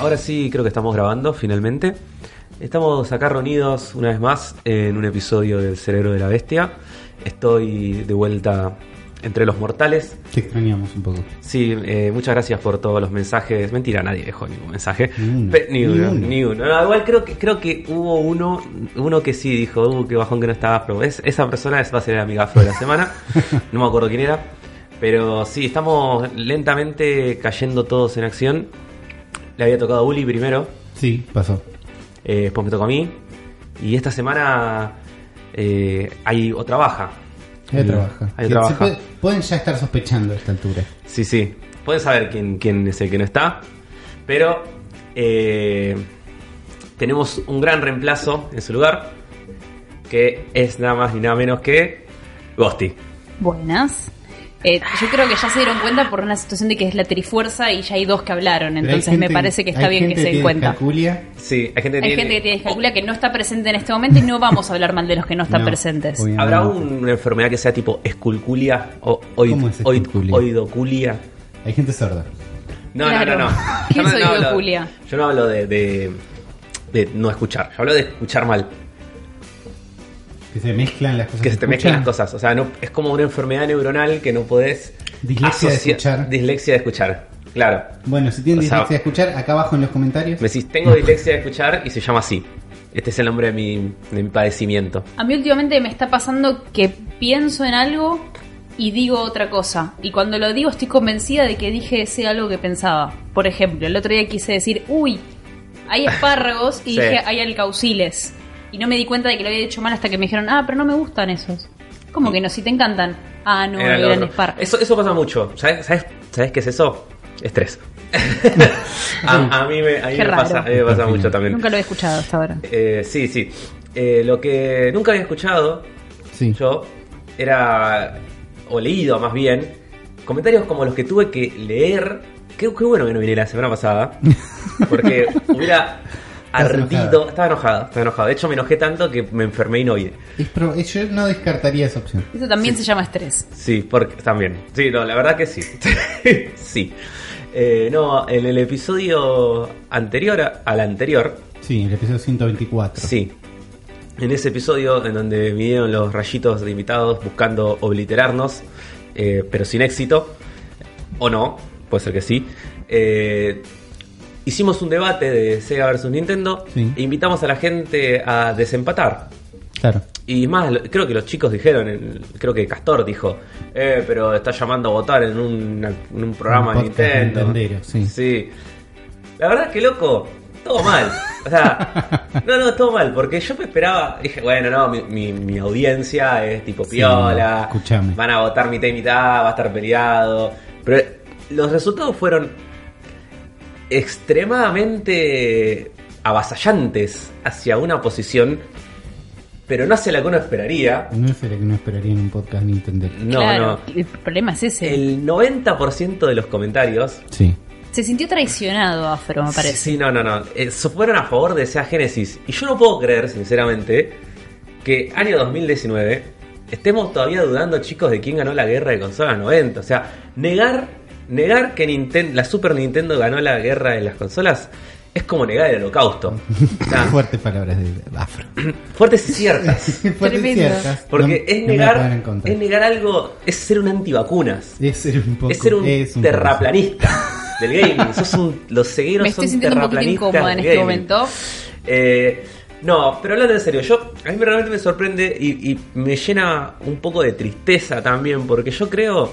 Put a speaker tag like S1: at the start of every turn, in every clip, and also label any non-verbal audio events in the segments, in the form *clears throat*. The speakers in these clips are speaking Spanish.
S1: Ahora sí creo que estamos grabando finalmente. Estamos acá reunidos una vez más en un episodio del Cerebro de la Bestia. Estoy de vuelta entre los mortales.
S2: Te extrañamos un poco.
S1: Sí, eh, muchas gracias por todos los mensajes. Mentira, nadie dejó ningún mensaje.
S2: Ni uno.
S1: Pe- Ni
S2: Ni
S1: uno.
S2: uno.
S1: Ni uno. No, igual creo que, creo que hubo uno, uno que sí dijo, uh, qué bajón que no estaba Afro. Es- esa persona es- va a ser el amigazo de la semana. No me acuerdo quién era. Pero sí, estamos lentamente cayendo todos en acción. Le había tocado a Uli primero,
S2: Sí, pasó.
S1: eh, después me tocó a mí. Y esta semana eh, hay otra baja.
S2: Ahí trabaja.
S1: Hay
S2: Que
S1: otra
S2: se
S1: baja.
S2: puede- pueden ya estar sospechando a esta altura.
S1: Sí, sí. Pueden saber quién, quién es el que no está. Pero eh, tenemos un gran reemplazo en su lugar. Que es nada más ni nada menos que Gosti.
S3: Buenas. Eh, yo creo que ya se dieron cuenta por una situación de que es la trifuerza y ya hay dos que hablaron,
S2: Pero hay
S3: entonces
S2: gente-
S3: me parece que está
S2: hay
S3: bien que
S2: gente
S3: se den
S2: tiene
S3: cuenta.
S2: calculia.
S1: Sí, hay gente que
S3: Hay
S1: tiene- Oh,
S3: gente que tiene calcula que no está presente en este momento y no vamos a hablar mal de los que no están
S2: No,
S3: presentes.
S2: obviamente.
S1: ¿Habrá una enfermedad que sea tipo esculculia o oid-
S2: ¿Cómo es
S1: oid-
S2: esculculia?
S1: oidoculia?
S2: Hay gente sorda.
S1: No,
S3: Claro. *laughs*
S1: no, no, no.
S3: ¿Qué
S1: Yo no,
S3: es
S1: no hablo,
S3: oidoculia?
S1: yo no hablo de, de- de no escuchar. Yo hablo de escuchar mal.
S2: Que se mezclan las cosas.
S1: que se te mezclan las cosas. O sea, no, es como una enfermedad neuronal que no podés.
S2: Dislexia de
S1: asociar-
S2: escuchar.
S1: Dislexia de escuchar. Claro.
S2: Bueno, si tienen
S1: O sea-
S2: dislexia de escuchar, acá abajo en los comentarios.
S1: Me decís, tengo dislexia de escuchar y se llama así. Este es el nombre de mi, de mi padecimiento.
S3: A mí últimamente me está pasando que pienso en algo y digo otra cosa. Y cuando lo digo estoy convencida de que dije ese algo que pensaba. Por ejemplo, el otro día quise decir, uy, hay espárragos y
S1: Sí.
S3: dije, hay alcauciles. Y no me di cuenta de que lo había dicho mal hasta que me dijeron, ah, pero no me gustan esos. ¿Cómo que no? Si te encantan. Ah, no,
S1: Era lo
S3: eran
S1: otro.
S3: espárragos.
S1: eso, eso pasa mucho. ¿Sabes, sabes, sabes qué es eso?
S2: *laughs*
S1: Estrés. a, a mí me, a mí
S3: Qué
S1: me
S3: raro.
S1: pasa, a mí me pasa mucho también.
S3: Nunca lo he escuchado hasta ahora.
S1: Eh, sí, sí. Eh, lo que nunca había escuchado
S2: Sí.
S1: yo era, o leído más bien, comentarios como los que tuve que leer. Qué, qué bueno que no vine la semana
S2: *laughs*
S1: pasada, porque hubiera
S2: Estás
S1: ardido.
S2: enojada.
S1: Estaba enojada, estaba enojada. De hecho, me enojé tanto que me enfermé y no vine.
S2: Es pro- es- yo no descartaría esa opción.
S3: Eso también se llama estrés.
S1: Sí, porque también. Sí, no, la verdad que sí. *laughs* sí. Eh, no, en el episodio anterior a- al anterior,
S2: Sí, el episodio 124.
S1: Sí. En ese episodio en donde vinieron los rayitos de invitados buscando obliterarnos, eh, pero sin éxito, o no, puede ser que sí, eh, hicimos un debate de Sega versus Nintendo
S2: Sí.
S1: e invitamos a la gente a desempatar.
S2: Claro.
S1: Y más, lo- creo que los chicos dijeron, en- creo que Castor dijo, eh, pero está llamando a votar en un, en un programa
S2: Un
S1: de
S2: podcast
S1: Nintendo.
S2: nintendero, sí.
S1: La verdad que loco, todo mal. O
S2: *laughs*
S1: sea, no, no, todo mal, porque yo me esperaba, dije, bueno, no, mi, mi- mi audiencia es tipo
S2: Sí,
S1: piola,
S2: escuchame.
S1: van a votar mitad y mitad, va a estar peleado. Pero los resultados fueron extremadamente avasallantes hacia una posición, pero no hacia la que uno esperaría.
S2: No es el que no esperaría en un podcast Nintendo.
S1: No,
S3: claro,
S1: no.
S3: el problema es ese.
S1: El 90% de los comentarios.
S2: Sí.
S3: Se sintió traicionado, Afro, me parece.
S1: Sí, no, no, no. eh, so- fueron a favor de Sega Genesis. Y yo no puedo creer, sinceramente, que año 2019 estemos todavía dudando, chicos, de quién ganó la guerra de consolas 90. O sea, negar, negar que Ninten- la Super Nintendo ganó la guerra de las consolas es como negar el holocausto. O sea,
S2: Fuertes palabras de afro. *laughs*
S1: fuertes y ciertas.
S2: Fuertes
S3: Tremendo.
S2: ciertas.
S1: Porque
S2: No-
S1: es
S2: no me la pueden
S1: negar
S2: encontrar.
S1: es negar algo, es ser un antivacunas.
S2: Es ser un poco.
S1: es ser un,
S2: es poco
S1: terraplanista del gaming. Sos un, los cegueros
S3: me estoy
S1: son
S3: sintiendo un poquito
S1: terraplanistas
S3: incómoda en
S1: del
S3: este
S1: gaming.
S3: momento.
S1: Eh, no, pero hablando en serio, yo a mí realmente me sorprende y, y me llena un poco de tristeza también, porque yo creo,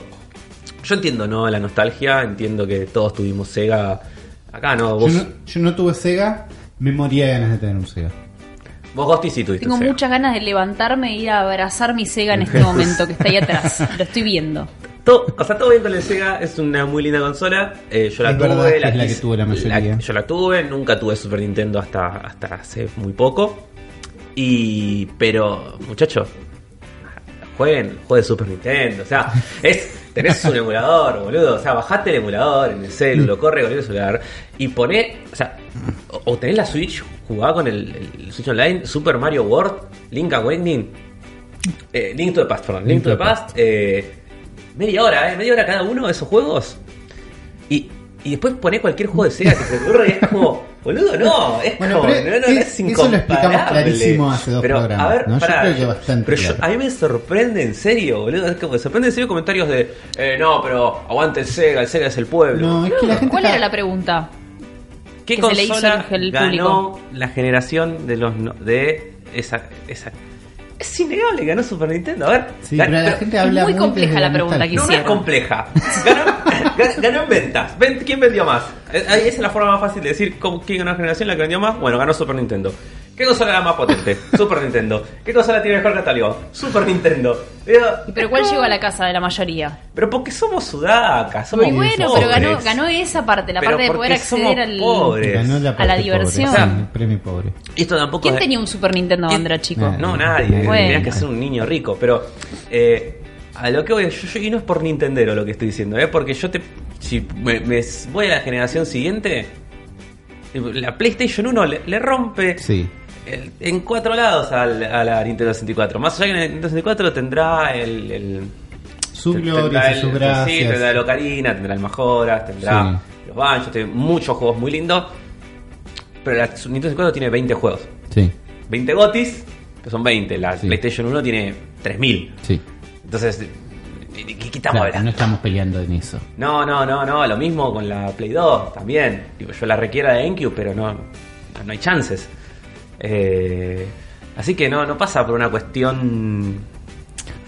S1: yo entiendo, ¿no? La nostalgia, entiendo que todos tuvimos Sega acá, ¿no?
S2: Yo
S1: Vos,
S2: no, yo no tuve Sega, me moría de ganas de tener un Sega.
S1: vos Gosti, sí tuviste
S3: Tengo
S1: Sega.
S3: muchas ganas de levantarme e ir a abrazar mi Sega
S1: *laughs*
S3: en este momento que está ahí atrás. Lo estoy viendo.
S1: To- o sea, todo bien con el Sega, es una muy linda consola. eh, yo la
S2: Es
S1: tuve,
S2: verdad que es la
S1: quise-
S2: que tuvo la mayoría.
S1: yo la tuve, nunca tuve Super Nintendo hasta, hasta hace muy poco. Y. Pero, muchachos, jueguen, jueguen Super Nintendo. O
S2: *laughs*
S1: sea, es. Tenés un emulador, boludo. O sea, bajate el emulador en el celu, lo corre con el celular. Y poné. O sea, o, o tenés la Switch, jugá con el, el Switch Online, Super Mario World, Link Awakening. Eh, Link to the Past, perdón. Link, to the Past. eh, media hora, ¿eh? Media hora cada uno de esos juegos. Y Y después poné cualquier juego de Sega que se te ocurra y es como, boludo, no, es
S2: Bueno,
S1: como,
S2: pero
S1: no, no, no, es
S2: es- eso lo explicamos
S1: incomparable.
S2: clarísimo hace dos
S1: pero,
S2: programas,
S1: A ver,
S2: ¿no? Yo
S1: pará,
S2: creo que bastante
S1: pero yo-
S2: claro.
S1: a mí me sorprende en serio, boludo, es como, me sorprende en serio comentarios de, eh, no, pero aguante el Sega, el Sega es el pueblo.
S2: No, es que la gente
S3: ¿Cuál
S2: está-
S3: era la pregunta?
S1: ¿Qué
S3: que se le hizo
S1: consola
S3: el- el
S1: ganó la generación de los no- de esa, esa es innegable ganó Super Nintendo a ver
S2: Sí,
S1: gan-
S2: pero la
S1: pero
S2: gente
S3: es
S2: habla
S3: muy compleja
S2: desde
S3: la pregunta
S2: nostalgia.
S3: que
S1: no, no es
S3: hicieron.
S1: compleja ganó, *laughs* gan- ganó en ventas Ven- quién vendió más Eh, esa es la forma más fácil de decir cómo- quién ganó la generación la que vendió más bueno ganó Super Nintendo ¿Qué consola era más potente? Super Nintendo. ¿Qué consola tiene mejor catálogo? Super Nintendo. Digo,
S3: ¿Pero cuál llegó a la casa de la mayoría?
S1: Pero porque somos sudacas, somos
S3: Y bueno, pero ganó, ganó esa parte, la
S1: Pero
S3: parte de poder
S1: porque somos
S3: acceder al...
S1: pobres.
S2: Ganó
S1: A
S2: la
S3: la
S2: parte pobre,
S3: diversión.
S2: sí, el premio pobre.
S1: Esto tampoco
S3: ¿Quién
S1: es-
S3: tenía un Super Nintendo
S1: ¿Quién-
S3: cuando era chico?
S2: Nah.
S1: No, nadie.
S3: Bueno.
S1: Tenías que ser un niño rico. Pero eh, a lo que voy, yo, yo- y no es por Nintendero lo que estoy diciendo, ¿eh? porque yo te. Si me, me voy a la generación siguiente, eh, la PlayStation 1 le, le rompe
S2: Sí.
S1: el- en cuatro lados al- a la Nintendo 64. Más allá que la Nintendo 64 tendrá el. el
S2: Su
S1: ten-
S2: gloria,
S1: tendrá
S2: y
S1: el-
S2: sus
S1: Sí, tendrá el
S2: gracias.
S1: Ocarina, tendrá el Majoras, tendrá
S2: Sí.
S1: los Banjos, tiene muchos juegos muy lindos. Pero la Nintendo 64 tiene 20 juegos.
S2: Sí,
S1: 20 gotis, que son 20. La
S2: Sí.
S1: PlayStation 1 tiene 3000.
S2: sí.
S1: Entonces, ¿de ¿qué qué estamos
S2: Claro, no
S1: hablando?
S2: estamos peleando en eso.
S1: No, no, no, no. Lo mismo con la Play 2 también. Digo, yo la requiera de GameCube, pero no, no, no hay chances. Eh, así que no, no pasa por una cuestión.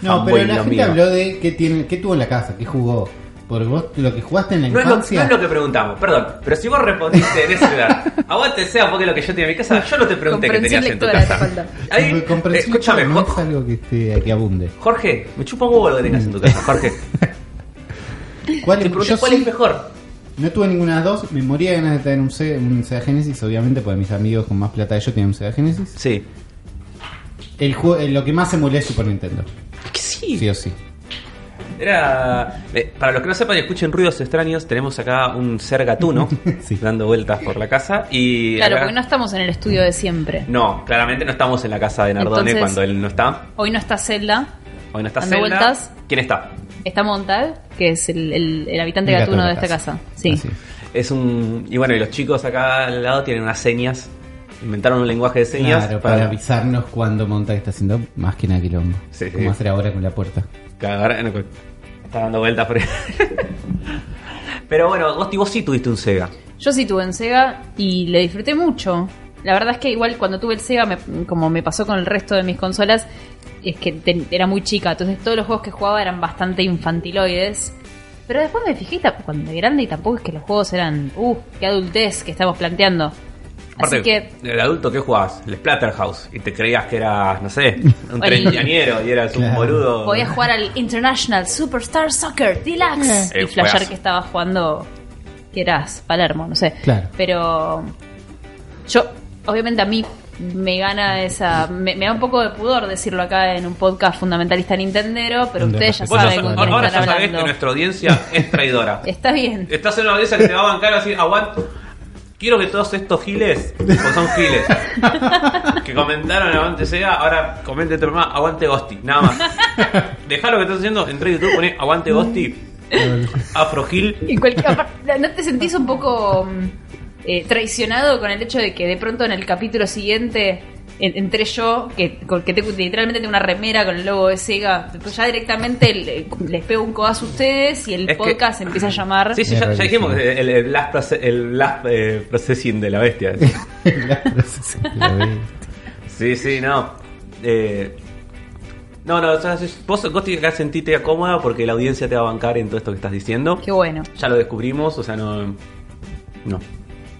S2: No,
S1: fanboy
S2: pero la
S1: lo
S2: gente
S1: mío.
S2: habló de qué, tiene, qué tuvo en la casa, qué jugó. Porque vos lo que jugaste en la
S1: No es, lo,
S2: infancia.
S1: no es lo que preguntamos, perdón, pero si vos respondiste en esa
S2: *laughs*
S1: edad, aguante sea porque lo que yo tenía en mi casa, yo no te pregunté qué
S3: Comprensión
S1: tenías en tu
S3: lectora te
S1: casa.
S3: falta.
S1: Ahí, eh,
S2: Porque comprensión
S1: escúchame,
S2: no
S1: Jo-
S2: es algo que, esté, que abunde.
S1: Jorge, me chupa un huevo lo que tengas en tu casa,
S2: *laughs*
S1: Jorge.
S2: ¿Cuál,
S1: Te
S2: es-
S1: pregunté
S2: yo
S1: cuál
S2: sí-
S1: es mejor.
S2: No tuve ninguna de las dos. Me moría de ganas de tener un Sega, un Sega Genesis, obviamente, porque mis amigos con más plata que yo tenían un Sega Genesis.
S1: Sí.
S2: El juego, eh, lo que más emulé es Super Nintendo.
S1: Que sí.
S2: Sí o sí.
S1: Era. eh, para los que no sepan y escuchen ruidos extraños, tenemos acá un ser gatuno
S2: *laughs* Sí.
S1: dando vueltas por la casa. Y
S3: Claro,
S1: acá-
S3: porque no estamos en el estudio de siempre.
S1: No, claramente no estamos en la casa de Nardone
S3: Entonces-
S1: cuando él no está.
S3: Hoy no está Zelda,
S1: Hoy no está
S3: Dando
S1: Zelda.
S3: vueltas.
S1: ¿Quién está?
S3: está Montag, que es el, el- el habitante
S2: El gato
S3: gatuno
S2: de
S3: de
S2: la
S3: esta
S2: casa.
S3: casa.
S1: Ah,
S3: Sí.
S2: Así es.
S1: Es un. Y bueno, y los chicos acá al lado tienen unas señas. Inventaron un lenguaje de señas.
S2: Claro, para avisarnos cuando Montag está haciendo más que nada quilombo.
S1: Sí, sí.
S2: ¿Cómo hacer ahora con la puerta?
S1: Claro, ahora no- Está dando vueltas por ahí. *laughs* Pero bueno, vos, vos sí tuviste un Sega.
S3: Yo sí tuve en Sega y le disfruté mucho. La verdad es que igual cuando tuve el Sega, me- como me pasó con el resto de mis consolas, es que te- era muy chica, entonces todos los juegos que jugaba eran bastante infantiloides. Pero después me fijé ta- cuando era grande y tampoco es que los juegos eran, uh, qué adultez que estamos planteando. Así
S1: Aparte,
S3: que
S1: el adulto que jugabas, el Splatterhouse, y te creías que eras, no sé, un
S3: *laughs* Oye.
S1: treintañero y eras un
S2: Claro.
S1: boludo.
S3: podía jugar al International Superstar Soccer Deluxe
S1: Eh,
S3: y flashear
S1: juegazo.
S3: que estaba jugando que eras Palermo, no sé.
S2: Claro.
S3: Pero yo, obviamente a mí me gana esa... Me, me da un poco de pudor decirlo acá en un podcast fundamentalista nintendero, pero
S2: Donde
S3: ustedes ya
S1: Vos
S2: respetamos
S3: saben
S1: sos-
S3: con
S2: a
S3: quién
S1: ahora
S3: están
S1: ya sabés que
S3: hablando.
S1: nuestra audiencia es
S3: *laughs*
S1: traidora.
S3: Está bien.
S1: Estás en una audiencia que te va a bancar así, aguanta. Quiero que todos estos giles, porque son giles, que comentaron aguante Sega, ahora comente tu hermana, aguante Gosti, nada más. Dejá lo que estás haciendo, entré a YouTube, poné aguante Gosti, afro gil,
S3: En cualquier aparte, ¿No te sentís un poco mm, eh, traicionado con el hecho de que de pronto en el capítulo siguiente en- entré yo, que, con- que tengo- literalmente tengo una remera con el logo de Sega? Pues ya directamente le- les pego un codazo a ustedes y el
S1: Es que-
S3: podcast empieza a llamar.
S1: Sí, sí, ya, ya dijimos que el, el last, proce- el last, eh, processing de la bestia.
S2: Claro, sí, sí, la ve.
S1: Sí, sí, no. Eh, no, no, o sea, vos, vos tenés que sentirte cómoda porque la audiencia te va a bancar en todo esto que estás diciendo.
S3: Qué bueno.
S1: Ya lo descubrimos, o sea, no. No.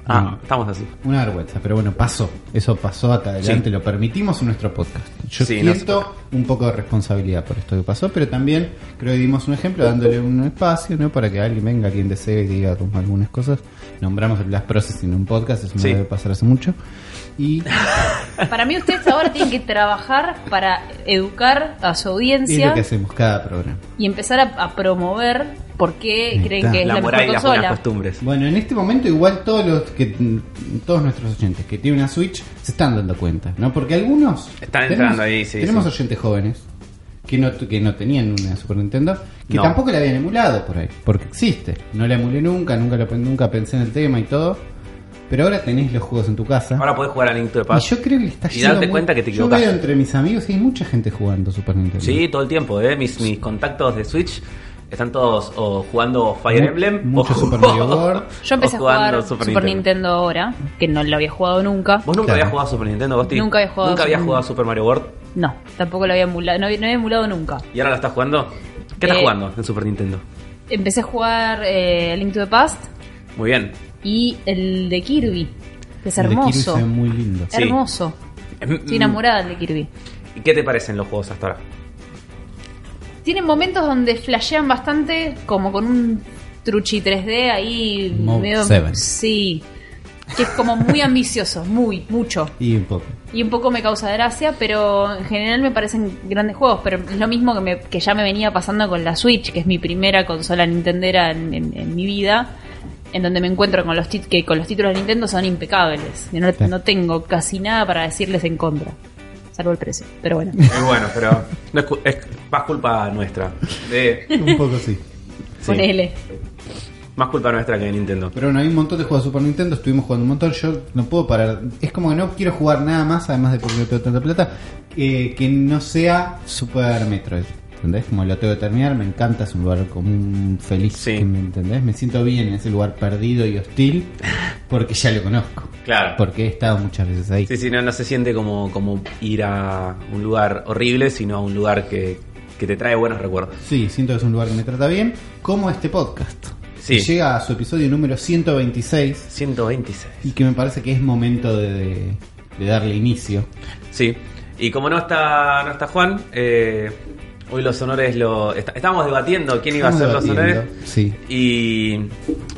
S1: Ah,
S2: No.
S1: estamos así.
S2: Una vergüenza, pero bueno, pasó. Eso pasó acá adelante,
S1: Sí.
S2: lo permitimos en nuestro podcast. Yo
S1: Sí, no se
S2: siento un poco de responsabilidad por esto que pasó, pero también creo que dimos un ejemplo dándole un espacio, ¿no? Para que alguien venga, alguien de Sega y diga como algunas cosas. Nombramos el Blast Process en un podcast, eso no
S1: Sí.
S2: debe pasar hace mucho. Y
S3: Para mí ustedes ahora tienen que trabajar para educar a su
S2: es lo
S3: audiencia
S2: que hacemos cada programa.
S3: y empezar a, a promover por qué
S2: Ahí
S3: creen
S2: está.
S3: que es
S1: La
S3: la,
S1: moral
S3: mejor
S1: y las buenas
S3: consola.
S1: costumbres.
S2: Bueno, en este momento igual todos los que todos nuestros oyentes que tienen una Switch se están dando cuenta, ¿no? Porque algunos
S1: Están
S2: tenemos-
S1: entrando ahí, sí,
S2: Tenemos
S1: sí.
S2: oyentes jóvenes que que no, tu- que no tenían una Super Nintendo, que
S1: No.
S2: tampoco la habían emulado por ahí, porque existe. No la emulé nunca, nunca, la- nunca pensé en el tema y todo. Pero ahora tenés los juegos en tu casa.
S1: Ahora podés jugar a Link to the
S2: y
S1: Past.
S2: yo creo que le está
S1: y
S2: yendo
S1: darte
S2: muy-
S1: cuenta que te
S2: Yo
S1: equivocaste.
S2: veo entre mis amigos y hay mucha gente jugando Super Nintendo.
S1: Sí, todo el tiempo, ¿eh? Mis, mis contactos de Switch están todos o jugando Fire
S2: Mu-
S1: Emblem
S2: mucho
S1: o
S2: Super Mario
S1: *laughs*
S2: World.
S3: Yo empecé
S1: o
S3: a
S1: jugando
S3: jugar Super, Nintendo. ahora, que no lo había jugado nunca.
S1: ¿Vos nunca
S2: Claro.
S1: habías jugado a Super Nintendo, Gosti?
S3: Nunca había jugado a
S1: ¿Nunca habías
S3: Super-
S1: jugado a Super Mario World
S3: No, tampoco lo había emulado, no había, no había emulado nunca.
S1: y ahora la estás jugando. ¿Qué estás
S3: Eh.
S1: jugando en Super Nintendo?
S3: Empecé a jugar eh, Link to the Past
S1: Muy bien.
S3: y el de Kirby, que es
S2: El de Kirby
S3: hermoso.
S2: se ve muy
S3: *laughs*
S2: Mm. lindo.
S1: Sí.
S3: Hermoso. Estoy enamorada del de Kirby.
S1: Em, mm, ¿Y qué te parecen los juegos hasta ahora?
S3: Tienen momentos donde flashean bastante, como con un truchi 3D ahí.
S2: Mode 7.
S3: Sí. Que es como muy ambicioso, muy, mucho.
S2: Y un poco.
S3: Y un poco me causa gracia, pero en general me parecen grandes juegos. Pero es lo mismo que, me- que ya me venía pasando con la Switch, que es mi primera consola nintendera en, en- en mi vida. En donde me encuentro con los tit- que con los títulos de Nintendo son impecables. Yo no,
S2: Sí.
S3: no tengo casi nada para decirles en contra. Salvo el precio. Pero bueno.
S1: Muy bueno, pero *laughs* no es, cu- es más culpa nuestra. De,
S2: Un poco sí.
S1: sí,
S3: *laughs* Ponele.
S1: más culpa nuestra que de Nintendo.
S2: Pero bueno, hay un montón de juegos de Super Nintendo, estuvimos jugando un montón, yo no puedo parar. Es como que no quiero jugar nada más, además de porque no tengo tanta plata, eh, que no sea Super Metroid. ¿Entendés? Como lo tengo que terminar, me encanta, es un lugar común feliz,
S1: Sí.
S2: que me, ¿entendés? Me siento bien en ese lugar perdido y hostil, porque ya lo conozco.
S1: Claro.
S2: Porque he estado muchas veces ahí.
S1: Sí, sí, no, no se siente como, como ir a un lugar horrible, sino a un lugar que, que te trae buenos recuerdos.
S2: Sí, siento que es un lugar que me trata bien, como este podcast.
S1: Sí.
S2: Que Llega a su episodio número 126
S1: 126.
S2: y que me parece que es momento de- de- de darle inicio.
S1: Sí. Y como no está, no está Juan, eh, hoy los honores lo. está- estábamos debatiendo quién iba a hacer
S2: Estamos
S1: los
S2: debatiendo,
S1: honores.
S2: Sí.
S1: Y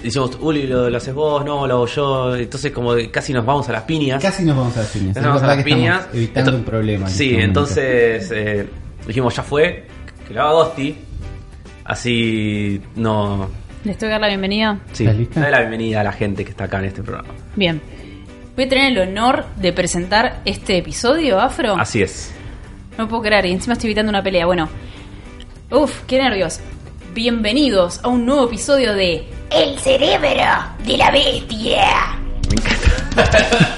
S1: decimos, Uli, lo, lo haces vos, no, lo hago yo. Entonces, como que casi nos vamos a las piñas.
S2: Casi nos vamos a las piñas.
S1: Nos vamos a
S2: Es verdad
S1: las
S2: que estamos
S1: piñas.
S2: Evitando
S1: Esto-
S2: un problema. en
S1: Sí,
S2: este momento.
S1: entonces eh, dijimos, ya fue, que lo haga Gosti. Así no.
S3: ¿Les tengo que dar la bienvenida?
S1: Sí,
S2: ¿Estás lista?
S1: dale la bienvenida a la gente que está acá en este programa.
S3: Bien. Voy a tener el honor de presentar este episodio, Afro.
S1: Así es.
S3: No puedo creer, y encima estoy evitando una pelea. Bueno. Uf, qué nervios. Bienvenidos a un nuevo episodio de
S4: El cerebro de la bestia.
S1: Me encanta.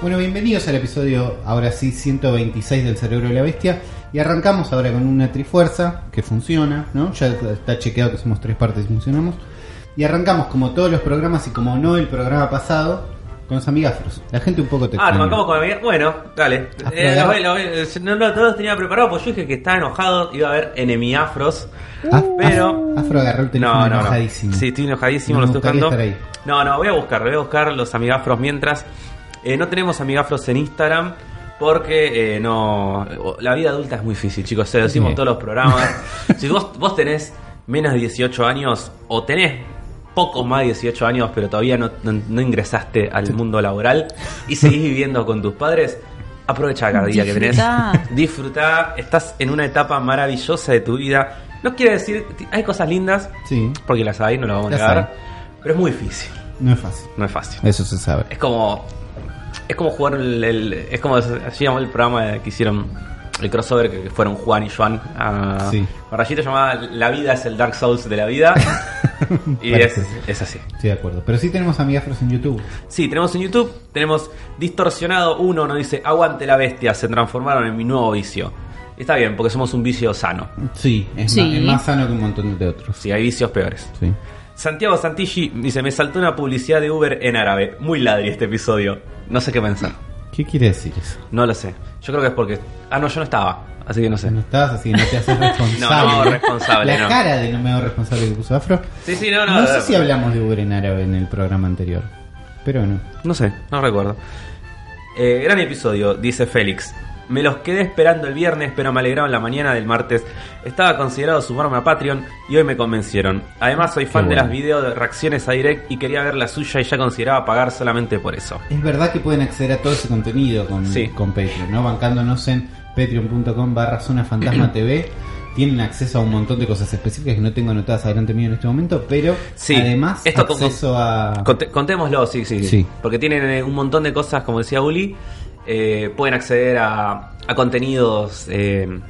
S2: Bueno, bienvenidos al episodio, ahora sí, 126 del Cerebro de la Bestia. Y arrancamos ahora con una trifuerza que funciona, ¿no? Ya está chequeado que somos tres partes y funcionamos. Y arrancamos como todos los programas y como no el programa pasado, con los amigafros. La gente un poco te
S1: Ah, te
S2: extraña.
S1: bancamos con Miguel. Bueno, dale.
S2: Afro,
S1: Eh,
S2: dale.
S1: lo- lo- eh, no, no, no los tenía preparado, porque yo dije que estaba enojado, iba a haber enemiafros.
S2: Ah,
S1: pero-
S2: Af- Afro agarró el teléfono
S1: No, no, no.
S2: enojadísimo.
S1: Sí, estoy enojadísimo,
S2: No
S1: lo
S2: me
S1: estoy
S2: gustaría
S1: buscando.
S2: estar ahí.
S1: No, no, voy a buscar, voy a buscar los amigafros mientras. Eh, no tenemos amigafros en Instagram porque eh, no. La vida adulta es muy difícil, chicos. Se lo decimos
S2: Sí.
S1: en todos los
S2: *laughs*
S1: programas. si vos, vos tenés menos de 18 años o tenés pocos más de 18 años, pero todavía no, no- no ingresaste al mundo laboral y seguís viviendo con tus padres. Aprovecha cada día que tenés.
S3: Disfrutá.
S1: Disfrutá, estás en una etapa maravillosa de tu vida. No quiere decir, hay cosas lindas,
S2: Sí,
S1: porque las hay, no las vamos a
S2: Las
S1: negar, pero es muy difícil,
S2: no es fácil.
S1: no es fácil.
S2: Eso se sabe.
S1: Es como es como jugar el, el- es como así llamó el programa que hicieron el crossover que que fueron Juan y Joan a
S2: Sí.
S1: a Rayito llamaba La vida es el Dark Souls de la
S2: *laughs*
S1: vida y es,
S2: Parece.
S1: es así.
S2: Estoy de acuerdo. Pero sí tenemos amigafros en YouTube.
S1: Sí, tenemos en YouTube, tenemos Distorsionado 1, nos dice Aguante la bestia, se transformaron en mi nuevo vicio. Y Está bien, porque somos un vicio sano.
S2: Sí, es,
S3: Sí.
S2: ma- es más sano que un montón de otros.
S1: Si hay vicios peores.
S2: Sí.
S1: Santiago Santilli dice, me saltó una publicidad de Uber en árabe. Muy ladri este episodio. No sé qué pensar.
S2: ¿Qué quiere decir eso?
S1: No lo sé. Yo creo que es porque. Ah, no, yo no estaba. Así que no sé.
S2: No estabas así, no
S1: *laughs*
S2: te haces responsable.
S1: No, no, responsable,
S2: La
S1: no.
S2: cara de no me hago responsable que puso Afro.
S1: Sí, sí, no, no.
S2: No sé si hablamos de Uber en árabe en el programa anterior. Pero no.
S1: No sé, no recuerdo. Eh, gran episodio, dice Félix. Me los quedé esperando el viernes, pero me alegraron la mañana del martes. Estaba considerado sumarme a Patreon y hoy me convencieron. Además, soy fan
S2: Qué
S1: de
S2: bueno.
S1: las video de reacciones a Direct y quería ver la suya y ya consideraba pagar solamente por eso.
S2: Es verdad que pueden acceder a todo ese contenido con,
S1: Sí.
S2: con Patreon, ¿no? Bancándonos en patreon.com barra
S1: *clears throat*
S2: zona fantasma TV. Tienen acceso a un montón de cosas específicas que no tengo anotadas adelante mío en este momento, pero
S1: Sí,
S2: además
S1: esto con-
S2: acceso a...
S1: Conte- contémoslo, sí, sí, sí,
S2: Ah. Sí.
S1: Porque tienen eh, un montón de cosas, como decía Uli. eh, pueden acceder a, a contenidos eh,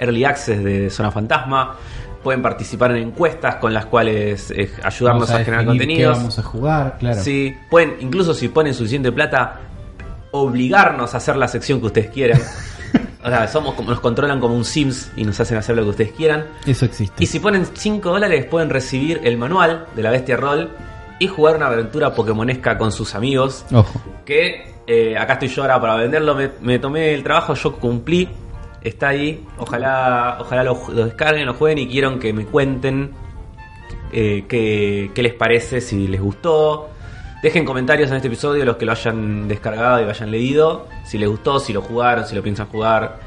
S1: early access de Zona Fantasma. Pueden participar en encuestas con las cuales eh, ayudarnos
S2: vamos
S1: a, generar
S2: definir qué
S1: contenidos.
S2: vamos a jugar, claro.
S1: Sí, pueden, incluso si ponen suficiente plata, obligarnos a hacer la sección que ustedes quieran.
S2: *laughs*
S1: O sea, somos como, nos controlan como un Sims y nos hacen hacer lo que ustedes quieran.
S2: Eso existe.
S1: Y si ponen 5 dólares pueden recibir el manual de la bestia roll y jugar una aventura pokémonesca con sus amigos.
S2: Ojo.
S1: Que eh, acá estoy yo ahora para venderlo, me, me tomé el trabajo, yo cumplí, está ahí. Ojalá, ojalá lo, ju- lo descarguen, lo jueguen y quiero que me cuenten eh, qué, qué les parece, si les gustó. Dejen comentarios en este episodio los que lo hayan descargado y lo hayan leído, si les gustó, si lo jugaron, si lo piensan jugar,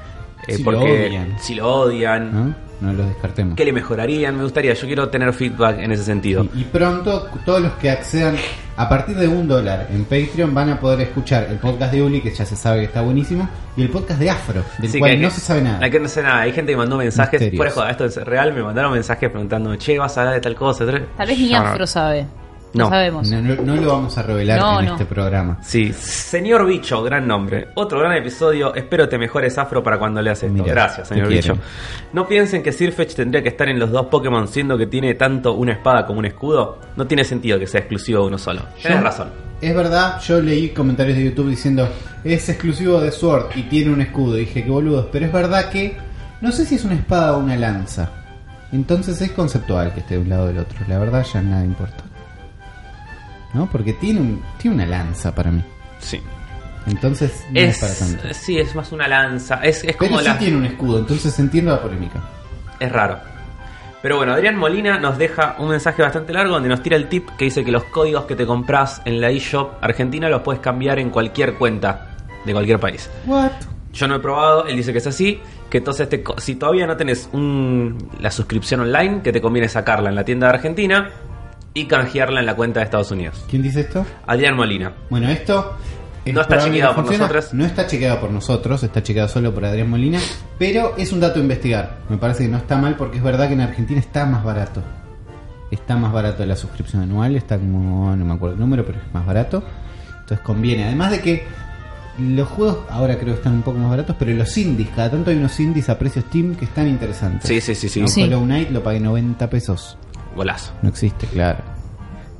S1: eh,
S2: Si lo
S1: porque
S2: odian.
S1: si lo odian.
S2: ¿no? No los descartemos.
S1: ¿Qué le mejorarían? Me gustaría, yo quiero tener feedback en ese sentido.
S2: Y, y pronto todos los que accedan a partir de un dólar en Patreon van a poder escuchar el podcast de Uli, que ya se sabe que está buenísimo, y el podcast de Afro, del
S1: Así
S2: cual
S1: que hay
S2: no
S1: que-
S2: se sabe nada.
S1: Hay que no sé nada. Hay gente que mandó mensajes,
S2: Misterios.
S1: fuera de joda, esto es real, me mandaron mensajes preguntando, che, vas a hablar de tal cosa. tal-
S3: Tal vez ni
S1: Yo no-
S3: Afro sabe. No,
S1: No.
S3: sabemos.
S2: No, no- no lo vamos a revelar
S3: No,
S2: en
S3: no.
S2: este programa.
S1: Sí, señor Bicho, gran nombre. Otro gran episodio. Espero te mejores afro para cuando leas esto.
S2: Mirá,
S1: Gracias, señor
S2: te
S1: Bicho.
S2: quieren.
S1: No piensen que Sirfetch tendría que estar en los dos Pokémon, siendo que tiene tanto una espada como un escudo. No tiene sentido que sea exclusivo de uno solo. Tienes
S2: Yo-
S1: razón.
S2: Es verdad, yo leí comentarios de YouTube diciendo es exclusivo de Sword y tiene un escudo. Dije que boludos, pero es verdad que no sé si es una espada o una lanza. Entonces es conceptual que esté de un lado del otro. La verdad ya nada importa. ¿No? Porque tiene, un, tiene una lanza para mí.
S1: Sí.
S2: Entonces no es,
S1: Es,
S2: para tanto.
S1: sí, es más una lanza. Es, es
S2: pero
S1: como
S2: sí
S1: la.
S2: tiene un escudo, entonces entiendo la polémica.
S1: Es raro. Pero bueno, Adrián Molina nos deja un mensaje bastante largo donde nos tira el tip que dice que los códigos que te compras en la eShop argentina los puedes cambiar en cualquier cuenta de cualquier país.
S2: What?
S1: Yo no he probado, él dice que es así, que entonces te co- si todavía no tenés un- la suscripción online, que te conviene sacarla en la tienda de Argentina y canjearla en la cuenta de Estados Unidos.
S2: ¿Quién dice esto?
S1: Adrián Molina.
S2: Bueno, esto es
S1: No está
S2: probable
S1: chequeado
S2: que
S1: por
S2: funcione.
S1: nosotros.
S2: No está chequeado por nosotros, está chequeado solo por Adrián Molina, pero es un dato a investigar. Me parece que no está mal porque es verdad que en Argentina está más barato. Está más barato la suscripción anual, está como, no me acuerdo el número, pero es más barato. Entonces conviene. Además de que los juegos ahora creo que están un poco más baratos, pero los indies, cada tanto hay unos indies a precios Steam que están interesantes.
S1: Sí, sí, sí, sí.
S2: ¿No?
S3: Sí.
S2: Hollow Knight lo pagué 90 pesos.
S1: Golazo.
S2: No existe, claro.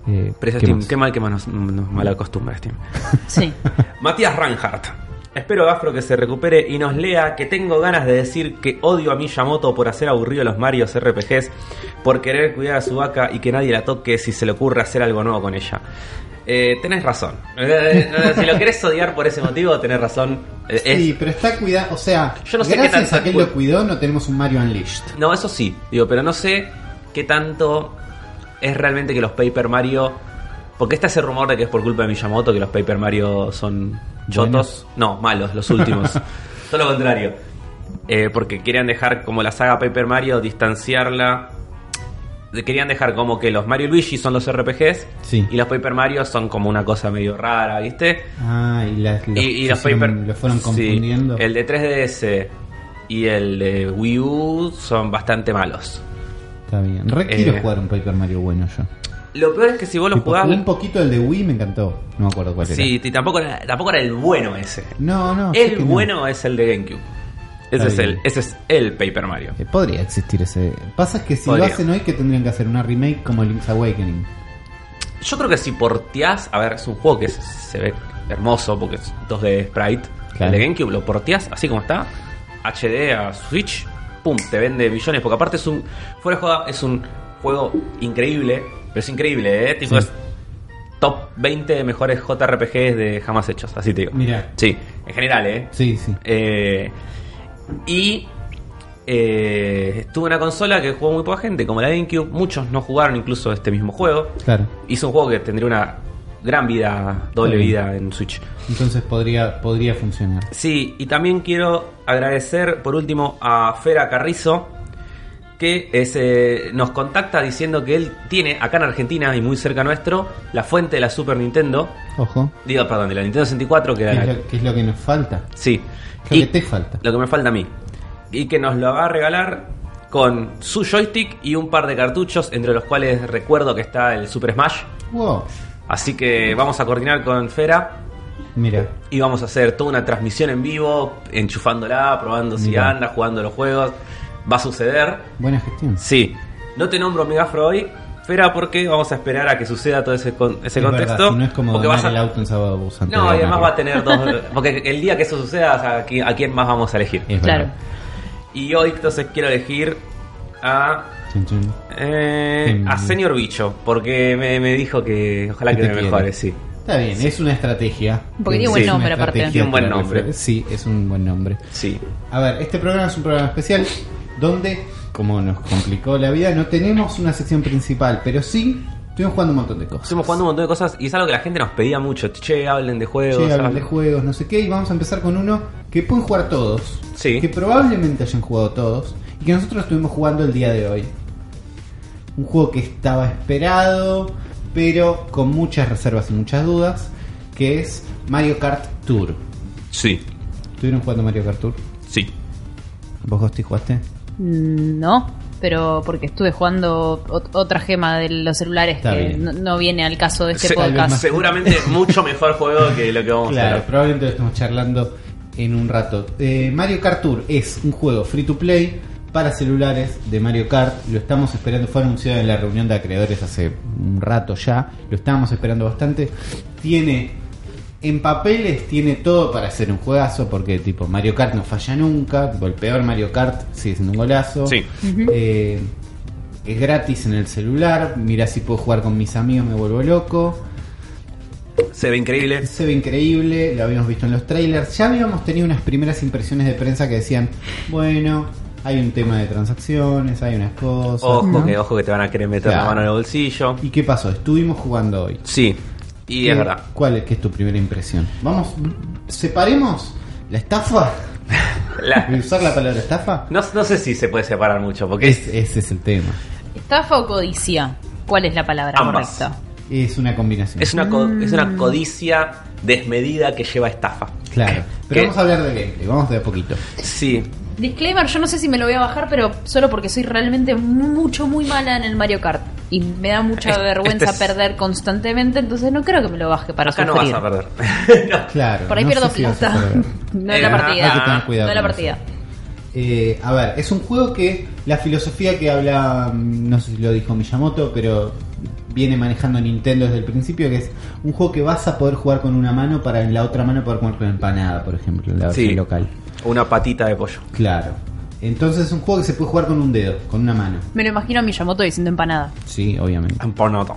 S2: Eh,
S1: Precio
S2: ¿qué
S1: Steam,
S2: más?
S1: qué mal que más nos, nos malacostumbra Steam.
S2: *laughs*
S3: Sí.
S1: Matías Reinhardt. Espero, Afro, que se recupere y nos lea que tengo ganas de decir que odio a Miyamoto por hacer aburrido los Marios RPGs, por querer cuidar a su vaca y que nadie la toque si se le ocurre hacer algo nuevo con ella. Eh, tenés razón. Eh, eh, si lo querés odiar por ese motivo, tenés razón. Eh, es-
S2: Sí, pero está cuidado, o sea,
S1: Yo no sé qué
S2: gracias
S1: tan-
S2: a que él lo cuidó no tenemos un Mario Unleashed.
S1: No, eso sí, digo, pero no sé qué tanto es realmente que los Paper Mario. Porque está ese rumor de que es por culpa de Miyamoto que los Paper Mario son chotos. No, malos, los últimos. Todo lo contrario. Eh, porque querían dejar como la saga Paper Mario, distanciarla. De- Querían dejar como que los Mario y Luigi son los RPGs
S2: Sí.
S1: y los Paper Mario son como una cosa medio rara, ¿viste?
S2: Ah, y, las- los,
S1: y, y los
S2: hicieron-
S1: Paper.
S2: los fueron
S1: sí,
S2: confundiendo.
S1: el de 3DS y el de Wii U son bastante malos.
S2: Está bien. Re quiero
S1: Eh.
S2: jugar un Paper Mario bueno yo.
S1: Lo peor es que si vos lo
S2: Tipo,
S1: jugás.
S2: jugué un poquito el de Wii, me encantó. No me acuerdo cuál era.
S1: Sí, y tampoco era, tampoco era el bueno ese.
S2: No, no. sé
S1: el
S2: que no.
S1: bueno es el de GameCube. Ese
S2: Está
S1: es,
S2: bien.
S1: el, ese es el Paper Mario.
S2: Eh, podría existir ese. Pasa que si
S1: Podría.
S2: lo hacen hoy, que tendrían que hacer una remake como Link's Awakening.
S1: Yo creo que si porteás. A ver, es un juego que se, se ve hermoso porque es 2D de sprite.
S2: Claro.
S1: El de GameCube lo porteás así como está. HD a Switch. Pum, te vende millones. Porque aparte es un. Fuera de joda, es un juego increíble. Pero es increíble, ¿eh? Tipo,
S2: Sí.
S1: es top 20 mejores JRPGs de jamás hechos. Así te digo.
S2: Mira.
S1: Sí. En general, ¿eh?
S2: Sí, sí.
S1: Eh, y eh, tuve una consola que jugó muy poca gente, como la GameCube. Muchos no jugaron incluso este mismo juego.
S2: Claro.
S1: Hizo un juego que tendría una gran vida, doble
S2: Sí.
S1: vida en Switch.
S2: Entonces podría, podría funcionar.
S1: Sí, y también quiero agradecer por último a Fera Carrizo, que es, eh, nos contacta diciendo que él tiene acá en Argentina y muy cerca nuestro la fuente de la Super Nintendo.
S2: Ojo.
S1: Digo, perdón, de la Nintendo 64, que
S2: ¿Qué
S1: era
S2: es,
S1: la-
S2: lo, qué es lo que nos falta?
S1: Sí.
S2: ¿Qué es lo que te falta?
S1: Lo que me falta a mí. Y que nos lo va a regalar con su joystick y un par de cartuchos, entre los cuales recuerdo que está el Super Smash.
S2: Wow.
S1: Así que vamos a coordinar con Fera
S2: Mira.
S1: y vamos a hacer toda una transmisión en vivo, enchufándola, probando si
S2: Mirá.
S1: anda, jugando los juegos. Va a suceder.
S2: Buena gestión.
S1: Sí. No te nombro Megafro hoy, Fera, porque vamos a esperar a que suceda todo ese, con- ese
S2: Es
S1: contexto.
S2: verdad, si no es como
S1: porque
S2: donar
S1: vas a-
S2: el auto en sábado bus antes
S1: No,
S2: de
S1: y además
S2: donarlo.
S1: va a tener dos.
S2: *laughs*
S1: Porque el día que eso suceda, o sea, ¿a qui- a quién más vamos a elegir?
S2: Es
S3: Claro.
S2: verdad.
S1: Y hoy entonces quiero elegir a.
S2: Chun, chun.
S1: eh,
S2: Mm.
S1: a Señor Bicho, porque me, me dijo que ojalá
S2: ¿Qué
S1: que
S2: te
S1: me
S2: quiere?
S1: mejore, sí.
S2: Está bien, es una estrategia.
S3: Porque tiene
S2: Es
S1: buen
S2: una
S3: nombre, aparte.
S2: estrategia
S1: Tiene un buen
S2: que
S1: nombre.
S2: refle- Sí, es un buen nombre.
S1: Sí.
S2: A ver, este programa es un programa especial donde, como nos complicó la vida, no tenemos una sección principal, pero sí estuvimos jugando un montón de cosas.
S1: Estuvimos jugando un montón de cosas y es algo que la gente nos pedía mucho. Che, hablen de juegos. ah.
S2: Che, hablan
S1: hablen-
S2: de juegos, no sé qué, y vamos a empezar con uno que pueden jugar todos.
S1: Sí.
S2: Que probablemente hayan jugado todos. Y que nosotros estuvimos jugando el día de hoy. Un juego que estaba esperado, pero con muchas reservas y muchas dudas. Que es Mario Kart Tour.
S1: Sí,
S2: ¿Estuvieron jugando Mario Kart Tour?
S1: sí.
S2: ¿Vos, Gosti, jugaste?
S3: Mm, No, pero porque estuve jugando ot- otra gema de los celulares
S2: Está
S3: que
S2: bien.
S3: no, no viene al caso de este
S1: Se-
S2: tal vez
S3: podcast.
S2: más- *laughs*
S1: Seguramente mucho mejor juego que lo que vamos a
S2: Claro,
S1: hacer.
S2: probablemente lo estemos charlando en un rato. Eh, Mario Kart Tour es un juego free to play para celulares de Mario Kart. Lo estamos esperando, fue anunciado en la reunión de acreedores hace un rato ya. Lo estábamos esperando bastante. Tiene, en papeles, tiene todo para ser un juegazo porque tipo Mario Kart no falla nunca. tipo, el peor Mario Kart sigue siendo un golazo.
S1: Sí.
S2: Eh, es gratis en el celular. Mira si puedo jugar con mis amigos, me vuelvo loco.
S1: Se ve increíble.
S2: Se ve increíble, lo habíamos visto en los trailers. Ya habíamos tenido unas primeras impresiones de prensa que decían, bueno, hay un tema de transacciones, hay unas cosas.
S1: Ojo,
S2: ¿no?
S1: que ojo que te van a querer meter
S2: Claro.
S1: la mano en el bolsillo.
S2: ¿Y qué pasó? Estuvimos jugando hoy.
S1: Sí, y
S2: ¿Qué-
S1: es verdad.
S2: ¿Cuál es, que es tu primera impresión? Vamos, separemos la estafa. *laughs*
S1: La-
S2: ¿Voy a ¿Usar la palabra estafa?
S1: no, no sé si se puede separar mucho, porque
S2: Es-
S1: es
S2: ese es el tema.
S3: ¿Estafa o codicia? ¿Cuál es la palabra
S1: Ambas.
S3: correcta?
S2: Es una combinación.
S1: Es una, co- es una codicia desmedida que lleva a estafa.
S2: Claro. Pero
S1: ¿Qué?
S2: vamos a hablar de gameplay, vamos de a poquito.
S1: Sí,
S3: Disclaimer, yo no sé si me lo voy a bajar, pero solo porque soy realmente mucho, muy mala en el Mario Kart. Y me da mucha
S1: Este-
S3: vergüenza
S1: este es-
S3: perder constantemente, entonces no creo que me lo baje para
S1: acá no vas
S3: sufrir.
S1: a perder. No.
S2: Claro.
S3: Por ahí
S2: no
S3: pierdo
S2: sé si vas a
S3: plata.
S2: poder.
S3: *laughs* no es
S1: Eh,
S3: la
S1: hay que
S3: partida.
S1: tener
S2: cuidado
S3: No es la
S2: con
S3: partida.
S2: Eh, a ver, es un juego que la filosofía que habla, mm, no sé si lo dijo Miyamoto, pero viene manejando Nintendo desde el principio, que es un juego que vas a poder jugar con una mano para en la otra mano poder comer con empanada, por ejemplo, en la versión
S1: Sí.
S2: local.
S1: Una patita de pollo.
S2: Claro. Entonces es un juego que se puede jugar con un dedo, con una mano.
S3: Me lo imagino a Miyamoto diciendo empanada.
S2: Sí, obviamente.
S1: Empanada.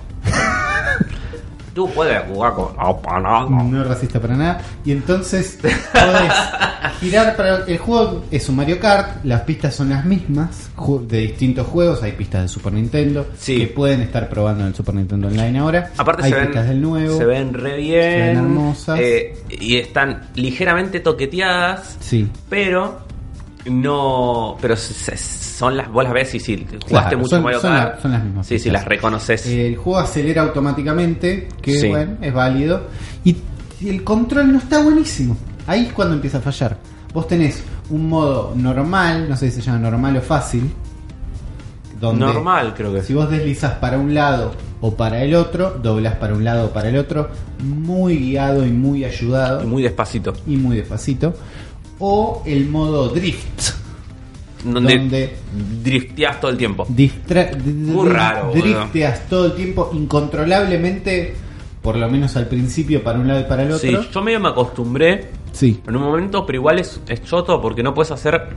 S1: Tú puedes jugar con empanada.
S2: No es racista para nada. Y
S1: *laughs*
S2: entonces podés girar para. El juego es un Mario Kart, las pistas son las mismas ju- de distintos juegos. Hay pistas de Super Nintendo
S1: Sí.
S2: que pueden estar probando en el Super Nintendo Online ahora.
S1: Aparte
S2: hay
S1: se ven,
S2: pistas del nuevo.
S1: se ven re bien,
S2: Se ven hermosas.
S1: eh, y están ligeramente toqueteadas,
S2: Sí.
S1: pero no, pero se- se- son las, vos las ves y si jugaste
S2: Claro,
S1: mucho
S2: son-
S1: Mario
S2: son
S1: Kart,
S2: la- son las Eh, mismas
S1: sí, sí,
S2: pistas.
S1: las reconoces.
S2: El juego acelera automáticamente, que
S1: Sí.
S2: bueno, es válido. Y, y el control no está buenísimo. Ahí es cuando empieza a fallar. Vos tenés un modo normal, no sé si se llama normal o fácil. Donde
S1: Normal, creo que
S2: Si vos deslizas para un lado o para el otro, doblas para un lado o para el otro, muy guiado y muy ayudado
S1: Muy despacito.
S2: y muy despacito. O el modo drift.
S1: Donde,
S2: Donde-
S1: drifteas todo el tiempo.
S2: Distra- d- d-
S1: Muy raro, boludo.
S2: Drifteas todo el tiempo incontrolablemente, por lo menos al principio, para un lado y para el
S1: Sí,
S2: otro.
S1: yo medio me acostumbré
S2: Sí.
S1: en un momento, pero igual es, es choto porque no puedes hacer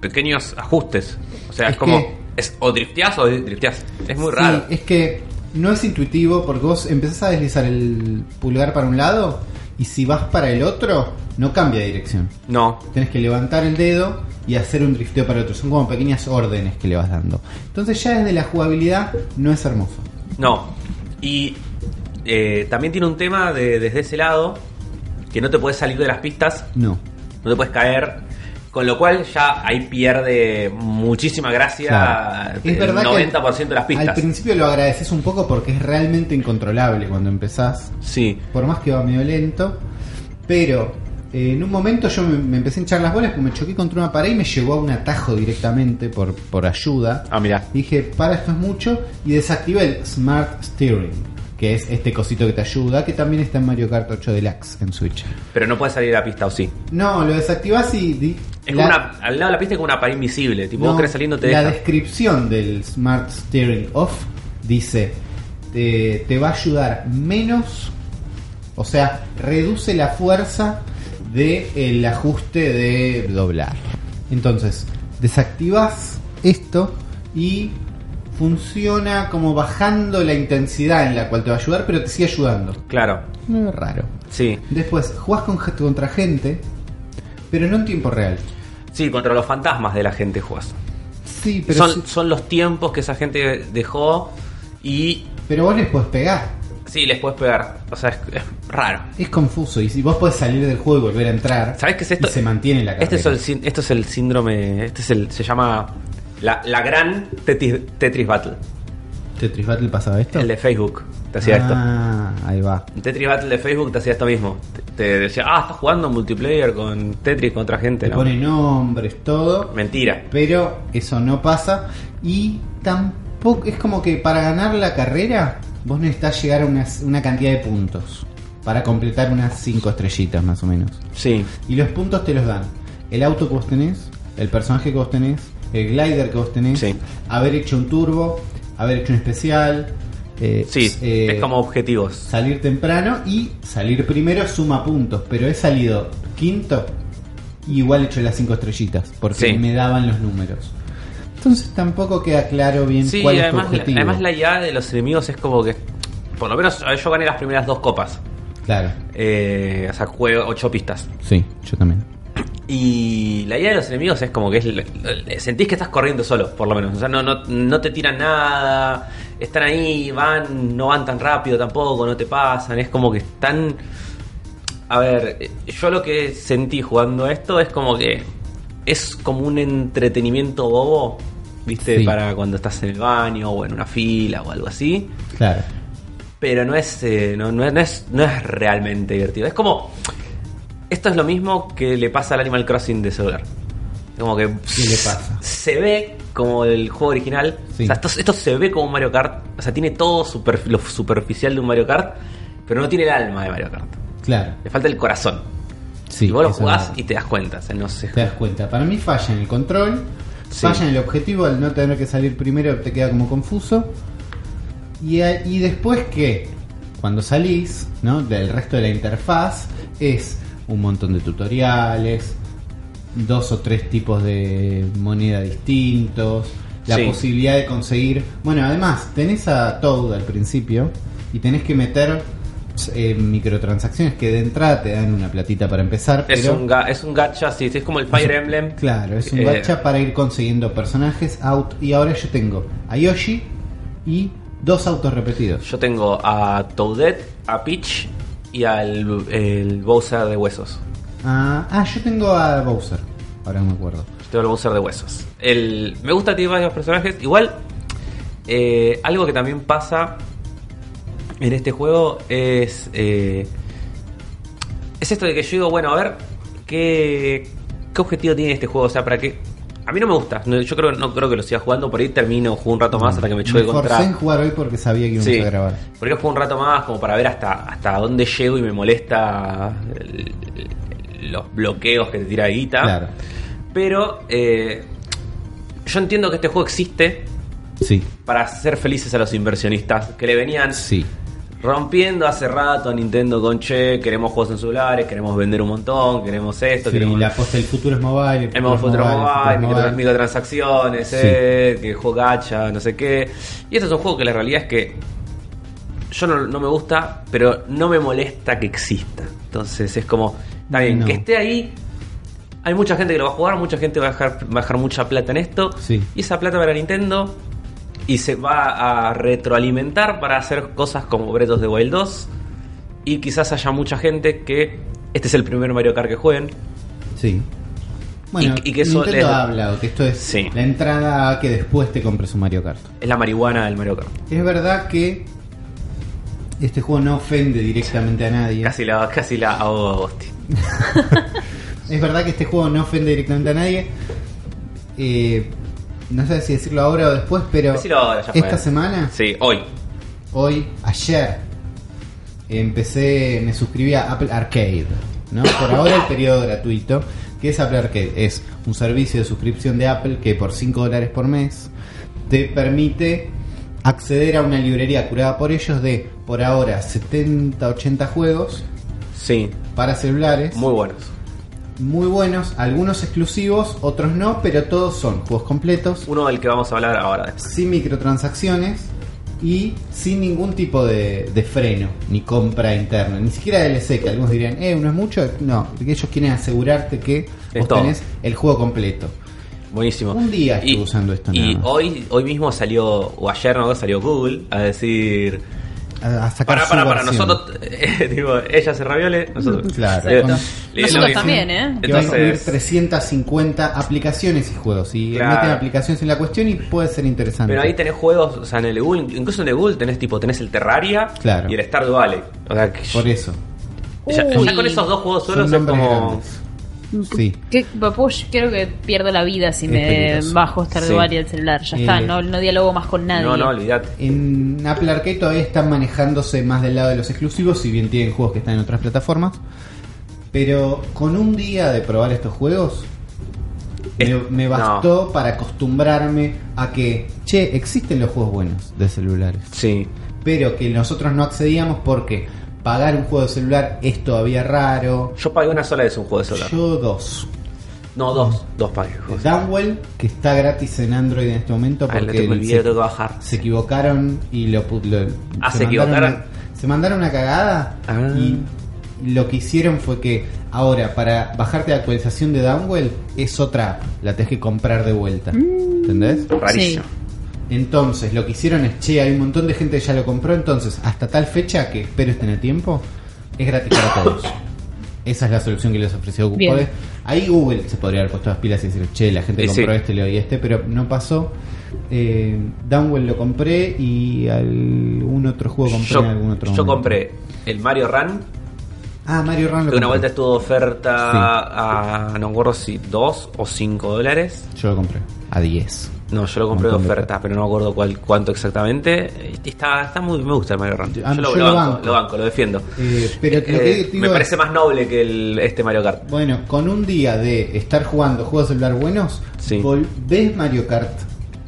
S1: pequeños ajustes. O sea, es,
S2: Es
S1: como,
S2: que-
S1: es o drifteas o drifteas. Es muy raro.
S2: Sí, es que no es intuitivo porque vos empezás a deslizar el pulgar para un lado Y si vas para el otro, no cambia de dirección.
S1: No.
S2: Tenés que levantar el dedo y hacer un drifteo para el otro. Son como pequeñas órdenes que le vas dando. Entonces ya desde la jugabilidad no es hermoso.
S1: No. Y eh, también tiene un tema de- desde ese lado, que no te puedes salir de las pistas,
S2: No.
S1: no te puedes caer. Con lo cual ya ahí pierde muchísima gracia
S2: Claro.
S1: el 90% de las
S2: Al
S1: pistas.
S2: principio lo agradeces un poco porque es realmente incontrolable cuando empezás.
S1: Sí.
S2: por más que va medio lento. Pero eh, en un momento yo me, me empecé a hinchar las bolas porque me choqué contra una pared y me llegó a un atajo directamente por, por ayuda.
S1: Ah, mirá.
S2: Dije, para esto es mucho y desactivé el Smart Steering, que es este cosito que te ayuda, que también está en Mario Kart 8 Deluxe en Switch.
S1: Pero no puedes salir de la pista, o sí.
S2: No, lo desactivás y... di-
S1: Es
S2: la-
S1: como una, al lado de la pista es como una pared invisible. Tipo, vos
S2: no,
S1: querés salir, no te
S2: La
S1: deja.
S2: descripción del Smart Steering Off dice: te, te va a ayudar menos, o sea, reduce la fuerza del ajuste de doblar. Entonces, desactivas esto y funciona como bajando la intensidad en la cual te va a ayudar, pero te sigue ayudando.
S1: Claro,
S2: Medio raro.
S1: sí.
S2: Después, jugás con, contra gente, pero no en tiempo real.
S1: Sí, contra los fantasmas de la gente jugás.
S2: Sí, pero
S1: son,
S2: sí-
S1: son los tiempos que esa gente dejó y
S2: pero vos les podés pegar.
S1: sí, les puedes pegar. O sea, es, es raro.
S2: Es confuso y si vos podés salir del juego y volver a entrar,
S1: ¿Sabés qué es esto?
S2: Y se mantiene la carrera.
S1: Este es el, sin- esto es el síndrome. Este es el. Se llama la, la gran Tetis- Tetris Battle.
S2: Tetris Battle pasaba esto.
S1: El de Facebook te hacía esto.
S2: ah, ahí va.
S1: El Tetris Battle de Facebook te hacía esto mismo. Te, te decía, ah, estás jugando multiplayer con Tetris contra gente.
S2: Te
S1: ¿no?
S2: pone nombres, todo.
S1: Mentira.
S2: Pero eso no pasa. Y tampoco. Es como que para ganar la carrera, vos necesitas llegar a una, una cantidad de puntos. Para completar unas 5 estrellitas más o menos.
S1: Sí.
S2: Y los puntos te los dan. El auto que vos tenés, el personaje que vos tenés, el glider que vos tenés,
S1: Sí.
S2: haber hecho un turbo, haber hecho un especial. eh,
S1: Sí,
S2: eh,
S1: es como objetivos.
S2: Salir temprano y salir primero suma puntos, pero he salido quinto y igual he hecho las cinco estrellitas, porque
S1: Sí.
S2: me daban los números. Entonces tampoco queda claro bien
S1: Sí,
S2: cuál
S1: y
S2: es tu
S1: además, la-
S2: objetivo.
S1: además la idea de los enemigos es como que. Por lo menos a ver, yo gané las primeras dos copas.
S2: Claro,
S1: Eh, o sea, jugué ocho pistas.
S2: sí, yo también.
S1: Y la idea de los enemigos es como que es, eh, sentís que estás corriendo solo, por lo menos. O sea, no, no, no te tiran nada, están ahí, van, no van tan rápido tampoco, no te pasan. Es como que están. A ver, eh, yo lo que sentí jugando esto es como que es como un entretenimiento bobo, ¿viste?
S2: Sí.
S1: Para cuando estás en el baño o en una fila o algo así
S2: Claro,
S1: pero no es, eh, no, no es- no es, no es realmente divertido. Es como. Esto es lo mismo que le pasa al Animal Crossing de celular. Como que.
S2: ¿Qué le pasa?
S1: Se ve como el juego original.
S2: Sí.
S1: O sea, esto, esto se ve como un Mario Kart. O sea, tiene todo super- lo superficial de un Mario Kart, pero no tiene el alma de Mario Kart.
S2: claro.
S1: Le falta el corazón.
S2: Sí,
S1: y vos lo
S2: eso
S1: jugás
S2: no.
S1: y te das cuenta. O sea, no sé.
S2: te das cuenta. Para mí falla en el control,
S1: Sí.
S2: falla en el objetivo, al no tener que salir primero te queda como confuso. Y, a- y después que, cuando salís, ¿no? Del resto de la interfaz, es un montón de tutoriales, dos o tres tipos de moneda distintos, la
S1: Sí.
S2: posibilidad de conseguir... Bueno, además, tenés a Toad al principio y tenés que meter... eh, microtransacciones que de entrada te dan una platita para empezar
S1: Es,
S2: pero
S1: un ga- es un gacha, sí, sí, es como el Fire Emblem.
S2: Claro, es un
S1: Eh,
S2: gacha para ir consiguiendo personajes, out y ahora yo tengo a Yoshi y dos autos repetidos.
S1: Yo tengo a Toadette, a Peach y al el Bowser de huesos.
S2: Ah, ah, yo tengo a Bowser, ahora no me acuerdo.
S1: Yo tengo el Bowser de huesos. El, me gusta que tiene varios personajes. Igual, eh, algo que también pasa en este juego es. eh, es esto de que yo digo, bueno, a ver, ¿qué, qué objetivo tiene este juego? O sea, para qué. A mí no me gusta. No, yo creo, no creo que lo siga jugando. Por ahí termino, juego un rato más hasta que me choque contra.
S2: forcé en jugar hoy porque sabía que íbamos
S1: Sí.
S2: a grabar.
S1: Porque juego un rato más como para ver hasta, hasta dónde llego y me molesta el- el- los bloqueos que te tira Guita.
S2: Claro.
S1: Pero eh, yo entiendo que este juego existe
S2: Sí,
S1: para hacer felices a los inversionistas que le venían
S2: sí.
S1: rompiendo hace rato a Nintendo con che, queremos juegos en celulares, queremos vender un montón, queremos esto,
S2: Sí,
S1: queremos
S2: la posta del futuro es mobile.
S1: el modo Futuro Mobile, microtrans- microtransacciones,
S2: Sí.
S1: eh, que juego gacha, no sé qué. Y este es un juego que la realidad es que yo no, no me gusta, pero no me molesta que exista. Entonces es como, está bien,
S2: No.
S1: que esté ahí. Hay mucha gente que lo va a jugar, mucha gente va a dejar, va a dejar mucha plata en esto.
S2: Sí.
S1: Y esa plata para Nintendo y se va a retroalimentar para hacer cosas como Breath of the Wild 2. Y quizás haya mucha gente que este es el primer Mario Kart que jueguen.
S2: Sí. Bueno,
S1: Y- y que eso
S2: Nintendo
S1: les-
S2: ha hablado que esto es
S1: Sí.
S2: la entrada a que después te compres un Mario Kart.
S1: Es la marihuana del Mario Kart.
S2: Es verdad que este juego no ofende directamente a nadie.
S1: Casi la, casi la ahogo a Gosti.
S2: Es verdad que este juego no ofende directamente a nadie. Eh, no sé si decirlo ahora o después, pero
S1: Decilo ahora, ya fue.
S2: esta semana,
S1: Sí, hoy.
S2: hoy, ayer, empecé, me suscribí a Apple Arcade. ¿no? Por ahora el periodo gratuito. ¿Qué es Apple Arcade? Es un servicio de suscripción de Apple que por 5 dólares por mes te permite acceder a una librería curada por ellos de, por ahora, 70, 80 juegos
S1: Sí,
S2: para celulares
S1: muy buenos.
S2: muy buenos, algunos exclusivos, otros no, pero todos son juegos completos,
S1: Uno del que vamos a hablar ahora.
S2: sin microtransacciones y sin ningún tipo de, de freno ni compra interna, ni siquiera DLC, que algunos dirían, eh, no es mucho, no, porque ellos quieren asegurarte que
S1: Es
S2: vos
S1: todo.
S2: tenés el juego completo.
S1: Buenísimo.
S2: Un día estuve
S1: Y-
S2: usando esto
S1: Y
S2: nada más.
S1: hoy, hoy mismo salió, o ayer no, salió Google a decir.
S2: A, a sacar
S1: Para,
S2: su
S1: para, para,
S2: versión.
S1: nosotros. *laughs* eh, digo, ella hace ravioles, nosotros.
S2: Mm, Claro.
S1: Eh,
S3: Exacto.
S1: le-
S3: Nosotros
S1: lo-
S3: también, ¿eh?
S2: Que va a incluir
S1: Entonces,
S2: 350 aplicaciones y juegos. Y
S1: Claro.
S2: meten aplicaciones en la cuestión y puede ser interesante.
S1: pero ahí tenés juegos, o sea, en el Google, incluso en el Google tenés tipo, tenés el Terraria
S2: Claro.
S1: y el Stardew Valley. O sea, que
S2: Por eso.
S1: ya, ya
S3: Uy.
S1: con esos dos juegos
S2: Son
S1: solos es
S2: nombres
S1: como.
S2: grandes. Sí.
S3: Que- pues, creo que pierdo la vida si
S2: Es
S3: me
S2: peligroso.
S3: bajo estar de
S2: Sí.
S3: Varia el celular. Ya
S2: Eh,
S3: está, no, no dialogo más con nadie.
S1: No, no, olvidate.
S2: En Apple Arcade todavía están manejándose más del lado de los exclusivos, si bien tienen juegos que están en otras plataformas. Pero con un día de probar estos juegos, me,
S1: Es-
S2: me
S1: no.
S2: bastó para acostumbrarme a que, che, existen los juegos buenos de celulares.
S1: Sí.
S2: Pero que nosotros no accedíamos porque pagar un juego de celular es todavía raro.
S1: Yo pagué una sola vez un juego de celular.
S2: Yo dos.
S1: No, dos. Dos pagué.
S2: Downwell, que está gratis en Android en este momento
S1: Ah,
S2: porque
S1: Pues lo tengo el
S2: se-
S1: video, tengo que bajar.
S2: se equivocaron y lo, pu- lo-
S1: Ah, ¿se equivocaron?
S2: mandaron una- se mandaron una cagada
S1: Ah.
S2: y lo que hicieron fue que ahora para bajarte la actualización de Downwell es otra app, la tenés que comprar de vuelta. ¿Entendés?
S1: Rarísimo.
S2: Entonces, lo que hicieron es, che, hay un montón de gente que ya lo compró, entonces, hasta tal fecha que espero estén a tiempo, es gratis para todos. Esa es la solución que les ofreció Google.
S3: Bien.
S2: Ahí Google se podría haber puesto las pilas y decir, che, la gente
S1: Y
S2: compró
S1: sí.
S2: este, le doy este, pero no pasó. Eh, Downwell lo compré y algún otro juego compré
S1: Yo,
S2: en algún otro
S1: yo
S2: momento.
S1: compré el Mario Run,
S2: Ah, Mario Run lo
S1: que una
S2: compré.
S1: vuelta estuvo de oferta
S2: Sí.
S1: a, no me acuerdo si 2 o 5 dólares.
S2: Yo lo compré. A 10.
S1: No, yo lo compré de
S2: Montón de
S1: oferta, pero no me acuerdo cuál, cuánto exactamente. Y Está, está muy, me gusta el Mario Run.
S2: Ah,
S1: yo lo,
S2: yo
S1: lo
S2: lo
S1: banco,
S2: banco.
S1: lo banco, lo defiendo.
S2: Eh, pero lo que
S1: Eh,
S2: digo
S1: me
S2: es-
S1: parece más noble que el, este Mario Kart.
S2: Bueno, con un día de estar jugando juegos de celular buenos,
S1: Sí.
S2: vol- ves Mario Kart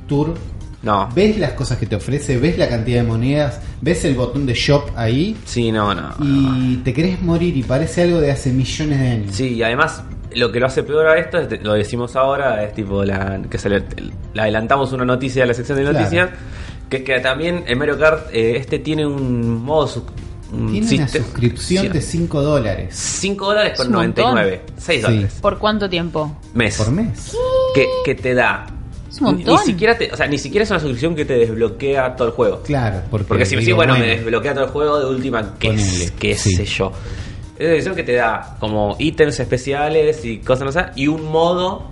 S2: Tour,
S1: No.
S2: ves las cosas que te ofrece, ves la cantidad de monedas, ves el botón de shop ahí
S1: Sí, no, no.
S2: y te querés morir y parece algo de hace millones de años.
S1: Sí, y además lo que lo hace peor a esto, es- lo decimos ahora, es tipo la que se le, le adelantamos una noticia a la sección de
S2: Claro.
S1: noticias, que es que también el Mario Kart eh, este tiene un modo... su- un
S2: Tiene una
S1: sistema-
S2: suscripción de 5 dólares
S1: 5 dólares con
S3: Es un montón.
S1: 99. 6
S2: Sí.
S1: dólares.
S3: ¿Por cuánto tiempo?
S1: Mes.
S2: por mes.
S1: Que, que te da.
S3: Es un montón.
S1: Ni, siquiera te- o sea, ni siquiera es una suscripción que te desbloquea todo el juego.
S2: Claro, porque,
S1: Porque si me decís,
S2: Eh, digo,
S1: bueno, me desbloquea todo el juego, de última, qué,
S2: Ponele,
S1: qué
S2: sí.
S1: sé yo. Es una edición que te da como ítems especiales y cosas así, y un modo,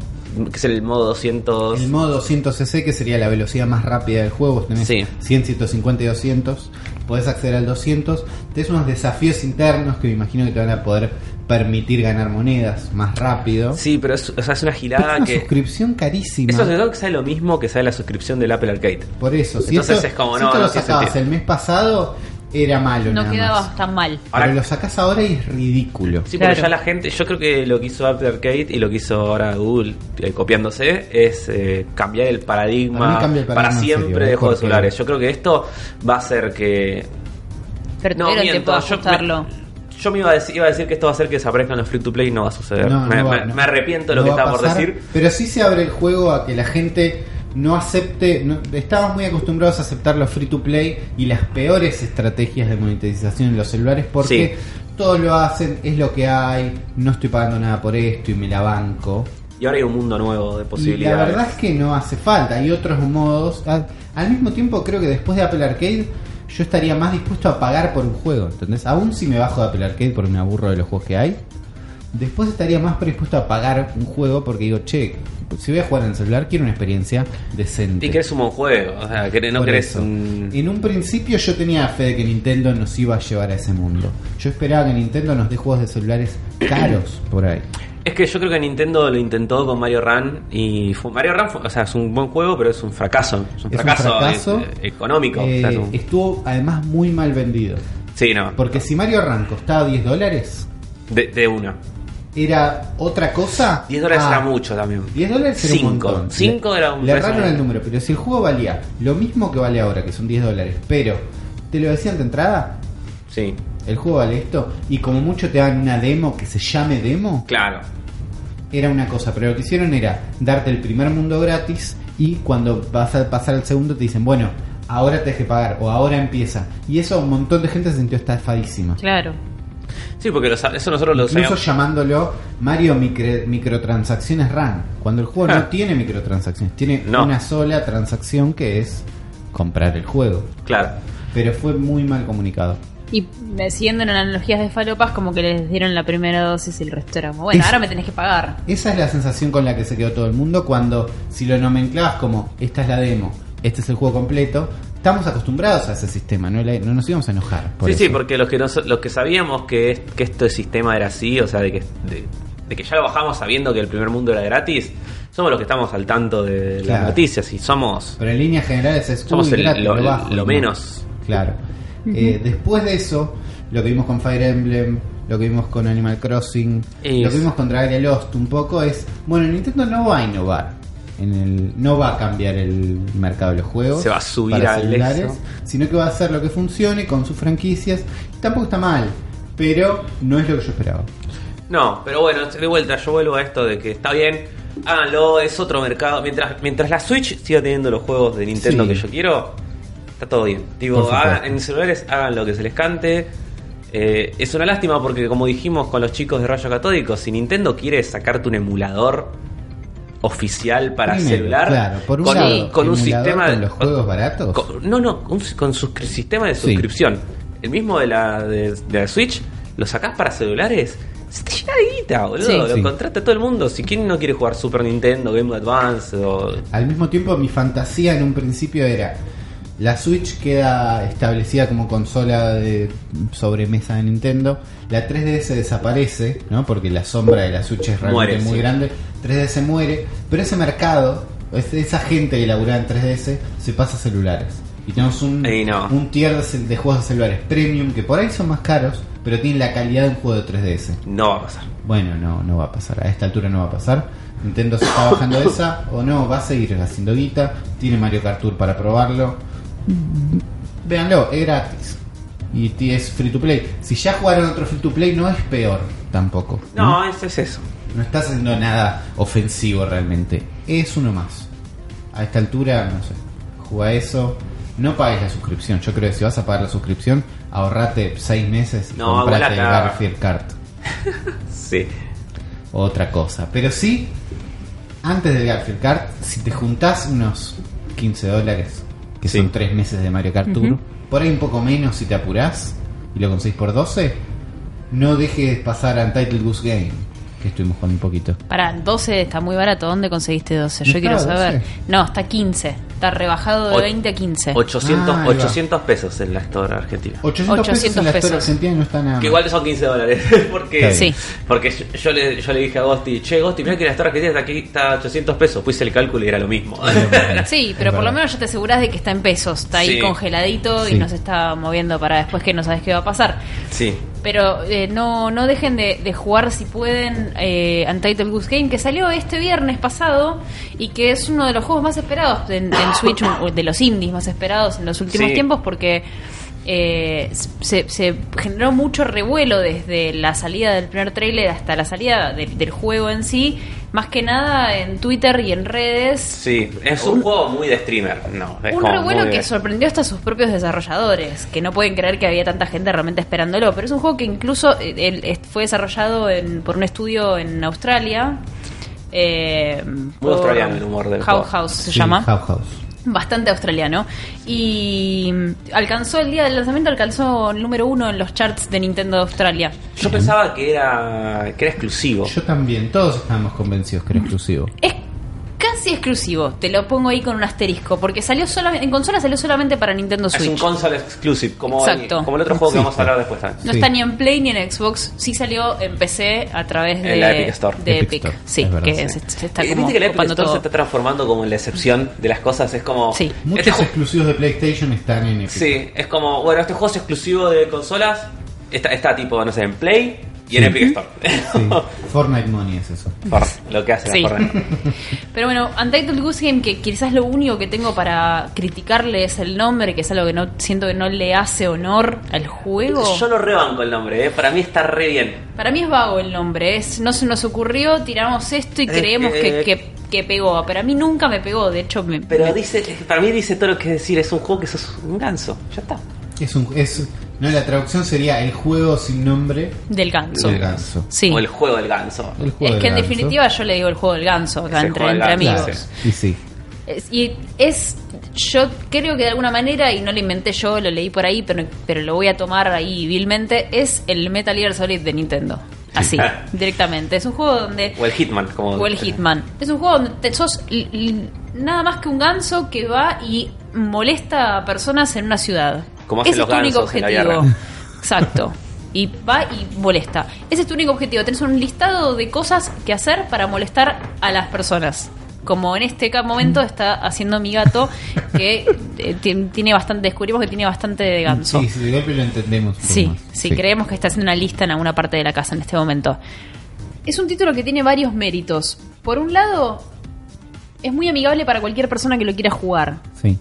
S1: que es el modo 200.
S2: El modo 200cc, que sería la velocidad más rápida del juego, vos tenés
S1: Sí.
S2: 100, 150 y 200, podés acceder al 200, tenés unos desafíos internos que me imagino que te van a poder permitir ganar monedas más rápido.
S1: Sí, pero es, o sea, es una
S2: Pero es
S1: girada
S2: una
S1: que.
S2: suscripción carísima.
S1: Eso es que sale lo mismo que sale la suscripción del Apple Arcade.
S2: Por eso, si
S1: Entonces
S2: esto,
S1: es como,
S2: si
S1: no,
S2: esto
S1: no
S2: lo
S1: tiene
S2: sacabas
S1: sentido.
S2: el mes pasado, era malo.
S3: No
S2: nada más.
S3: quedaba tan mal.
S1: Ahora-
S2: Pero lo sacás ahora y es ridículo.
S1: Sí,
S3: Claro.
S1: pero ya la gente, yo creo que lo que hizo Apple Arcade y lo que hizo ahora Google eh, copiándose es eh, cambiar el
S2: Para
S1: paradigma
S2: mí cambia el paradigma
S1: para
S2: en
S1: siempre
S2: serio, ¿eh?
S1: de juegos
S2: Porque-
S1: celulares. Yo creo que esto va a hacer que
S3: Pero tuvieron tiempo de ajustarlo.
S1: me, yo me iba a, decir, iba a decir que esto va a hacer que desaparezcan los free to play y no va a suceder.
S2: No, no
S1: me,
S2: va,
S1: me-
S2: no.
S1: me arrepiento de
S2: No
S1: lo que
S2: va a
S1: estaba por
S2: pasar,
S1: decir.
S2: Pero sí se abre el juego a que la gente no acepte. no- estamos muy acostumbrados a aceptar los free to play y las peores estrategias de monetización en los celulares porque todos lo hacen, es lo que hay, no estoy pagando nada por esto y me la banco.
S1: Y ahora hay un mundo nuevo de
S2: Y la
S1: posibilidades.
S2: verdad es que no hace falta, hay otros modos. Al, al mismo tiempo, creo que después de Apple Arcade, yo estaría más dispuesto a pagar por un juego, ¿entendés? Aún si me bajo de Apple Arcade porque me aburro de los juegos que hay, después estaría más predispuesto a pagar un juego porque digo, che, si voy a jugar en el celular, quiero una experiencia decente.
S1: Y querés un buen juego. O sea, que no
S2: Por
S1: querés
S2: eso.
S1: un-
S2: En un principio yo tenía fe de que Nintendo nos iba a llevar a ese mundo. Yo esperaba que Nintendo nos dé juegos de celulares caros por ahí.
S1: Es que yo creo que Nintendo lo intentó con Mario Run y fue- Mario Run, fue- o sea, es un buen juego, pero es un fracaso. Es un
S2: Es un
S1: fracaso,
S2: fracaso.
S1: eh, económico. o
S2: Eh,
S1: sea, es un-
S2: Estuvo además muy mal vendido.
S1: Sí, no.
S2: Porque si Mario Run costaba 10 dólares,
S1: De, de una.
S2: era otra cosa.
S1: 10 dólares
S2: Ah,
S1: era mucho también.
S2: 10 dólares era
S1: Cinco.
S2: un montón.
S1: Cinco
S2: Le-
S1: era un
S2: Le
S1: precio
S2: erraron el
S1: muy-
S2: número, pero si el juego valía lo mismo que vale ahora, que son 10 dólares, pero te lo decían de entrada,
S1: Sí,
S2: el juego vale esto, y como mucho te dan una demo que se llame demo,
S1: claro.
S2: era una cosa, pero lo que hicieron era darte el primer mundo gratis y cuando vas a pasar al segundo te dicen, bueno, ahora te que pagar o ahora empieza. Y eso un montón de gente se sintió estafadísima.
S3: Claro.
S1: Sí, porque los- eso nosotros lo
S2: Incluso
S1: sabíamos.
S2: llamándolo Mario micre- microtransacciones RAN, cuando el juego
S1: Ah.
S2: no tiene microtransacciones, tiene
S1: No.
S2: una sola transacción que es comprar el juego.
S1: Claro.
S2: Pero fue muy mal comunicado.
S3: Y eh, siguiendo en analogías de falopas, como que les dieron la primera dosis y el resto era como, bueno,
S2: Es-
S3: ahora me tenés que pagar.
S2: Esa es la sensación con la que se quedó todo el mundo cuando, si lo nomenclabas como, esta es la demo, este es el juego completo, estamos acostumbrados a ese sistema, no, le- no nos íbamos a enojar. por
S1: sí, sí,
S2: eso.
S1: porque los que, no, los que sabíamos que, es- que este sistema era así, o sea, de que, de, de que ya lo bajamos sabiendo que el primer mundo era gratis, somos los que estamos al tanto de
S2: Claro.
S1: las noticias y somos...
S2: Pero en líneas generales es
S1: Somos
S2: "Uy,
S1: el-
S2: gratis,
S1: lo-
S2: bajo",
S1: lo
S2: ¿no?
S1: menos.
S2: Claro. Eh, después de eso, lo que vimos con Fire Emblem, lo que vimos con Animal Crossing,
S1: Es-
S2: lo que vimos con Dragon Lost un poco es, bueno, Nintendo no va a innovar. En el, no va a cambiar el mercado de los juegos.
S1: Se va a subir
S2: para
S1: al
S2: celulares,
S1: eso.
S2: Sino que va a hacer lo que funcione con sus franquicias. Tampoco está mal, pero no es lo que yo esperaba.
S1: No, pero bueno, de vuelta, yo vuelvo a esto de que está bien, háganlo, es otro mercado. Mientras, mientras la Switch siga teniendo los juegos de Nintendo
S2: Sí.
S1: que yo quiero, está todo bien.
S2: Por
S1: Digo,
S2: supuesto.
S1: hagan- en celulares hagan lo que se les cante. Eh, es una lástima porque, como dijimos con los chicos de Rayo Catódico, si Nintendo quiere sacarte un emulador oficial para
S2: Primero,
S1: celular,
S2: Claro, por un
S1: con,
S2: lado,
S1: un- con un
S2: emulador
S1: sistema
S2: con los juegos baratos.
S1: con- no, no, un- con su sistema de
S2: Sí.
S1: suscripción. El mismo de la, de, de la Switch, lo sacás para celulares. Se te llena de guita, boludo.
S3: Sí.
S1: lo
S2: Sí.
S1: contrata todo el mundo. Si quien no quiere jugar Super Nintendo, Game Boy Advance o.
S2: Al mismo tiempo, mi fantasía en un principio era. La Switch queda establecida como consola de sobremesa de Nintendo. La 3DS desaparece, ¿no? Porque la sombra de la Switch es realmente
S1: Muere,
S2: muy
S1: sí.
S2: grande. 3DS muere, pero ese mercado, es- esa gente que laburaba en 3DS, se pasa a celulares. Y tenemos un,
S1: Y no.
S2: un tier de, cel- de juegos de celulares premium que por ahí son más caros, pero tienen la calidad de un juego de 3DS.
S1: No va a pasar.
S2: Bueno, no, no va a pasar. A esta altura no va a pasar. Nintendo se está bajando de esa o no, va a seguir haciendo guita. Tiene Mario Kart Tour para probarlo. Véanlo, es gratis. Y t- es free to play. Si ya jugaron otro free to play, no es peor tampoco.
S1: No, es, es eso.
S2: No estás haciendo nada ofensivo realmente. Es uno más. A esta altura, no sé. Juega eso. No pagues la suscripción. Yo creo que si vas a pagar la suscripción, ahorrate seis meses y
S1: No,
S2: comprate el
S1: igual acá-
S2: Garfield Kart
S1: Sí.
S2: otra cosa. Pero sí, antes del Garfield Kart, si te juntás unos 15 dólares, que
S1: Sí.
S2: son 3 meses de Mario Kart Tour, por ahí un poco menos si te apurás y lo conseguís por 12, no dejes pasar a Untitled Goose Game, que estuvimos jugando un poquito.
S3: Pará, 12 está muy barato. ¿Dónde conseguiste 12? Yo
S2: ¿No
S3: quiero
S2: está
S3: saber.
S2: 12?
S3: No, está 15. Está rebajado de
S1: Och-
S3: 20 a 15.
S1: 800,
S2: Ah, ahí va.
S1: 800 pesos en la Store Argentina.
S2: 800, pesos
S3: 800
S2: en la historia
S3: pesos.
S2: argentina no está nada
S1: Que
S2: mal.
S1: igual son 15 dólares. *laughs* Porque,
S2: Está
S3: bien. Sí.
S1: porque yo, yo le, yo le dije a Gosti, che, Gosti, mirá que la Store Argentina está aquí, está 800 pesos. Puse el cálculo y era lo mismo.
S3: Sí,
S2: *laughs*
S3: pero
S2: Es
S3: por lo
S2: verdad.
S3: menos ya te aseguras de que está en pesos. Está ahí
S1: Sí.
S3: congeladito
S2: Sí.
S3: y nos está moviendo para después que no sabes qué va a pasar.
S1: *laughs* sí.
S3: Pero eh, no, no dejen de, de jugar si pueden eh, Untitled Goose Game, que salió este viernes pasado y que es uno de los juegos más esperados
S1: *laughs*
S3: en, en Switch, un- de los indies más esperados en los últimos
S1: Sí.
S3: tiempos, porque eh, se, se generó mucho revuelo desde la salida del primer trailer hasta la salida del- del juego en sí, Más que nada en Twitter y en redes.
S1: Sí, es un, juego muy de streamer. No, es
S3: Un
S1: como
S3: revuelo
S1: muy
S3: que
S1: de-
S3: sorprendió hasta a sus propios desarrolladores, que no pueden creer que había tanta gente realmente esperándolo. Pero es un juego que incluso eh, él, eh, fue desarrollado en- por un estudio en Australia. eh, por
S1: australiano el humor del
S3: How
S1: juego.
S3: House se
S2: Sí,
S3: llama.
S2: How House.
S3: bastante australiano y alcanzó el día del lanzamiento alcanzó el número uno en los charts de Nintendo de Australia
S1: Yo pensaba que era, que era exclusivo.
S2: Yo también, todos estábamos convencidos que era exclusivo.
S3: es casi exclusivo te lo pongo ahí con un asterisco porque salió solamente en consola salió solamente para Nintendo
S1: es un
S3: Switch
S1: console exclusive, como, el,
S3: Exacto.
S1: como el otro juego que vamos a hablar después. ¿sabes?
S3: no
S2: Sí.
S3: está ni en Play ni en Xbox sí salió en PC a través
S1: En
S3: de
S1: la Epic Store.
S3: de
S2: Epic
S3: Epic,
S2: Store,
S3: sí
S2: es verdad,
S3: que
S2: sí.
S3: se, se está
S1: Y
S3: como
S1: Eh, Viste que el Epic
S3: copando
S1: Store se
S3: todo
S1: está transformando como en la excepción de las cosas. Es como.
S3: Sí.
S2: Muchos
S1: este ju-
S2: exclusivos de PlayStation están en Epic.
S1: sí, es como. Bueno, este juego es exclusivo de consolas. Está, está tipo, no sé, en Play y en
S2: Sí.
S1: Epic Store.
S2: Sí, Fortnite Money es eso.
S1: *laughs* Por lo que hace
S3: Sí.
S1: la Fortnite.
S3: Pero bueno, Untitled Goose Game, que quizás lo único que tengo para criticarle es el nombre, que es algo que no siento que no le hace honor al juego.
S1: Yo lo rebanco el nombre, ¿eh? para mí está re bien.
S3: Para mí es vago el nombre, es, no se nos ocurrió, tiramos esto y
S1: Eh,
S3: creemos que,
S1: eh,
S3: que, que pegó. Pero a mí nunca me pegó, de hecho me...
S1: Pero
S3: me-
S1: dice, para mí dice todo lo que decir. Es un juego que sos un ganso. Ya está.
S2: Es un, es, no, la traducción sería el juego sin nombre
S3: del ganso.
S2: del ganso.
S3: Sí.
S1: O el juego del ganso.
S2: El juego
S3: es
S2: del
S3: que en
S2: ganso.
S3: definitiva yo le digo el juego del ganso acá
S1: Es el
S3: entre,
S1: juego del
S3: entre
S1: ganso,
S3: amigos.
S1: sí.
S2: Y sí.
S3: Es- y es, yo creo que de alguna manera, y no lo inventé yo, lo leí por ahí, pero, pero lo voy a tomar ahí vilmente, es el Metal Gear Solid de Nintendo. Así, directamente. Es un juego donde...
S1: O el Hitman. Como
S3: O el Hitman. Es un juego donde te- sos l- l- nada más que un ganso que va y molesta a personas en una ciudad.
S1: Como hacen
S3: Ese es
S1: los
S3: tu único
S1: gansos en la
S3: objetivo.
S1: guerra.
S3: *laughs* Exacto. Y va y molesta. Ese es tu único objetivo. Tenés un listado de cosas que hacer para molestar a las personas. Como en este ca- momento está haciendo mi gato, que eh, ti- tiene bastante, descubrimos que tiene bastante de ganso.
S2: Sí, sí, de golpe lo entendemos. un poco
S3: Sí,
S2: más.
S3: sí, creemos que está haciendo una lista en alguna parte de la casa en este momento. Es un título que tiene varios méritos. Por un lado, es muy amigable para cualquier persona que lo quiera jugar.
S2: Sí.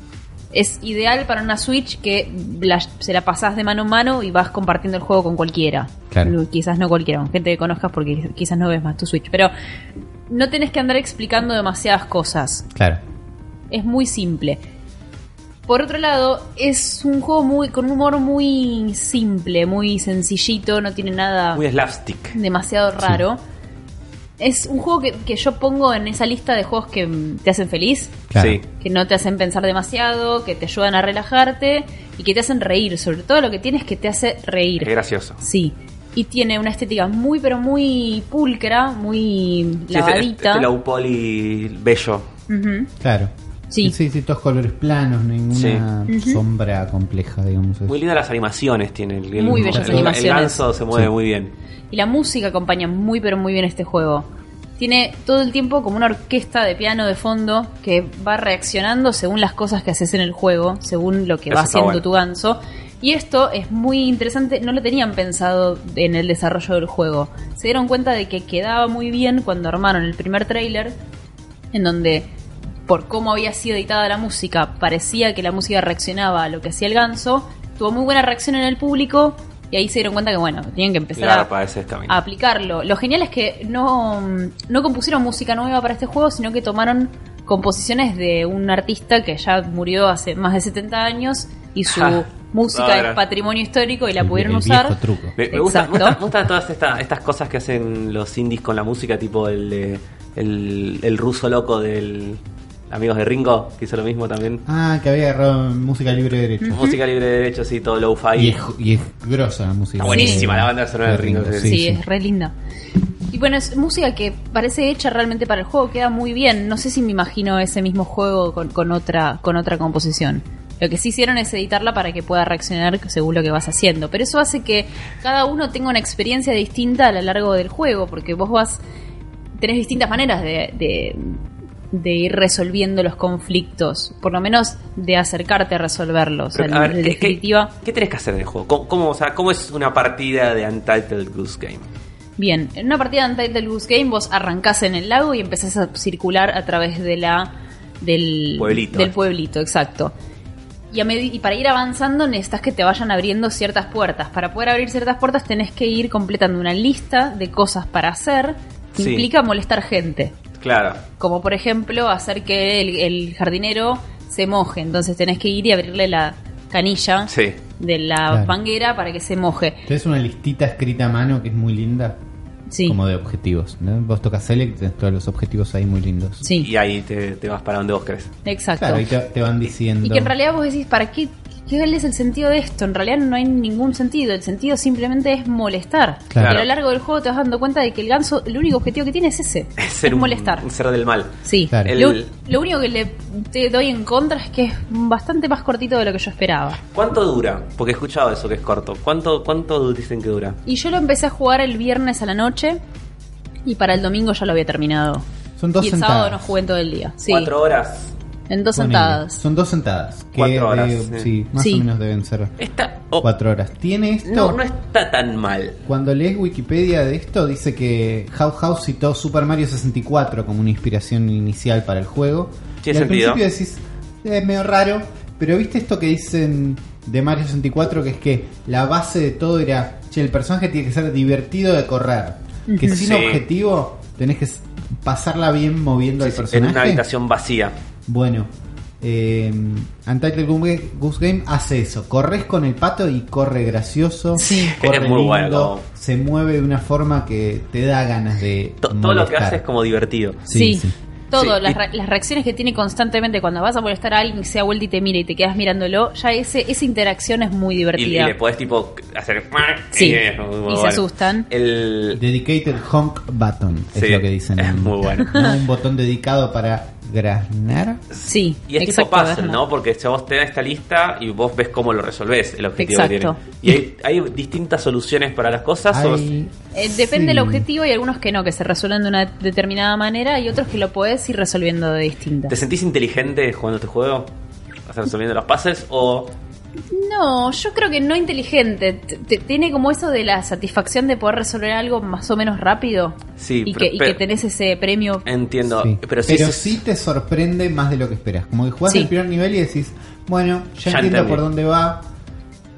S3: Es ideal para una Switch que la- se la pasás de mano en mano y vas compartiendo el juego con cualquiera.
S2: Claro.
S3: No, Quizás no cualquiera, con gente que conozcas porque quizás no ves más tu Switch. Pero no tenés que andar explicando demasiadas cosas.
S2: Claro.
S3: Es muy simple. Por otro lado, es un juego muy con un humor muy simple, muy sencillito, no tiene nada
S1: Muy slapstick.
S3: demasiado raro. Es un juego que, que yo pongo en esa lista de juegos que mm, te hacen feliz,
S2: Claro.
S1: Sí.
S3: que no te hacen pensar demasiado, que te ayudan a relajarte y que te hacen reír. Sobre todo lo que tienes que te hace reír.
S1: Es gracioso.
S3: Sí. Y tiene una estética muy, pero muy pulcra, muy
S1: Sí, este-
S3: lavadita.
S1: Este low poly bello.
S3: Ujú.
S2: Claro.
S3: Sí.
S2: sí, sí, todos colores planos, ninguna sombra compleja, digamos.
S1: Muy lindas las animaciones tiene el, el-
S3: Muy
S1: el-
S3: bellas
S1: el- El
S3: animaciones.
S1: ganso se mueve
S2: Sí.
S1: muy bien.
S3: Y la música acompaña muy pero muy bien este juego. Tiene todo el tiempo como una orquesta de piano de fondo que va reaccionando según las cosas que haces en el juego, según lo que
S1: Eso
S3: va
S1: está
S3: haciendo
S1: bueno.
S3: tu ganso. Y esto es muy interesante, no lo tenían pensado en el desarrollo del juego. Se dieron cuenta de que quedaba muy bien cuando armaron el primer tráiler en donde por cómo había sido editada la música, parecía que la música reaccionaba a lo que hacía el ganso, tuvo muy buena reacción en el público y ahí se dieron cuenta que bueno, tenían que empezar a,
S1: Garpa ese camino.
S3: a aplicarlo. Lo genial es que no, no compusieron música nueva para este juego, sino que tomaron composiciones de un artista que ya murió hace más de 70 años y su
S1: Ja,
S3: música
S1: ahora.
S3: es patrimonio histórico y la
S2: El-
S3: pudieron
S2: el
S3: usar.
S2: viejo truco.
S1: me, me gusta, me
S3: Exacto.
S1: gusta- me gustan todas esta- estas cosas que hacen los indies con la música, tipo el, de- el, el ruso loco del Amigos de Ringo, que hizo lo mismo también.
S2: Ah, que había agarrado música libre de derecho.
S1: Música libre de derecho, así, todo low-fi.
S2: Y es, y es grosa la música.
S1: Está buenísima la banda sonora de Ringo, sí.
S3: Sí, es re linda. Y bueno, es música que parece hecha realmente para el juego, queda muy bien. No sé si me imagino ese mismo juego con, con otra, con otra composición. Lo que sí hicieron es editarla para que pueda reaccionar según lo que vas haciendo. Pero eso hace que cada uno tenga una experiencia distinta a lo largo del juego, porque vos vas. tenés distintas maneras de. de- de ir resolviendo los conflictos, por lo menos de acercarte a resolverlos.
S1: Pero,
S3: En-
S1: a ver,
S3: en
S1: ¿qué- ¿qué,
S3: definitiva,
S1: qué tenés que hacer en el juego? ¿Cómo, cómo- o sea, ¿Cómo es una partida de Untitled Goose Game?
S3: Bien, en una partida de Untitled Goose Game vos arrancás en el lago y empezás a circular a través de la del
S1: Pueblito.
S3: del pueblito, exacto. Y, a medi- y para ir avanzando necesitas que te vayan abriendo ciertas puertas. Para poder abrir ciertas puertas tenés que ir completando una lista de cosas para hacer que
S1: Sí.
S3: implica molestar gente.
S1: Claro.
S3: Como por ejemplo hacer que el, el jardinero se moje. Entonces tenés que ir y abrirle la canilla
S1: Sí.
S3: de la
S2: Claro.
S3: manguera para que se moje.
S2: Tenés una listita escrita a mano que es muy linda,
S3: Sí.
S2: como de objetivos. ¿no? Vos tocas Select, tenés todos los objetivos ahí muy lindos.
S3: Sí,
S1: Y ahí te, te vas para donde vos querés. *laughs*
S3: exacto.
S2: Claro, y te, te van diciendo.
S3: Y que en realidad vos decís, ¿para qué? ¿Qué es el sentido de esto? En realidad no hay ningún sentido. El sentido simplemente es molestar.
S2: Claro.
S3: Y a lo largo del juego te vas dando cuenta de que el ganso, el único objetivo que tiene es ese.
S1: Es ser un,
S3: molestar.
S1: un ser del mal.
S3: Sí.
S2: Claro.
S1: El-
S3: Lo, lo único que le te doy en contra es que es bastante más cortito de lo que yo esperaba.
S1: ¿Cuánto dura? Porque he escuchado eso que es corto. ¿Cuánto, cuánto dicen que dura?
S3: Y yo lo empecé a jugar el viernes a la noche y para el domingo ya lo había terminado.
S2: Son dos
S3: y el
S2: sentadas.
S3: sábado no jugué en todo el día. Sí.
S1: ¿Cuatro horas?
S3: En dos
S2: Ponele.
S3: sentadas.
S2: Son dos sentadas. Que,
S1: Cuatro horas,
S2: eh,
S1: sí.
S2: sí, más
S3: Sí.
S2: o menos deben ser
S1: Está. oh,
S2: cuatro horas. Tiene esto.
S1: no, no está tan mal.
S2: Cuando lees Wikipedia de esto, dice que House citó Super Mario 64 como una inspiración inicial para el juego.
S1: Tiene
S2: y al
S1: sentido.
S2: principio decís, "Eh, es medio raro, pero viste esto que dicen de Mario 64, que es que la base de todo era, che, el personaje tiene que ser divertido de correr. Que sin
S1: Sí.
S2: objetivo tenés que s- pasarla bien moviendo al
S1: En
S2: personaje.
S1: una habitación vacía.
S2: Bueno, eh, Untitled Goose Goose Game hace eso. Corres con el pato y corre gracioso.
S1: Sí,
S2: corre
S1: es muy
S2: lindo,
S1: bueno.
S2: Se mueve de una forma que te da ganas de.
S1: To- todo lo que
S2: molestar.
S1: hace es como divertido.
S3: Sí.
S2: Sí, sí.
S3: Todo,
S1: Sí,
S3: las,
S1: y-
S3: re- las reacciones que tiene constantemente cuando vas a molestar a alguien que se da vuelta y te mira y te quedas mirándolo, ya ese, esa interacción es muy
S1: Y,
S3: divertida.
S1: y le podés tipo hacer... *laughs*
S3: Sí.
S1: es muy
S3: Y se
S1: bueno.
S3: asustan.
S1: El...
S2: Dedicated Honk Button es
S1: Sí,
S2: lo que dicen.
S1: es muy
S2: *laughs*
S1: bueno.
S2: ¿No? Un botón dedicado para granar.
S3: Sí,
S1: Y es tipo
S3: exacto,
S1: puzzle,
S3: Bernard.
S1: ¿no? Porque si vos tenés esta lista y vos ves cómo lo resolvés, el objetivo
S3: Exacto.
S1: que tiene. ¿Y hay, hay distintas soluciones para las cosas? o-
S2: Ay,
S3: Eh, depende
S2: sí.
S3: del objetivo y algunos que no, que se resuelven de una determinada manera y otros que lo podés ir resolviendo de distinta.
S1: ¿Te sentís inteligente jugando este juego? O sea, resolviendo los pases o...
S3: No, yo creo que no inteligente. T- t- Tiene como eso de la satisfacción de poder resolver algo más o menos rápido
S1: Sí,
S3: y,
S1: pero-
S3: que, y
S1: pero-
S3: que tenés ese premio.
S1: Entiendo,
S2: Sí.
S1: pero sí, sí,
S2: te sorprende más de lo que esperas. Como que jugás
S3: Sí.
S2: el primer nivel y decís, bueno,
S1: Ya
S2: ya, entiendo
S1: entendí.
S2: por dónde va,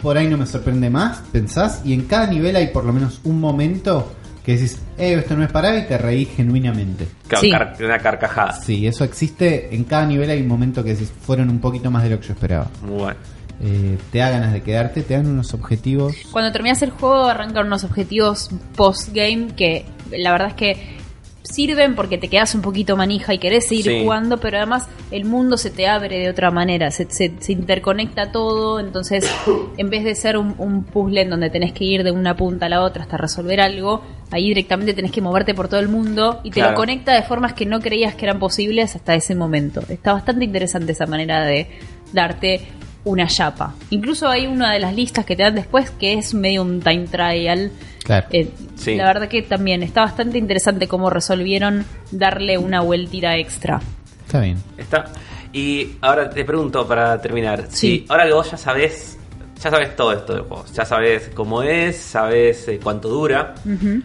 S2: por ahí no me sorprende más, pensás, y en cada nivel hay por lo menos un momento que decís, eh, esto no es parado y te reís genuinamente.
S1: ca-
S3: Sí.
S1: car- una carcajada.
S2: Sí, eso existe, en cada nivel hay un momento que decís, fueron un poquito más de lo que yo esperaba.
S1: Muy bueno.
S2: Eh, te da ganas de quedarte, te dan unos objetivos.
S3: Cuando terminás el juego arrancan unos objetivos post-game que la verdad es que sirven porque te quedas un poquito manija y querés seguir
S1: Sí.
S3: jugando, pero además el mundo se te abre de otra manera, se, se- se interconecta
S1: *coughs*
S3: todo, entonces en vez de ser un, un puzzle en donde tenés que ir de una punta a la otra hasta resolver algo, ahí directamente tenés que moverte por todo el mundo y te
S1: Claro.
S3: lo conecta de formas que no creías que eran posibles hasta ese momento. Está bastante interesante esa manera de darte una chapa. Incluso hay una de las listas que te dan después que es medio un time trial.
S2: Claro.
S3: Eh,
S1: Sí.
S3: La verdad que también está bastante interesante cómo resolvieron darle una vueltita extra.
S2: Está bien.
S1: Está. Y ahora te pregunto para terminar. si
S3: Sí.
S1: ahora que vos ya sabés, ya sabés todo esto del juego. Ya sabés cómo es, sabés eh, cuánto dura.
S3: Ujú.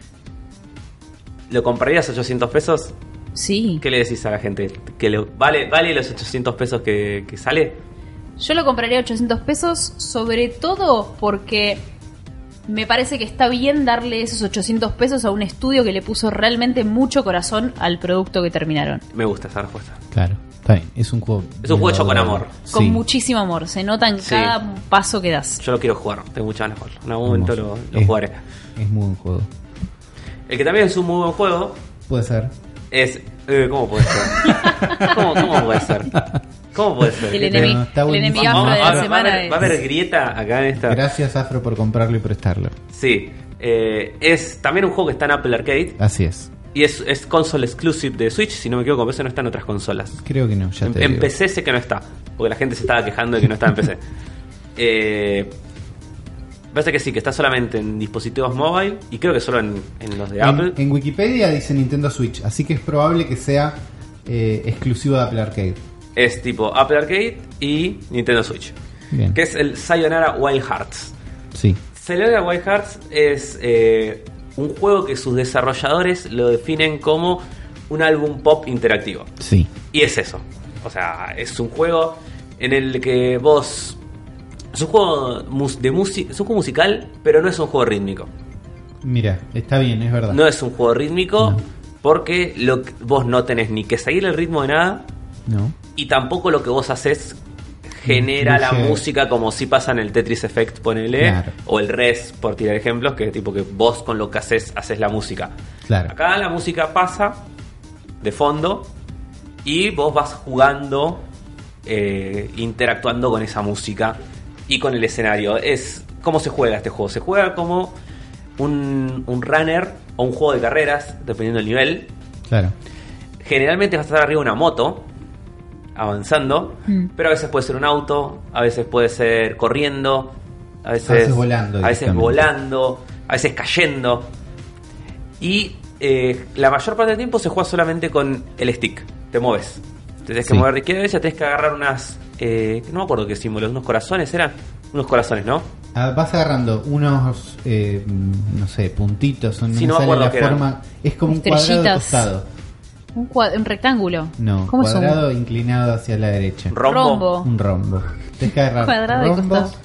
S1: ¿Lo comprarías 800 pesos?
S3: Sí.
S1: ¿Qué le decís a la gente? ¿Que lo, vale, ¿Vale los 800 pesos que, que sale?
S3: Yo lo compraría a 800 pesos, sobre todo porque me parece que está bien darle esos 800 pesos a un estudio que le puso realmente mucho corazón al producto que terminaron.
S1: Me gusta esa respuesta.
S2: Claro, está bien. Es un juego.
S1: Es un juego hecho con amor.
S3: Con
S2: Sí.
S3: muchísimo amor, se nota en
S1: Sí.
S3: cada paso que das.
S1: Yo lo quiero jugar, tengo muchas ganas de jugarlo. En algún momento lo,
S2: Hermoso.
S1: lo
S2: Es-
S1: jugaré.
S2: Es muy buen juego.
S1: El que también es un muy buen juego
S2: Puede ser.
S1: es. eh, ¿Cómo puede ser? *laughs* ¿Cómo, cómo puede ser? ¿Cómo puede ser?
S3: El,
S1: ¿Qué te-
S3: enemigo
S2: No, está
S3: el
S2: buenísimo.
S3: enemigazo
S1: Vamos, va a
S3: de la
S1: haber- va a
S3: semana
S1: haber- va a haber grieta acá en esta.
S2: Gracias, Afro, por comprarlo y prestarlo.
S1: Sí. Eh, es también un juego que está en Apple Arcade
S2: Así es.
S1: y es, es console exclusive de Switch. Si no me equivoco, eso no está en otras consolas.
S2: Creo que no, ya
S1: En,
S2: te
S1: en
S2: digo.
S1: PC sé que no está, porque la gente se estaba quejando de que no estaba en
S2: *laughs*
S1: PC. Eh, parece que sí, que está solamente en dispositivos mobile y creo que solo en, en los de Apple.
S2: En, en Wikipedia dice Nintendo Switch, así que es probable que sea eh, exclusivo de Apple Arcade.
S1: Es tipo Apple Arcade y Nintendo Switch,
S2: Bien.
S1: que es el Sayonara Wild Hearts.
S2: Sí.
S1: Sayonara Wild Hearts es eh, un juego que sus desarrolladores lo definen como un álbum pop interactivo.
S2: Sí.
S1: Y es eso. O sea, es un juego en el que vos. Es un juego mus- de música. Es un juego musical, pero no es un juego rítmico.
S2: Mira, está bien, es verdad.
S1: No es un juego rítmico. Porque lo que- vos no tenés ni que seguir el ritmo de nada
S2: No.
S1: y tampoco lo que vos haces genera la
S2: Influye.
S1: música como si pasa en el Tetris Effect, ponele,
S2: Claro.
S1: o el Res, por tirar ejemplos, que tipo que vos con lo que haces, haces la música.
S2: Claro.
S1: Acá la música pasa de fondo y vos vas jugando, eh, interactuando con esa música y con el escenario. Es cómo se juega este juego. Se juega como un, un runner o un juego de carreras, dependiendo del nivel.
S2: Claro.
S1: Generalmente vas a estar arriba de una moto, avanzando,
S3: Mm.
S1: pero a veces puede ser un auto, a veces puede ser corriendo, a veces,
S2: A veces volando
S1: a veces
S2: directamente.
S1: volando, a veces cayendo. Y eh, la mayor parte del tiempo se juega solamente con el stick, te mueves. Te Tenés que
S2: Sí.
S1: mover de izquierda a derecha, tenés que agarrar unas. eh, no me acuerdo qué símbolos, unos corazones eran. Unos corazones, ¿no?
S2: Ah, Vas agarrando unos, eh, no sé, puntitos. o No
S1: Sí,
S2: me
S1: no me
S2: sale
S1: acuerdo
S2: la
S1: qué eran.
S2: forma. Es como un cuadrado
S3: Estrellitas.
S2: tostado.
S3: Un, cua- un rectángulo.
S2: No,
S3: ¿Cómo es un-
S2: cuadrado inclinado hacia la derecha.
S1: Rombo.
S3: Rombo.
S2: Un rombo. Tenés que agarrar
S3: Cuadrado de
S2: rombos
S3: costado.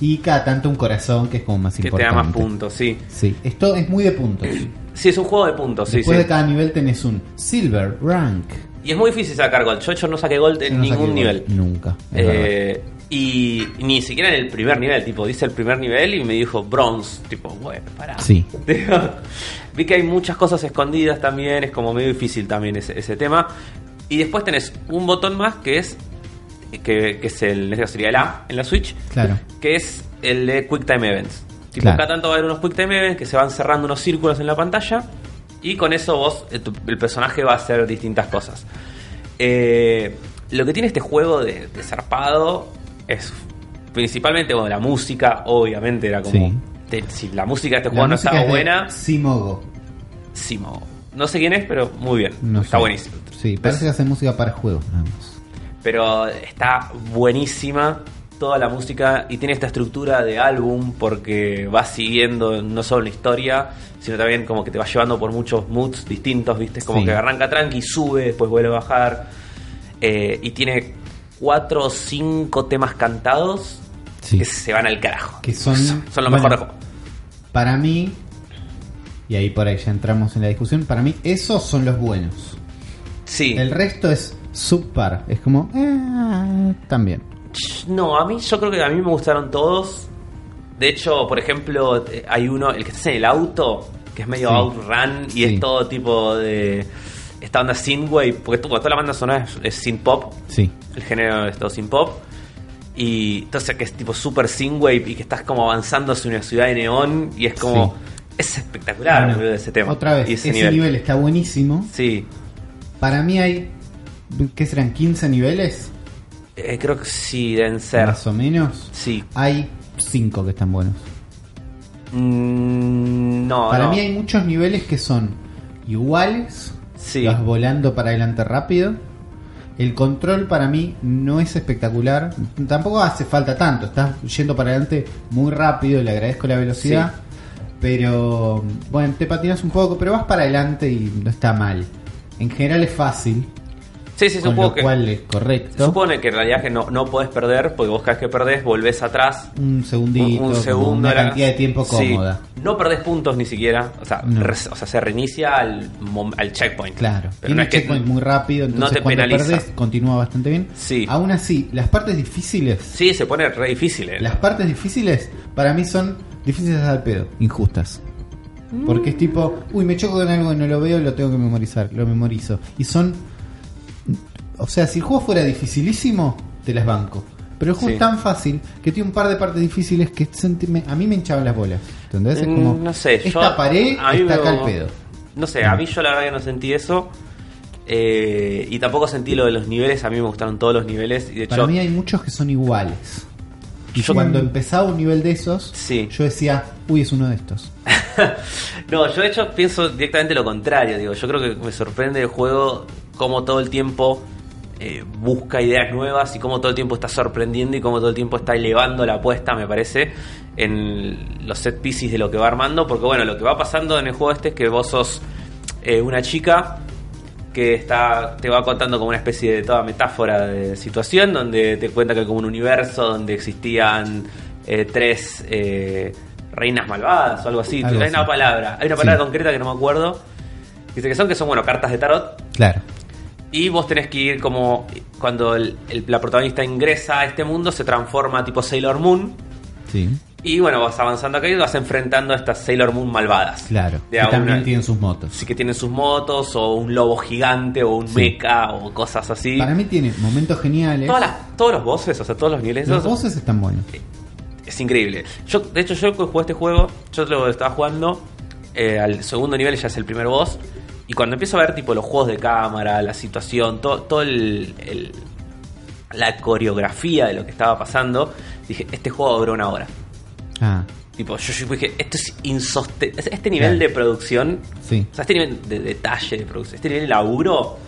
S2: y cada tanto un corazón que es como más
S1: Que te da
S2: importante.
S1: más puntos, sí.
S2: Sí, esto es muy de puntos.
S1: Sí, es un juego de puntos, sí,
S2: Después
S1: sí.
S2: de cada nivel tenés un silver rank.
S1: Y es muy difícil sacar gold. Yo, yo no saqué gold en
S2: No saqué
S1: ningún
S2: gol.
S1: nivel.
S2: Nunca. es verdad.
S1: Eh, y ni siquiera en el primer nivel, tipo, dice el primer nivel y me dijo bronze. Tipo, bueno, pará.
S2: Sí.
S1: Digo, Vi que hay muchas cosas escondidas también, es como medio difícil también ese, ese tema. Y después tenés un botón más que es. que, que es el. en este caso sería el A en la Switch.
S2: Claro.
S1: Que es el de Quick Time Events. Tipo,
S2: Claro.
S1: cada tanto va a haber unos Quick Time Events que se van cerrando unos círculos en la pantalla. Y con eso vos, eh, tu- el personaje va a hacer distintas cosas. Eh, lo que tiene este juego de, de zarpado es principalmente bueno, la música, obviamente era como...
S2: Sí.
S1: te- si la música de este
S2: La
S1: juego no
S2: música
S1: estaba
S2: es de
S1: buena,
S2: Simogo.
S1: Simo. No sé quién es, pero muy bien.
S2: No
S1: está
S2: sé.
S1: buenísimo.
S2: Sí, parece que hace música para juegos, nada más.
S1: Pero está buenísima toda la música y tiene esta estructura de álbum porque va siguiendo no solo la historia, sino también como que te va llevando por muchos moods distintos, ¿viste? Como
S2: Sí.
S1: que arranca tranqui, sube, después vuelve a bajar. Eh, y tiene cuatro o cinco temas cantados
S2: Sí.
S1: que se van al carajo.
S2: Que son-
S1: son lo
S2: bueno.
S1: mejor del juego.
S2: Para mí, y ahí por ahí ya entramos en la discusión, para mí esos son los buenos.
S1: Sí.
S2: El resto es subpar. Es como... eh, también.
S1: No, a mí yo creo que a mí me gustaron todos. De hecho, por ejemplo, eh, hay uno, el que estás en el auto, que es medio
S2: Sí.
S1: outrun y
S2: Sí.
S1: es todo tipo de esta onda synthwave, porque tú- toda la banda sonora es, es synth pop,
S2: Sí.
S1: el género es todo synth pop. Y entonces que es tipo super synthwave y que estás como avanzando hacia una ciudad de neón y es como es espectacular
S2: Bueno,
S1: boludo, ese tema.
S2: Otra vez,
S1: y
S2: ese, nivel. está buenísimo.
S1: Sí.
S2: Para mí hay... ¿Qué serán? ¿15 niveles?
S1: Eh, creo que sí deben ser.
S2: Más o menos.
S1: Sí.
S2: Hay 5 que están buenos.
S1: Mm, no,
S2: para
S1: no.
S2: mí hay muchos niveles que son iguales.
S1: Sí.
S2: Vas volando para adelante rápido. El control para mí no es espectacular. Tampoco hace falta tanto. Estás yendo para adelante muy rápido. Le agradezco la velocidad. Pero bueno, te patinas un poco, pero vas para adelante y no está mal. En general es fácil,
S1: Sí, sí, es un
S2: con lo
S1: juego que
S2: cual es
S1: Se
S2: correcto.
S1: supone que en realidad que no, no podés perder, porque vos cada vez que perdés volvés atrás
S2: Un segundito,
S1: un, un
S2: como
S1: segundo.
S2: una
S1: era-
S2: cantidad de tiempo
S1: Sí.
S2: cómoda.
S1: No perdés puntos ni siquiera, o sea,
S2: No.
S1: re- o sea se reinicia al, mom- al checkpoint.
S2: Claro,
S1: Pero
S2: tiene
S1: no es que-
S2: checkpoint muy rápido, entonces
S1: te
S2: cuando
S1: penaliza.
S2: perdés continúa bastante bien.
S1: Sí.
S2: Aún así, las partes difíciles
S1: Sí, se pone re difícil. eh.
S2: Las partes difíciles para mí son difíciles al pedo, injustas. Porque es tipo, uy, me choco con algo y no lo veo, lo tengo que memorizar, lo memorizo. Y son. O sea, si el juego fuera dificilísimo, te las banco. Pero el juego
S1: Sí.
S2: es tan fácil que tiene un par de partes difíciles que sentí- me- a mí me hinchaban las bolas. ¿Entendés? Es como.
S1: Mm, no sé, yo.
S2: esta pared
S1: a mí
S2: está
S1: me-
S2: acá al pedo.
S1: No sé, a mí yo la verdad que no sentí eso. eh, y tampoco sentí lo de los niveles, a mí me gustaron todos los niveles. Y de
S2: Para
S1: hecho,
S2: mí hay muchos que son iguales. Y
S1: Yo-
S2: cuando empezaba un nivel de esos,
S1: Sí.
S2: yo decía, uy, es uno de estos.
S1: No, yo de hecho pienso directamente lo contrario, digo, yo creo que me sorprende el juego cómo todo el tiempo eh, busca ideas nuevas y cómo todo el tiempo está sorprendiendo y cómo todo el tiempo está elevando la apuesta, me parece, en los set pieces de lo que va armando, porque bueno, lo que va pasando en el juego este es que vos sos eh, una chica que está te va contando como una especie de toda metáfora de situación donde te cuenta que hay como un universo donde existían eh, tres eh, reinas malvadas o algo así.
S2: Algo
S1: hay
S2: así.
S1: una palabra, hay una palabra
S2: Sí.
S1: concreta que no me acuerdo Dice que son, que son, bueno, cartas de tarot.
S2: Claro.
S1: Y vos tenés que ir como cuando el- el- la protagonista ingresa a este mundo, se transforma tipo Sailor Moon.
S2: Sí.
S1: Y bueno, vas avanzando acá y vas enfrentando a estas Sailor Moon malvadas.
S2: Claro.
S1: De
S2: Que
S1: a
S2: también
S1: una-
S2: tienen sus motos.
S1: Sí que tienen sus motos, o un lobo gigante, o un
S2: Sí.
S1: mecha, o cosas así.
S2: Para mí tiene momentos geniales.
S1: Todas las- todos los bosses, o sea, todos los niveles.
S2: Los
S1: esos-
S2: voces están buenos.
S1: es increíble. Yo, de hecho, yo cuando jugué este juego, yo lo estaba jugando eh, al segundo nivel, ya es el primer boss. Y cuando empiezo a ver tipo los juegos de cámara, la situación, todo, todo el, el- la coreografía de lo que estaba pasando, dije, este juego duró una hora.
S2: Ah,
S1: Tipo, yo, yo dije, esto es insostenible. Este nivel de
S2: Claro.
S1: producción,
S2: sí.
S1: o sea, este nivel de detalle de producción, este nivel de laburo,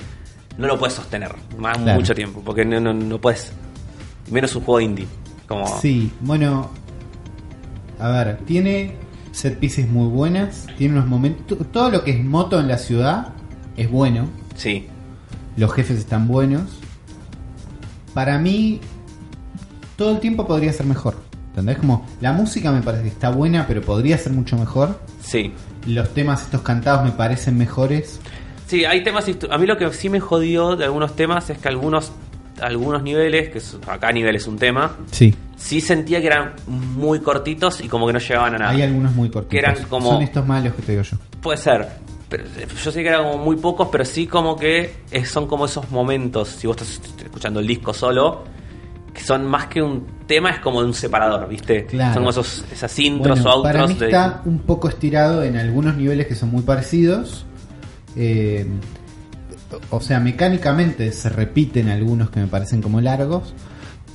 S1: no lo puedes sostener más
S2: Claro.
S1: mucho tiempo, porque no, no, no puedes. Menos un juego indie. Como,
S2: Sí, bueno. A ver, tiene set pieces muy buenas. Tiene unos momentos. Todo lo que es moto en la ciudad es bueno.
S1: sí.
S2: Los jefes están buenos. Para mí, todo el tiempo podría ser mejor. ¿Entendés? Como la música me parece que está buena, pero podría ser mucho mejor.
S1: Sí.
S2: Los temas estos cantados me parecen mejores.
S1: Sí, hay temas. histó- A mí lo que sí me jodió de algunos temas es que algunos, algunos niveles, que es- acá nivel es un tema,
S2: Sí.
S1: sí sentía que eran muy cortitos y como que no llegaban a nada.
S2: Hay algunos muy cortitos.
S1: Que eran como-
S2: Son estos malos que te digo yo.
S1: Puede ser. Pero, eh, yo sé que eran como muy pocos, pero sí como que eh, son como esos momentos, si vos estás escuchando el disco solo, que son más que un tema, es como de un separador, ¿viste?
S2: Claro.
S1: Son como esos, esas intros
S2: Bueno,
S1: o outros.
S2: para mí
S1: de-
S2: está un poco estirado en algunos niveles que son muy parecidos. Eh, o sea, mecánicamente se repiten algunos que me parecen como largos.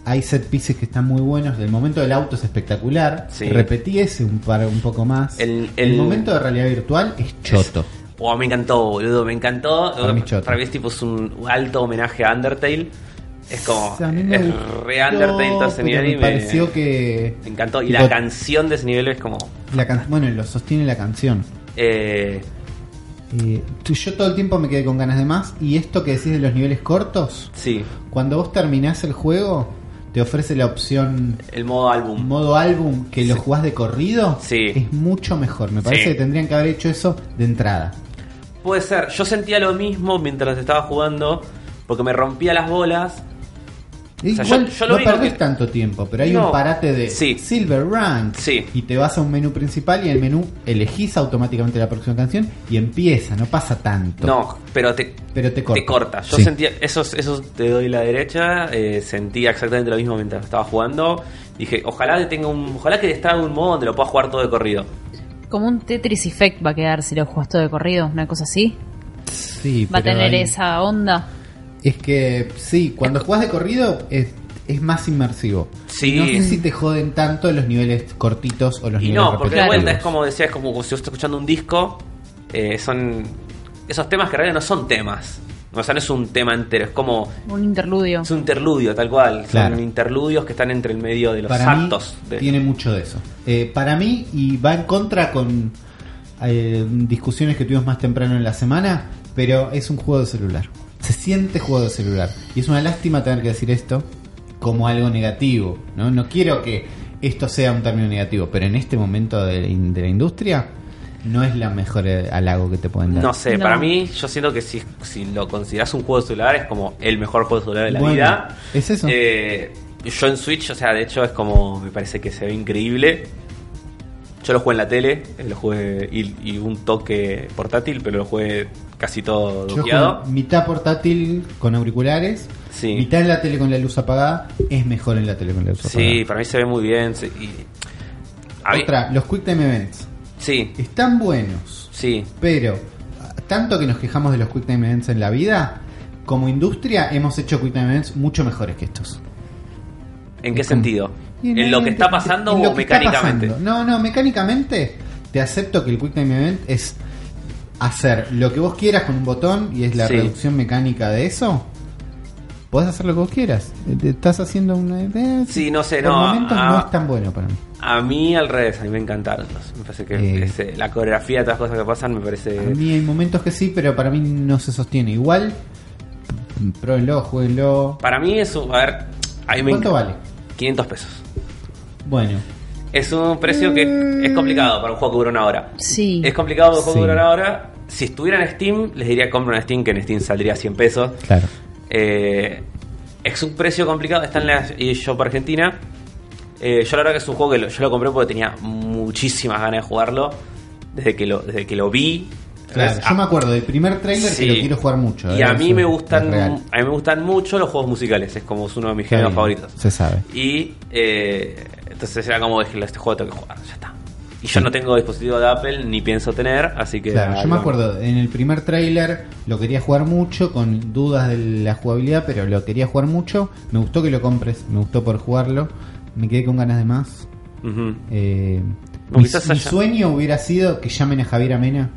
S2: Hay set pieces que están muy buenos. El momento del auto es espectacular.
S1: Sí.
S2: Repetí ese un, par, un poco más.
S1: El-
S2: El,
S1: el-
S2: momento de realidad virtual es choto.
S1: Wow, me encantó, boludo, me encantó.
S2: Para mí choto.
S1: Para mí es tipo es un alto homenaje a Undertale. Es como.
S2: A mí me
S1: es
S2: gustó,
S1: re Undertale todo ese
S2: pero
S1: nivel y
S2: me
S1: me,
S2: pareció que
S1: me encantó. Y
S2: tipo,
S1: la canción de ese nivel es como.
S2: la can- bueno, lo sostiene la canción.
S1: eh,
S2: Eh, yo todo el tiempo me quedé con ganas de más. Y esto que decís de los niveles cortos,
S1: sí,
S2: Cuando vos terminás el juego, te ofrece la opción
S1: el modo álbum.
S2: modo álbum que lo jugás de corrido.
S1: Sí.
S2: Es mucho mejor. Me parece
S1: Sí.
S2: que tendrían que haber hecho eso de entrada.
S1: Puede ser, yo sentía lo mismo mientras estaba jugando, porque me rompía las bolas. sea,
S2: Igual
S1: yo- yo lo
S2: no
S1: único
S2: perdés
S1: que-
S2: tanto tiempo, pero hay
S1: No.
S2: un parate de
S1: Sí.
S2: Silver Rank.
S1: Sí.
S2: Y te vas a un menú principal y en el menú elegís automáticamente la próxima canción y empieza, no pasa tanto.
S1: No, pero te,
S2: Pero te corta.
S1: te corta. Yo
S2: Sí.
S1: sentía, eso, eso te doy la derecha, eh, sentía exactamente lo mismo mientras estaba jugando. Dije, ojalá que tenga un, ojalá que esté un modo donde lo pueda jugar todo de corrido.
S3: Como un Tetris Effect va a quedar si lo juegas todo de corrido, una cosa así.
S2: Sí,
S3: Va a
S2: pero
S3: tener
S2: ahí-
S3: esa onda.
S2: Es que sí, cuando jugás de corrido es, es más inmersivo.
S1: Sí.
S2: Y No sé si te joden tanto los niveles cortitos o los
S1: Y
S2: niveles
S1: no, porque de
S3: repetitivos.
S1: vuelta es como decía, es como si vos estás escuchando un disco, eh, son esos temas que en realidad no son temas. O sea, no es un tema entero, es como
S3: Un interludio.
S1: es un interludio, tal cual.
S2: Claro.
S1: Son interludios que están entre el medio de los
S2: para mí
S1: actos. de-
S2: tiene mucho de eso. Eh, para mí, y va en contra con eh, discusiones que tuvimos más temprano en la semana, pero es un juego de celular. Se siente juego de celular. Y es una lástima tener que decir esto como algo negativo. No, no quiero que esto sea un término negativo, pero en este momento de, la in- de la industria no es la mejor eh, halago que te pueden dar.
S1: No sé,
S3: No.
S1: para mí, yo siento que si, si lo consideras un juego de celular, es como el mejor juego de celular de la
S2: Bueno,
S1: vida.
S2: es eso.
S1: Eh, yo en Switch, o sea, de hecho es como, me parece que se ve increíble. Yo lo jugué en la tele, eh, lo jugué y, y un toque portátil, pero lo jugué casi todo
S2: Yo
S1: bloqueado.
S2: juego mitad portátil con auriculares,
S1: Sí.
S2: mitad en la tele con la luz apagada. Es mejor en la tele con la luz apagada.
S1: Sí, para mí se ve muy bien. se- y- a mí-
S2: Otra, los Quick Time Events.
S1: Sí,
S2: Están buenos,
S1: sí,
S2: pero tanto que nos quejamos de los Quick Time Events en la vida, como industria hemos hecho Quick Time Events mucho mejores que estos.
S1: ¿En qué
S2: Es como-
S1: sentido?
S2: Y
S1: ¿En lo que está pasando
S2: en lo
S1: o
S2: que está
S1: mecánicamente?
S2: pasando. No, no, mecánicamente te acepto que el Quick Time Event es hacer lo que vos quieras con un botón y es la
S1: Sí.
S2: reducción mecánica de eso. Podés hacer lo que vos quieras. Eh, te Estás haciendo una. eh,
S1: Sí, no sé,
S2: por
S1: no,
S2: momentos
S1: ah.
S2: no es tan bueno para mí.
S1: A mí al revés, a mí me encantaron. los- Me parece que
S2: Eh.
S1: ese- la coreografía, todas las cosas que pasan, me parece...
S2: A mí hay momentos que sí, pero para mí no se sostiene. Igual, pruébenlo, jueguenlo.
S1: Para mí es un... A ver, a mí me
S2: ¿Cuánto
S1: enc-
S2: vale?
S1: 500 pesos.
S2: Bueno,
S1: Es un precio que es complicado para un juego que dura una hora.
S3: Sí.
S1: Es complicado para un juego
S2: Mm. Sí.
S1: que dura una hora. si estuviera en Steam, les diría compra en Steam, que en Steam saldría 100 pesos.
S2: Claro.
S1: Eh, es un precio complicado, está en la eShop Argentina. Eh, yo la verdad que es un juego que lo- yo lo compré porque tenía muchísimas ganas de jugarlo. Desde que lo, desde que lo vi.
S2: Claro,
S1: Es-
S2: yo me acuerdo del primer trailer
S1: Sí.
S2: que lo quiero jugar mucho.
S1: y
S2: eh,
S1: a mí
S2: eso
S1: me
S2: es
S1: gustan
S2: real.
S1: a mí me gustan mucho los juegos musicales, es como es uno de mis géneros
S2: Sí,
S1: favoritos.
S2: Se sabe.
S1: Y eh, entonces era como dije, este juego tengo que jugar, ya está. Y yo no tengo dispositivo de Apple ni pienso tener, así que
S2: Claro,
S1: nada,
S2: yo me
S1: lo-
S2: acuerdo, en el primer trailer lo quería jugar mucho, con dudas de la jugabilidad, pero lo quería jugar mucho. Me gustó que lo compres, me gustó por jugarlo. Me quedé con ganas de más.
S1: Ujú. *laughs*
S2: Eh,
S1: O
S2: mi,
S1: quizás
S2: mi
S1: haya-
S2: sueño hubiera sido que llamen a Javier Amena,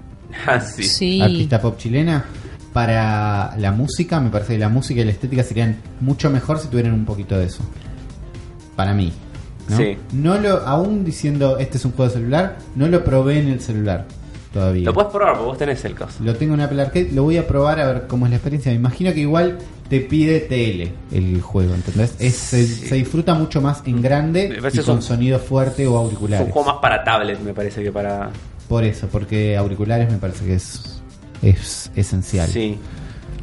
S1: Ah, sí.
S3: Sí.
S2: artista pop chilena, para la música. Me parece que la música y la estética serían mucho mejor si tuvieran un poquito de eso. Para mí. ¿no?
S1: Sí.
S2: No lo, aún diciendo este es un juego de celular, no lo probé en el celular todavía.
S1: Lo puedes probar, porque vos tenés el caso.
S2: Lo tengo en Apple Arcade, lo voy a probar a ver cómo es la experiencia. Me imagino que igual te pide TL el juego, ¿entendés? Es- se,
S1: Sí.
S2: se disfruta mucho más en
S1: Me
S2: grande
S1: parece
S2: y con
S1: un-
S2: sonido fuerte
S1: Es
S2: o auriculares.
S1: un juego más para tablet, me parece que para.
S2: Por eso, porque auriculares me parece que es, es esencial.
S1: Sí.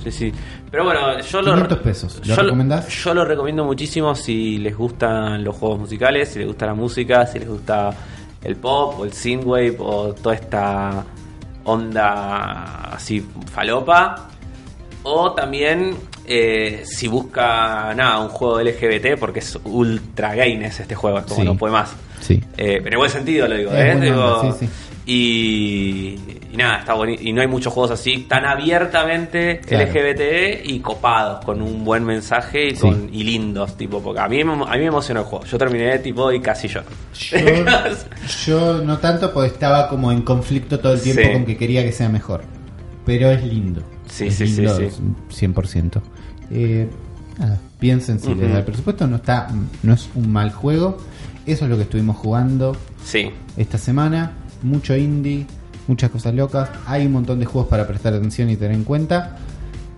S1: Sí, sí. Pero bueno, yo lo.
S2: 500 pesos. ¿Lo
S1: yo
S2: recomendás?
S1: Yo lo recomiendo muchísimo si les gustan los juegos musicales, si les gusta la música, si les gusta el pop o el synthwave o toda esta onda así falopa. O también eh, si busca nada, un juego LGBT, porque es ultra gayness este juego, es como
S2: Sí.
S1: no puede más.
S2: Sí.
S1: Eh, pero en buen sentido lo digo,
S2: Es
S1: ¿eh?
S2: buena
S1: Digo,
S2: onda, sí, sí.
S1: Y, y nada, está bonito. Y no hay muchos juegos así tan abiertamente
S2: Claro.
S1: LGBT E y copados, con un buen mensaje y,
S2: Sí.
S1: con, y lindos, tipo, porque a mí, me- a mí me emocionó el juego. Yo terminé tipo y casi yo.
S2: Yo, *laughs* yo no tanto porque estaba como en conflicto todo el tiempo
S1: Sí.
S2: con que quería que sea mejor. Pero es lindo.
S1: Sí,
S2: Es
S1: sí, sí,
S2: lindo,
S1: sí.
S2: 100%. Eh, nada, piensen si les da el presupuesto. No, está, no es un mal juego. Eso es lo que estuvimos jugando
S1: Sí,
S2: esta semana. Mucho indie, muchas cosas locas. Hay un montón de juegos para prestar atención y tener en cuenta.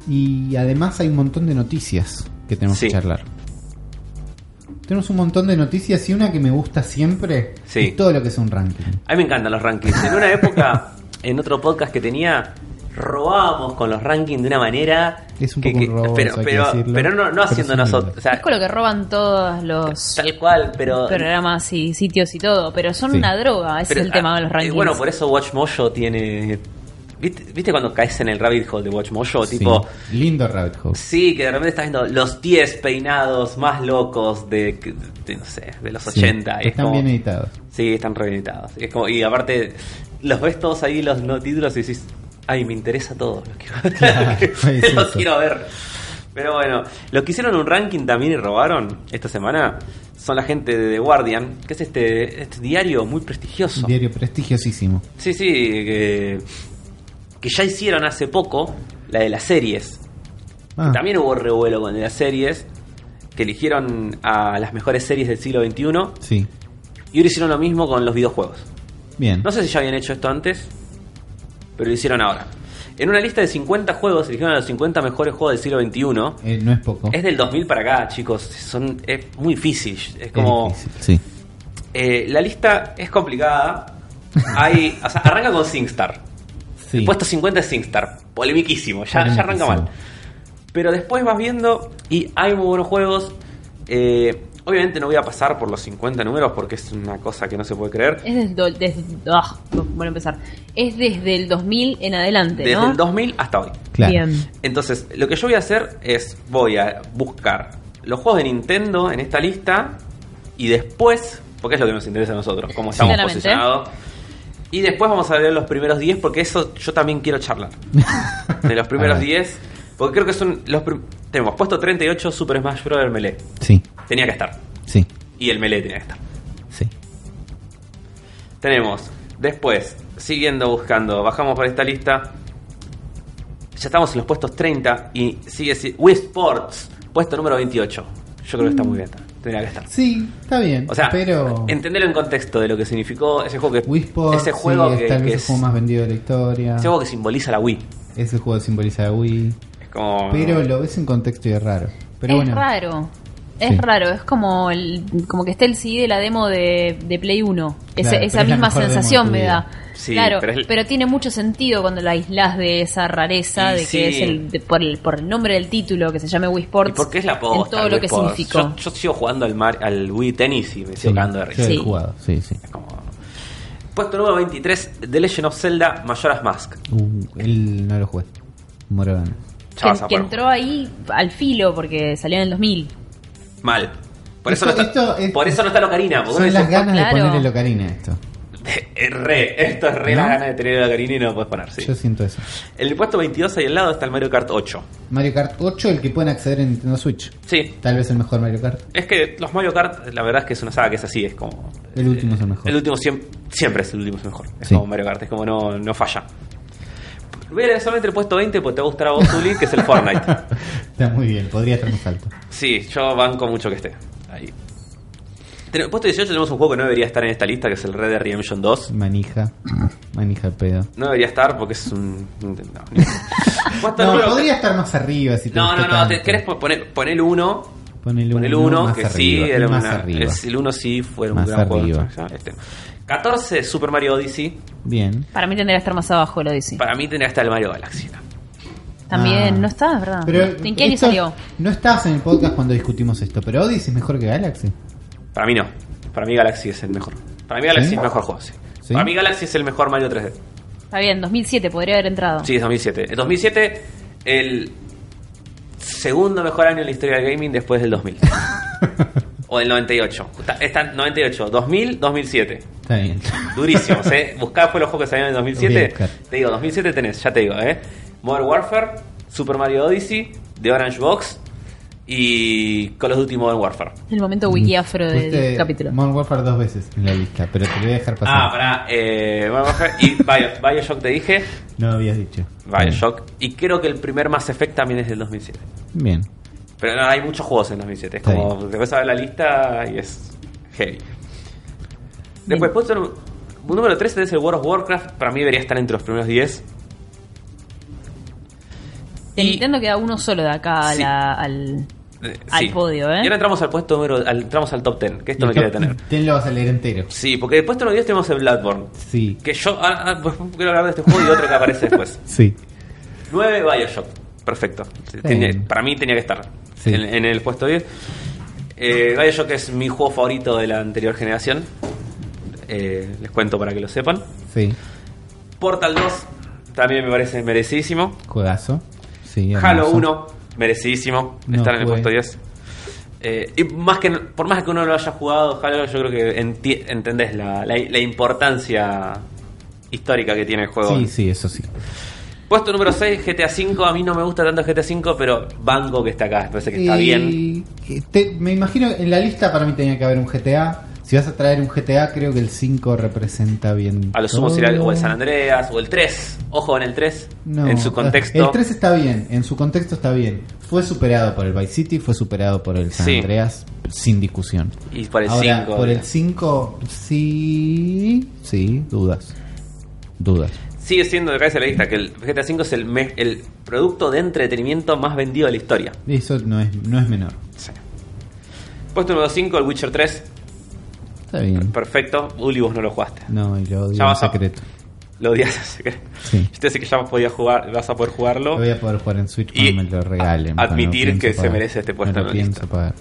S2: Y además hay un montón de noticias que tenemos
S1: Sí.
S2: que charlar. Tenemos un montón de noticias y una que me gusta siempre
S1: Sí.
S2: es todo lo que es un ranking.
S1: a mí me encantan los rankings. En una
S2: *laughs*
S1: época, en otro podcast que tenía, robábamos con los rankings de una manera.
S2: Es un
S1: que-
S2: poco un
S1: que-
S2: robo,
S1: pero,
S2: eso hay que
S1: pero,
S2: decirlo.
S1: pero no, no
S2: Pero
S1: haciendo
S2: es lindo.
S1: nosotros. o sea,
S3: Es con lo que roban todos los
S1: tal cual, pero eh,
S3: programas y sitios y todo, pero son
S2: Sí.
S3: una droga, ese
S1: Pero,
S3: es el tema
S1: ah,
S3: de los
S1: eh,
S3: rankings.
S1: Bueno, por eso Watch Mojo tiene. ¿Viste, viste cuando caes en el rabbit hole de Watch Mojo? Tipo.
S2: Sí. Lindo Rabbit Hole.
S1: Sí, que de repente estás viendo los 10 peinados más locos de, de, no sé, de los
S2: Sí.
S1: 80. y es
S2: Están
S1: como-
S2: bien editados.
S1: Sí, están reeditados. Y, es como- y aparte, los ves todos ahí los no títulos y decís, ay, me interesa todo, los quiero,
S2: Claro, *laughs*
S1: *laughs*
S2: es
S1: los
S2: eso.
S1: quiero ver. Pero bueno, los que hicieron un ranking también y robaron esta semana son la gente de The Guardian, que es este, este diario muy prestigioso.
S2: Diario prestigiosísimo.
S1: Sí, sí, que, que ya hicieron hace poco la de las series.
S2: Ah,
S1: También hubo revuelo con las series, que eligieron a las mejores series del siglo XXI
S2: Sí.
S1: y ahora hicieron lo mismo con los videojuegos.
S2: Bien.
S1: No sé si ya habían hecho esto antes, pero lo hicieron ahora. En una lista de 50 juegos eligieron a los 50 mejores juegos del siglo XXI.
S2: Eh, no es poco.
S1: Es del 2000 para acá, chicos. Son, es muy difícil. Es
S2: Es
S1: como...
S2: difícil, Sí.
S1: eh, la lista es complicada. Hay, o sea, arranca con SingStar.
S2: Sí.
S1: El puesto 50 es SingStar. Polemiquísimo, ya, ya arranca mal. Pero después vas viendo y hay muy buenos juegos. Eh, obviamente no voy a pasar por los 50 números porque es una cosa que no se puede creer.
S3: Es desde, do- desde- ah, bueno, empezar. Es desde el 2000 en adelante,
S1: Desde
S3: ¿no?
S1: el 2000 hasta hoy.
S2: Claro.
S3: Bien.
S1: Entonces, lo que yo voy a hacer es voy a buscar los juegos de Nintendo en esta lista y después, porque es lo que nos interesa a nosotros, cómo estamos
S3: Claramente.
S1: posicionados. Y después vamos a ver los primeros 10 porque eso yo también quiero charlar. De los
S2: *laughs* A
S1: primeros
S2: ver.
S1: 10, porque creo que son los prim- tenemos puesto 38 Super Smash Bros. Melee.
S2: Sí.
S1: Tenía que estar.
S2: Sí.
S1: Y el Melee tenía que estar.
S2: Sí.
S1: Tenemos después, siguiendo buscando, bajamos por esta lista. Ya estamos en los puestos 30 y sigue si- Wii Sports, puesto número 28. Yo creo que está muy bien, tendría que estar.
S2: Sí, está bien.
S1: O sea,
S2: Mm. pero
S1: entenderlo en contexto de lo que significó ese juego que
S2: Wii Sports
S1: ese juego
S2: sí,
S1: que,
S2: es tal
S1: que
S2: vez el
S1: es-
S2: juego más vendido de la historia.
S1: ese juego que simboliza la Wii.
S2: Es el juego que simboliza a Wii.
S1: Es como
S2: Pero lo ves en contexto y es raro. Pero
S3: es
S2: bueno,
S3: raro. Es
S2: Sí.
S3: raro, es como el, como que esté el CD de la demo de, de Play 1. Ese-
S2: Claro,
S3: esa
S2: pero es la
S3: misma
S2: mejor demo de
S3: sensación
S2: tu
S3: me
S2: vida.
S3: da.
S1: Sí,
S3: claro,
S1: pero
S3: pero,
S1: es-
S3: tiene mucho sentido cuando la aislás de esa rareza,
S1: Y
S3: de
S1: sí.
S3: que es el, de- por, el, por el nombre del título, que se llame Wii
S1: ¿Y
S3: Sports.
S1: por qué es la posta?
S3: En todo lo
S1: Wii
S3: que
S1: Sports?
S3: significó.
S1: Yo, yo sigo jugando al, mar, al Wii Tennis y me sigo cagando de risa.
S2: yo he
S3: Sí.
S2: jugado, sí, sí.
S1: Como- Puesto número 23, The Legend of Zelda Majora's Mask.
S2: Uh, él no lo jugué. Muero de ganas.
S1: Ya
S3: que,
S1: vas a
S3: que
S1: poder-
S3: entró ahí al filo porque salió en el 2000.
S1: Mal. Por eso,
S2: Esto-
S1: no está,
S2: esto es-
S1: por eso no está la ocarina. Porque uno
S2: Son las
S1: dice,
S2: ganas
S3: claro.
S2: de ponerle locarina a esto.
S1: *laughs* "Es re, esto es re
S2: ¿No?
S1: la gana de tener la ocarina y no lo puedes poner. sí.
S2: Yo siento eso.
S1: En el puesto 22 ahí al lado está el Mario Kart 8.
S2: Mario Kart 8, el que pueden acceder en Nintendo Switch.
S1: Sí.
S2: Tal vez el mejor Mario Kart.
S1: Es que los Mario Kart, la verdad es que es una saga que es así, es como...
S2: El último es el mejor.
S1: El último siempre, siempre es el último es el mejor. Es
S2: Sí.
S1: como Mario Kart, es como no, no falla. Voy a leer solamente el puesto 20 porque te va a gustar a vos, Zuli, que es el
S2: *laughs*
S1: Fortnite.
S2: Está muy bien, podría estar más alto.
S1: Sí, yo banco mucho que esté. Ahí. En el puesto 18 tenemos un juego que no debería estar en esta lista, que es el Red Dead Redemption 2.
S2: Manija. Manija de pedo.
S1: No debería estar porque es un... No,
S2: *laughs*
S1: ni- Puesto
S2: No,
S1: número-
S2: podría estar más arriba si te
S1: no, no,
S2: gusta
S1: no, te-
S2: tanto.
S1: querés po- poner, poner uno
S2: Pon el
S1: Con
S2: 1,
S1: el 1,
S2: más
S1: que sí,
S2: arriba, y
S1: era
S2: más
S1: una-
S2: arriba.
S1: es- el 1 sí fue un
S2: Más
S1: gran
S2: arriba.
S1: juego. Este. 14, Super Mario Odyssey.
S2: Bien.
S3: Para mí tendría que estar más abajo lo dice.
S1: Para mí tendría que estar el Mario Galaxy. ¿no?
S3: También,
S2: Ah.
S3: no está, es ¿verdad?
S2: Pero
S3: ¿En qué año
S2: esto-
S3: salió?
S2: No estabas en el podcast cuando discutimos esto, pero Odyssey es mejor que Galaxy.
S1: Para mí no. Para mí Galaxy es el mejor. Para mí Galaxy
S2: ¿Sí?
S1: es el mejor juego, sí.
S2: ¿Sí?
S1: Para mí Galaxy es el mejor Mario 3D.
S3: Está bien, 2007 podría haber entrado.
S1: Sí, es 2007. El 2007, el segundo mejor año en la historia del gaming después del
S2: *laughs*
S1: 2000. o del 98. Está- Están 98, 2000, 2007.
S2: Está bien.
S1: Durísimos, ¿eh? Buscá fue los juegos que salieron en el
S2: Voy a
S1: 2007.
S2: buscar.
S1: Te digo, 2007 tenés, ya te digo, ¿eh? Modern Warfare, Super Mario Odyssey, The Orange Box y Call of Duty Modern Warfare.
S3: El momento
S2: Mm.
S3: wikiafro del
S2: Pusiste
S3: capítulo.
S2: Modern Warfare dos veces en la lista, pero te lo voy a dejar pasar.
S1: Ah, pará, eh, Modern Warfare y Bio- Bioshock te dije.
S2: No lo habías dicho.
S1: Bioshock. Y creo que el primer Mass Effect también es del 2007.
S2: Bien.
S1: Pero no, hay muchos juegos en 2007. Es
S2: Está
S1: como, te vas a ver la lista y es heavy. Después,
S3: Bien.
S1: puesto nú- número 13 es el World of Warcraft. Para mí debería estar entre los primeros 10.
S3: De
S1: Y-
S3: Nintendo queda uno solo de acá a
S1: Sí.
S3: la- al,
S1: Eh,
S3: al podio, ¿eh?
S1: Y ahora entramos al puesto número, al- entramos al top 10, que esto
S2: Y
S1: me
S2: el
S1: quiere
S2: top
S1: detener.
S2: 10 lo vas a leer entero.
S1: Sí, porque después de los 10 tenemos el Bloodborne.
S2: Sí.
S1: Que yo ah, ah, pues, quiero hablar de este juego y de otro que aparece después.
S2: Sí.
S1: 9 Bioshock. Perfecto. Tenía-
S2: bien.
S1: para mí tenía que estar
S2: Sí.
S1: en, en el puesto 10. Eh, Bioshock es mi juego favorito de la anterior generación. Eh, les cuento para que lo sepan.
S2: Sí.
S1: Portal 2 también me parece merecidísimo.
S2: Juegazo. Sí. hermoso.
S1: Halo 1, merecidísimo
S2: No
S1: estar en el
S2: jugué.
S1: puesto 10. Eh, y más que, por más que uno lo haya jugado, Halo, yo creo que enti- entendés la, la- la importancia histórica que tiene el juego.
S2: Sí, sí, eso sí.
S1: Puesto número 6, GTA V. A mí no me gusta tanto GTA V, pero Banco que está acá, me parece que está bien.
S2: Y Eh, te- me imagino en la lista para mí tenía que haber un GTA. Si vas a traer un GTA, creo que el 5 representa bien.
S1: A lo sumo
S2: todo.
S1: será el- o el San Andreas o el 3. Ojo en el 3,
S2: Oh. No,
S1: en su contexto.
S2: El 3 está bien, en su contexto está bien. Fue superado por el Vice City, fue superado por el San
S1: Sí.
S2: Andreas, sin discusión.
S1: y por el
S2: Ahora,
S1: 5.
S2: por el 5, sí, sí, dudas. Dudas.
S1: Sigue siendo de cabeza la lista que el GTA V es el, me- el producto de entretenimiento más vendido de la historia.
S2: Eso no es, no es menor.
S1: Puesto número 5, el Witcher 3.
S2: Está bien.
S1: Perfecto. Uli, vos no lo jugaste.
S2: No, y lo odio
S1: Ya
S2: en
S1: vas a-
S2: secreto.
S1: Lo odias, *laughs* así que.
S2: Sí.
S1: Yo te sé que ya podías jugar, vas a poder
S2: Lo
S1: jugarlo.
S2: voy a poder jugar en Switch cuando
S1: Y
S2: me lo regalen.
S1: a-
S2: pero no
S1: admitir
S2: pienso
S1: que se
S2: pagar.
S1: merece este puesto
S2: No
S1: en
S2: lo
S1: la
S2: pienso
S1: lista.
S2: pagar.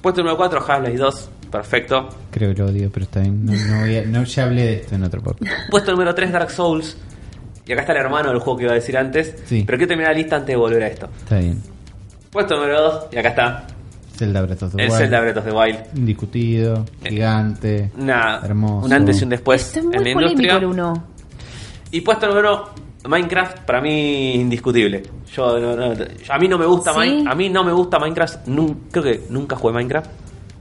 S1: Puesto número 4, Half-Life 2. Perfecto.
S2: Creo que lo odio, pero está bien. No, no voy a- no, ya hablé de esto en otro podcast.
S1: Puesto número 3, Dark Souls. Y acá está el hermano del juego que iba a decir antes.
S2: Sí.
S1: Pero quiero terminar la lista antes de volver a esto.
S2: Está bien.
S1: Puesto número 2, y acá está.
S2: Zelda Breath of the
S1: El
S2: Wild.
S1: Zelda Breath of the Wild.
S2: Indiscutido, gigante.
S1: Una,
S2: Hermoso.
S1: Un antes y un después
S3: Está muy
S1: en la
S3: polémico
S1: industria.
S3: el uno.
S1: Y puesto número Minecraft, para mí indiscutible. Yo no- no- yo- a mí no me gusta
S3: ¿Sí?
S1: Mine- a mí no me gusta Minecraft. Nun- creo que nunca jugué Minecraft.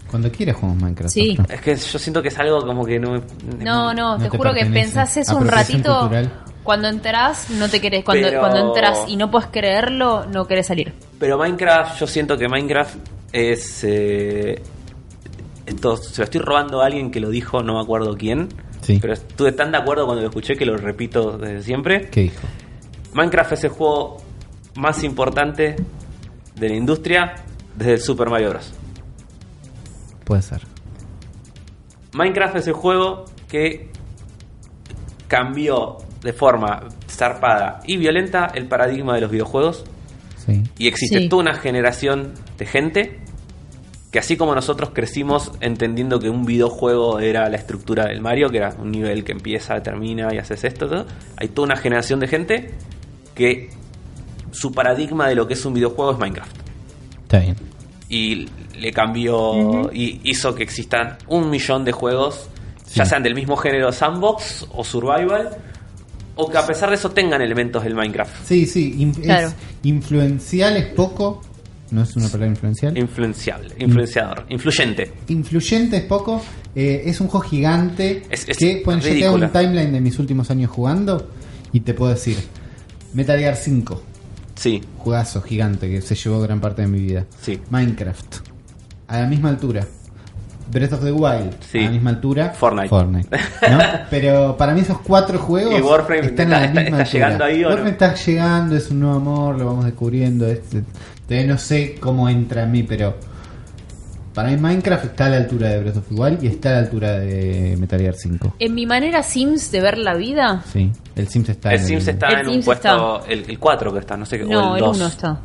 S2: Cuando quieras jugamos Minecraft.
S3: Sí.
S1: Es que yo siento que es algo como que no me-
S3: No,
S2: No
S3: no, te
S2: te
S3: juro que
S2: pertenece. Ah,
S3: pensás eso un
S2: Apropiación
S3: ratito.
S2: cultural.
S3: Cuando entrás, no te querés. Cuando,
S1: Pero-
S3: cuando entras y no puedes creerlo, no querés salir.
S1: Pero Minecraft, yo siento que Minecraft es. eh, esto se lo estoy robando a alguien que lo dijo, no me acuerdo quién.
S2: Sí.
S1: Pero estuve tan de acuerdo cuando lo escuché que lo repito desde siempre.
S2: ¿Qué dijo?
S1: Minecraft es el juego más importante de la industria desde el Super Mario Bros.
S2: Puede ser.
S1: Minecraft es el juego que cambió de forma zarpada y violenta el paradigma de los videojuegos
S2: Sí.
S1: y existe
S3: Sí.
S1: toda una generación de gente que así como nosotros crecimos entendiendo que un videojuego era la estructura del Mario, que era un nivel que empieza, termina y haces esto, todo, hay toda una generación de gente que su paradigma de lo que es un videojuego es Minecraft
S2: Está bien.
S1: y le cambió y hizo que existan un millón de juegos, ya
S2: Sí.
S1: sean del mismo género sandbox o survival, o que a pesar de eso tengan elementos del Minecraft.
S2: Sí, sí. in-
S3: Claro.
S2: es- influencial es poco. No es una palabra influencial.
S1: Influenciable, influenciador, influyente.
S2: Influyente es poco. eh, es un juego gigante.
S1: Es- es
S2: que bueno, yo te hago
S1: ridícula.
S2: un timeline de mis últimos años jugando y te puedo decir: Metal Gear 5,
S1: Sí,
S2: jugazo gigante que se llevó gran parte de mi vida.
S1: Sí.
S2: Minecraft, a la misma altura. Breath of the Wild,
S1: Sí.
S2: a la misma altura.
S1: Fortnite. *laughs*
S2: ¿no? Pero para mí esos cuatro juegos
S1: Y Warframe
S2: están
S1: está-
S2: a la
S1: está- *laughs*
S2: misma
S1: está
S2: altura.
S1: llegando ahí, ¿o no?
S2: Warframe está llegando, es un nuevo amor, lo vamos descubriendo. es- todavía no sé cómo entra a mí, pero para mí Minecraft está a la altura de Breath of the Wild y está a la altura de Metal Gear 5.
S3: En mi manera Sims de ver la vida,
S2: Sí, el Sims está
S1: el
S2: en
S1: Sims está
S3: El
S1: en un
S3: Sims
S1: puesto, el, 4 que está, no sé qué,
S3: no,
S1: o el
S3: el
S1: 2.
S3: uno está.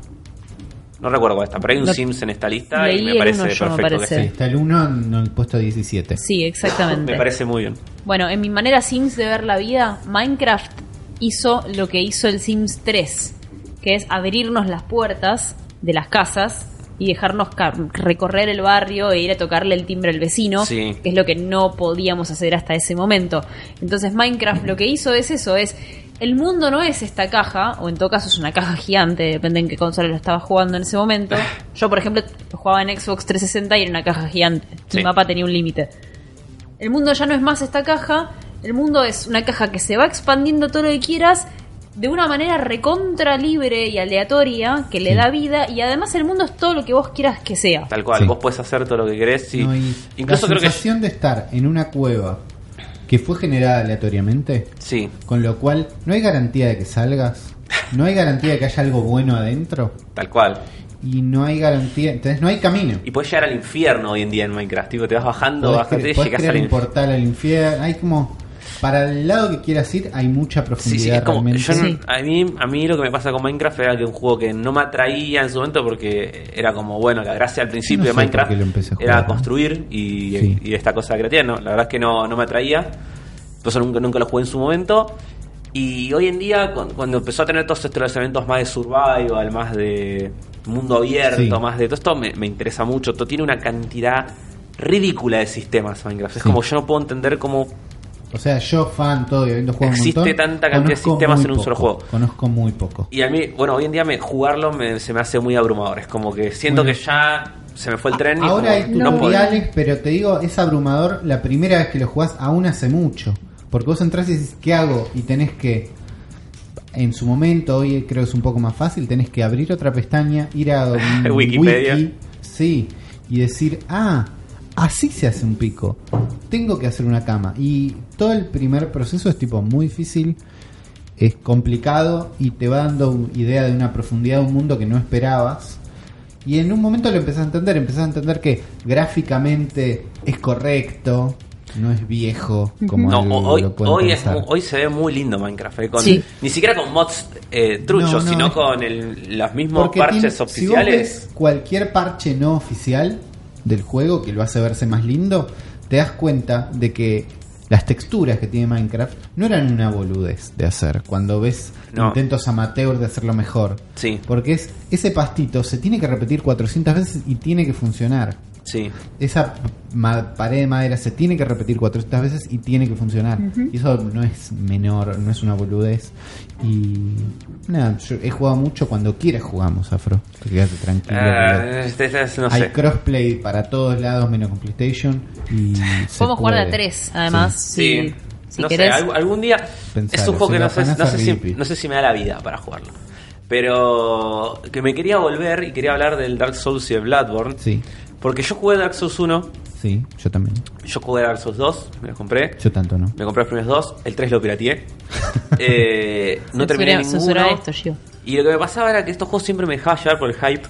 S1: No recuerdo cuál está, pero hay un
S3: Lo-
S1: Sims en esta lista
S3: leí
S1: y me
S3: el uno
S1: parece
S3: yo, me
S1: perfecto
S3: parece.
S2: Sí, está el 1 en el puesto 17.
S1: que
S3: Sí,
S1: sí. Me
S3: exactamente.
S1: parece muy bien.
S3: Bueno, en mi manera Sims de ver la vida, Minecraft hizo lo que hizo el Sims 3, que es abrirnos las puertas de las casas y dejarnos ca- recorrer el barrio e ir a tocarle el timbre al vecino,
S1: Sí.
S3: que es lo que no podíamos hacer hasta ese momento. Entonces Minecraft lo que hizo es eso, es el mundo no es esta caja, o en todo caso es una caja gigante, depende en qué consola lo estaba jugando en
S1: *laughs*
S3: ese momento. Yo, por ejemplo, jugaba en Xbox 360 y era una caja gigante.
S1: Sí.
S3: El mapa tenía un límite. El mundo ya no es más esta caja. El mundo es una caja que se va expandiendo todo lo que quieras de una manera recontra libre y aleatoria que le
S2: Sí.
S3: da vida. Y además el mundo es todo lo que vos quieras que sea.
S1: Tal cual,
S2: Sí.
S1: vos puedes hacer todo lo que querés y
S2: No, y
S1: incluso
S2: la
S1: creo que
S2: sensación de estar en una cueva que fue generada aleatoriamente,
S1: sí,
S2: con lo cual no hay garantía de que salgas, no hay garantía de que haya algo bueno adentro
S1: tal cual.
S2: y no hay garantía, entonces no hay camino.
S1: Y podés llegar al infierno hoy en día en Minecraft, tipo, te vas bajando,
S2: Podés,
S1: bajando
S2: cre-
S1: y
S2: podés
S1: llegas
S2: crear
S1: al
S2: un
S1: infierno.
S2: portal al infierno, hay como para el lado que quieras ir hay mucha
S1: Sí,
S2: profundidad
S1: sí, es como,
S2: realmente.
S1: yo no-
S3: Sí.
S1: a, mí, a mí lo que me pasa con Minecraft era que un juego que no me atraía en su momento porque era como, bueno, la gracia al principio
S2: No
S1: de
S2: sé por
S1: Minecraft
S2: qué lo empecé a jugar,
S1: era
S2: ¿no?
S1: construir y,
S2: Sí.
S1: y esta cosa creativa, no, la verdad es que no, no me atraía, entonces nunca, nunca lo jugué en su momento. Y hoy en día, cu- cuando empezó a tener todos estos elementos más de survival, más de mundo abierto,
S2: Sí.
S1: más de todo esto, me, me interesa mucho. Todo tiene una cantidad ridícula de sistemas Minecraft. Es
S2: Sí.
S1: como yo no puedo entender cómo
S2: O sea, yo fan todo y habiendo jugado
S1: Existe
S2: un montón,
S1: tanta cantidad de
S2: conozco
S1: sistemas
S2: muy
S1: en un solo
S2: poco,
S1: juego.
S2: Conozco muy poco.
S1: Y a mí, bueno, hoy en día me, jugarlo me- se me hace muy abrumador. Es como que siento
S2: Bueno.
S1: que ya se me fue el tren. y
S2: Ah, Ahora hay
S1: como, no puedo.
S2: tutoriales, pero te digo, es abrumador la primera vez que lo jugás, aún hace mucho. Porque vos entras y dices, ¿qué hago? Y tenés que, en su momento, hoy creo que es un poco más fácil, tenés que abrir otra pestaña, ir a un
S1: *laughs* Wikipedia.
S2: wiki, sí, y decir, ah, así se hace un pico. Tengo que hacer una cama. Y todo el primer proceso es tipo muy difícil. Es complicado y te va dando un- idea de una profundidad de un mundo que no esperabas. Y en un momento lo empezás a entender, empezás a entender que gráficamente es correcto, no es viejo como
S1: No,
S2: algo
S1: ho- hoy,
S2: lo pueden
S1: hoy, es
S2: pensar.
S1: mu- hoy se ve muy lindo Minecraft. eh, con-
S3: Sí.
S1: Ni siquiera con mods eh, truchos,
S2: No, no,
S1: sino
S2: es-
S1: con el- los mismos parches
S2: tiene- si vos
S1: oficiales.
S2: ves cualquier parche no oficial del juego que lo hace verse más lindo, te das cuenta de que las texturas que tiene Minecraft no eran una boludez de hacer. Cuando ves
S1: No.
S2: intentos amateur de hacerlo mejor.
S1: Sí,
S2: Porque es ese pastito se tiene que repetir 400 veces y tiene que funcionar.
S1: sí.
S2: esa ma- pared de madera se tiene que repetir 400 veces y tiene que funcionar. Y eso no es menor, no es una boludez. Y nada, yo he jugado mucho cuando quieras jugamos, Afro. Tú Quédate tranquilo.
S1: Ah,
S2: relax.
S1: este- este- no
S2: Hay
S1: sé.
S2: crossplay para todos lados menos con PlayStation.
S3: *laughs*
S2: Y se
S3: Podemos jugar de a
S2: puede.
S3: tres, además.
S1: Sí.
S3: Si, si
S1: no
S3: querés.
S1: sé, al- algún día es
S2: Pensalo,
S1: un juego
S2: se
S1: que
S2: lo
S1: no sé,
S2: afanás
S1: no,
S2: a
S1: sé si,
S2: Rippy.
S1: no sé si me da la vida para jugarlo. Pero que me quería volver y quería hablar del Dark Souls y de Bloodborne.
S2: Sí,
S1: Porque yo jugué Dark Souls 1,
S2: sí, yo también.
S1: yo jugué Dark Souls 2, me los compré.
S2: Yo tanto no.
S1: Me compré los primeros dos, el 3 lo pirateé. Eh, no terminé
S3: Censura-
S1: ninguno.
S3: censura esto, Gio.
S1: Y lo que me pasaba era que estos juegos siempre me dejaba llevar por el hype.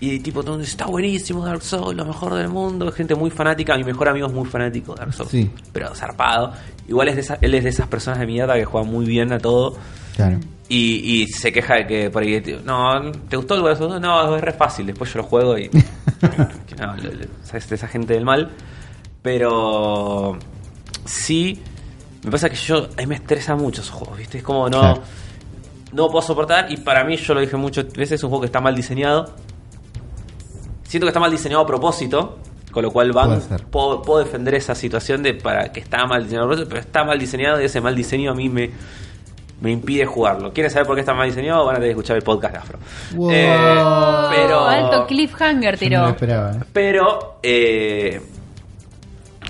S1: Y tipo, todo el mundo dice, está buenísimo Dark Souls, lo mejor del mundo. Gente muy fanática, mi mejor amigo es muy fanático de Dark Souls.
S2: Sí.
S1: Pero zarpado. Igual es de esa- él es de esas personas de mierda que juegan muy bien a todo.
S2: Claro.
S1: Y, y se queja de que por ahí, tío, no, ¿te gustó el Dark Souls? No, es re fácil, después yo lo juego
S2: *laughs*
S1: y... que no, lo- lo- o sea, es de esa gente del mal. Pero sí, me pasa que yo, a mí me estresa mucho esos juegos, ¿viste? Es como no...
S2: Claro.
S1: No puedo soportar y para mí, yo lo dije muchas veces, es un juego que está mal diseñado. Siento que está mal diseñado a propósito, con lo cual van,
S2: Puede ser.
S1: puedo, puedo defender esa situación de para que está mal diseñado, a propósito, pero está mal diseñado y ese mal diseño a mí me, me impide jugarlo. ¿Quieren saber por qué está mal diseñado? Van a tener que escuchar el podcast de Afro. Eh,
S2: Wow.
S1: pero,
S3: Alto cliffhanger
S2: Yo no lo
S3: tiró.
S2: esperaba. ¿eh?
S1: pero eh,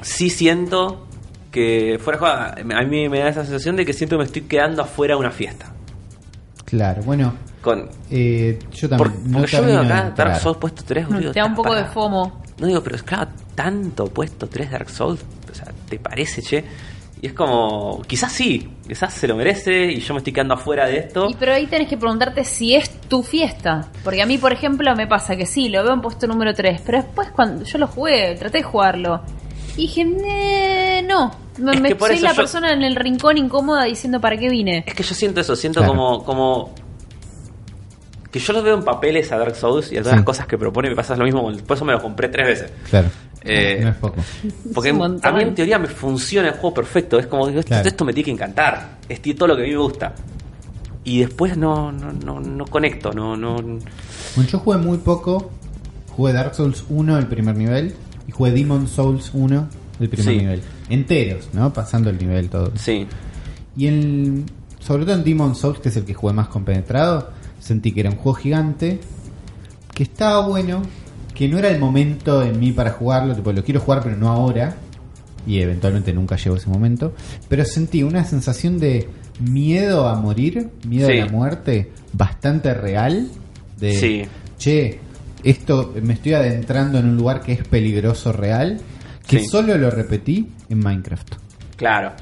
S1: sí siento que fuera de joda, a mí me da esa sensación de que siento que me estoy quedando afuera de una fiesta.
S2: Claro, bueno,
S1: Con,
S2: eh, yo
S1: por-
S2: también. no
S1: porque yo veo
S2: termino de
S1: acá
S2: entrar.
S1: Dark Souls puesto 3.
S3: Te da un poco de fomo.
S1: No digo, pero es claro, tanto puesto 3 Dark Souls, o sea, ¿te parece, che? Y es como, quizás sí, quizás se lo merece y yo me estoy quedando afuera de esto.
S3: Y pero ahí tenés que preguntarte si es tu fiesta. Porque a mí, por ejemplo, me pasa que sí, lo veo en puesto número 3, pero después cuando yo lo jugué, traté de jugarlo. Y dije, "Nee, no, me,
S1: Es que
S3: me-
S1: por
S3: soy
S1: eso
S3: la
S1: yo-
S3: persona en el rincón incómoda diciendo para qué vine.
S1: Es que yo siento eso, siento
S2: Claro.
S1: como, como. Que yo los veo en papeles a Dark Souls y a todas
S2: Sí.
S1: las cosas que propone me pasa lo mismo. con- Por eso me lo compré tres veces.
S2: Claro.
S1: Eh,
S2: no es poco.
S1: Porque
S3: Es un
S1: a
S3: montón.
S1: mí en teoría me funciona el juego perfecto. Es como, digo, esto,
S2: Claro.
S1: esto me tiene que encantar. Es ti- todo lo que a mí me gusta. Y después no, no, no, no conecto. No, no,
S2: Bueno, yo jugué muy poco. Jugué Dark Souls 1 el primer nivel y jugué Demon Souls 1 el primer
S1: Sí.
S2: nivel. Enteros, ¿no? Pasando el nivel todo.
S1: sí.
S2: Y el, sobre todo en Demon Souls, que es el que jugué más compenetrado, sentí que era un juego gigante, que estaba bueno, que no era el momento en mí para jugarlo, tipo, lo quiero jugar pero no ahora, y eventualmente nunca llegó ese momento, pero sentí una sensación de miedo a morir, miedo
S1: Sí.
S2: a la muerte, bastante real, de,
S1: Sí.
S2: che, esto me estoy adentrando en un lugar que es peligroso real, que
S1: Sí.
S2: solo lo repetí en Minecraft,
S1: Claro.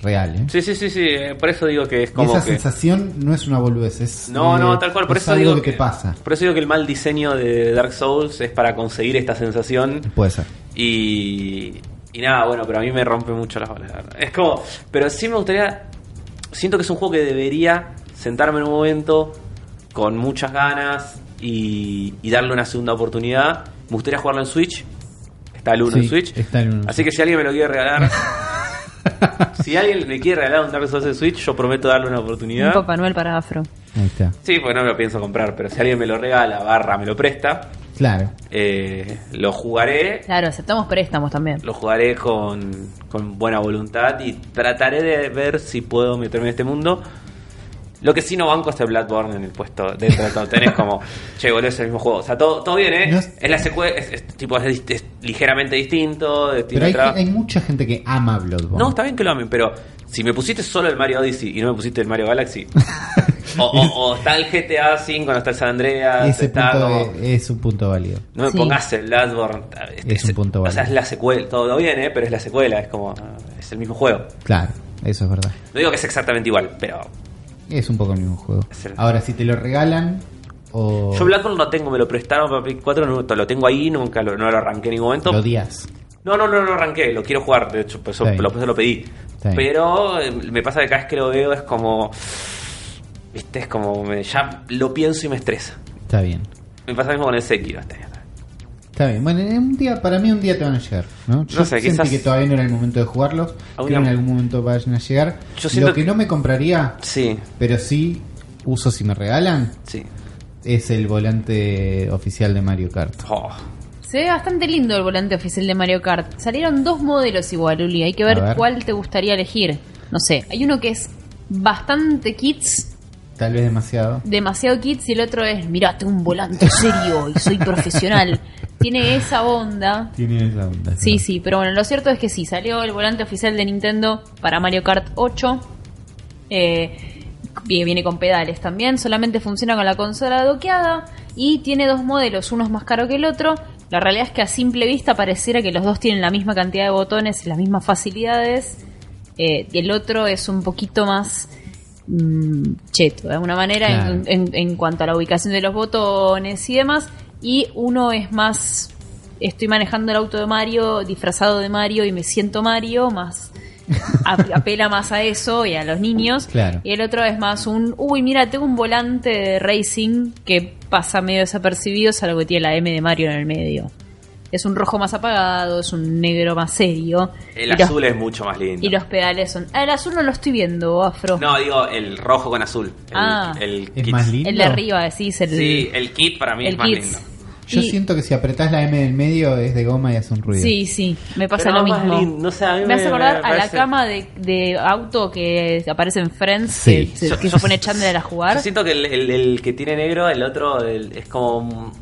S2: real, ¿eh?
S1: Sí, sí, sí, sí. eh, Por eso digo que es como
S2: esa
S1: que.
S2: sensación no es una boludez, es.
S1: No,
S2: eh,
S1: no, tal cual. Por
S2: es
S1: eso
S2: algo
S1: digo
S2: que, te pasa.
S1: Por eso digo que el mal diseño de Dark Souls es para conseguir esta sensación.
S2: Puede ser.
S1: Y, y nada, bueno, pero a mí me rompe mucho las bolas. la verdad. Es como, pero sí me gustaría. Siento que es un juego que debería sentarme en un momento con muchas ganas y, y darle una segunda oportunidad. Me gustaría jugarlo en Switch. Está el 1
S2: Sí,
S1: en Switch.
S2: está el uno en
S1: Así que si alguien me lo quiere
S2: *laughs*
S1: regalar. si alguien me quiere regalar un Dark Souls en Switch, yo prometo darle una oportunidad.
S3: Un Papá Noel para Afro.
S2: Ahí está.
S1: Sí, pues no me lo pienso comprar, pero si alguien me lo regala, barra, me lo presta,
S2: Claro.
S1: eh, lo jugaré
S3: Claro, aceptamos préstamos también.
S1: lo jugaré con, con buena voluntad y trataré de ver si puedo meterme en este mundo. Lo que sí no banco es el Bloodborne en el puesto de tratado. Tenés
S2: *laughs*
S1: como, che, boludo, es el mismo juego. O sea, todo, todo bien, ¿eh?
S2: No es-
S1: es la secuela, es, es tipo, es, es ligeramente distinto. es-
S2: Pero
S1: tiene
S2: hay,
S1: otra-
S2: hay mucha gente que ama Bloodborne.
S1: No, está bien que lo amen, pero si me pusiste solo el Mario Odyssey y no me pusiste el Mario
S2: *laughs*
S1: Galaxy, o, o- o está el GTA V, no está el San Andreas,
S2: Ese
S1: está
S2: punto
S1: como-
S2: es, es un punto válido.
S1: no me
S3: Sí.
S1: pongas el Bloodborne. este,
S2: Es un punto
S1: O sea,
S2: válido.
S1: es la secuela. Todo bien, ¿eh? Pero es la secuela. Es como... ah, Es el mismo juego.
S2: Claro, eso es verdad.
S1: No digo que es exactamente igual, pero...
S2: Es un poco el mismo juego.
S1: Es el-
S2: Ahora, si te lo regalan o
S1: Yo Bloodborne lo tengo. Me lo prestaron para Play 4. no- lo tengo ahí. Nunca lo, no lo arranqué en ningún momento.
S2: lo odias.
S1: No, no, no, no lo arranqué. Lo quiero jugar. De hecho, por eso,
S2: Está bien.
S1: lo, por eso lo pedí.
S2: bien.
S1: Pero eh, me pasa que cada vez que lo veo es como... Viste, es como... me- ya lo pienso y me estresa.
S2: Está bien.
S1: Me pasa lo mismo con el Sekiro. este.
S2: Está bien. Bueno, en un día, para mí un día te van a llegar. No, Yo
S1: sé,
S2: sentí
S1: quizás-
S2: que todavía no era el momento de jugarlos.
S1: Algún
S2: Creo que en
S1: día-
S2: algún momento vayan a llegar.
S1: Yo siento
S2: lo que
S1: que-
S2: no me compraría,
S1: Sí,
S2: pero sí uso si me regalan,
S1: sí.
S2: es el volante oficial de Mario Kart.
S1: Oh.
S3: Se ve bastante lindo el volante oficial de Mario Kart. Salieron dos modelos igual, Uli. Hay que ver,
S2: A ver.
S3: cuál te gustaría elegir. No sé, hay uno que es bastante kids,
S2: Tal vez demasiado.
S3: demasiado kids, y el otro es, mirá, tengo un volante serio y soy profesional. Tiene esa onda.
S2: Tiene esa onda.
S3: Sí, sí, pero bueno, lo cierto es que sí, salió el volante oficial de Nintendo para Mario Kart 8. Eh, vi- viene con pedales también, solamente funciona con la consola doqueada y tiene dos modelos, uno es más caro que el otro. La realidad es que a simple vista pareciera que los dos tienen la misma cantidad de botones y las mismas facilidades. Eh, y el otro es un poquito más mm, cheto, de alguna manera,
S2: Claro.
S3: en, en- en cuanto a la ubicación de los botones y demás. Y uno es más, estoy manejando el auto de Mario, disfrazado de Mario y me siento Mario, más *laughs* ap- apela más a eso y a los niños.
S2: Claro.
S3: Y el otro es más un, uy, mira, tengo un volante de racing que pasa medio desapercibido, salvo que tiene la M de Mario en el medio. Es un rojo más apagado, es un negro más serio.
S5: El
S3: Y los-
S5: azul es mucho más lindo.
S3: y los pedales son. Ah, el azul no lo estoy viendo, Afro.
S5: No, digo el rojo con azul. El,
S3: Ah.
S5: el
S2: Es
S5: kit.
S2: más lindo.
S3: el de arriba, decís. El,
S5: Sí, el kit para mí
S3: el
S5: es más
S3: Kids.
S5: lindo.
S2: Yo
S3: Y-
S2: siento que si apretás la M del medio es de goma y hace un ruido.
S3: Sí, sí, me pasa
S5: Pero
S3: lo
S5: más
S3: mismo.
S5: lindo, no sé, a mí
S3: me,
S5: me-
S3: hace acordar
S5: me
S3: a la
S5: parece-
S3: cama de, de auto que aparece en Friends,
S2: Sí.
S3: que, se-
S5: Yo-
S3: que
S5: yo-
S3: se pone Chandler a jugar.
S5: Yo siento que el, el- el que tiene negro, el otro el- es como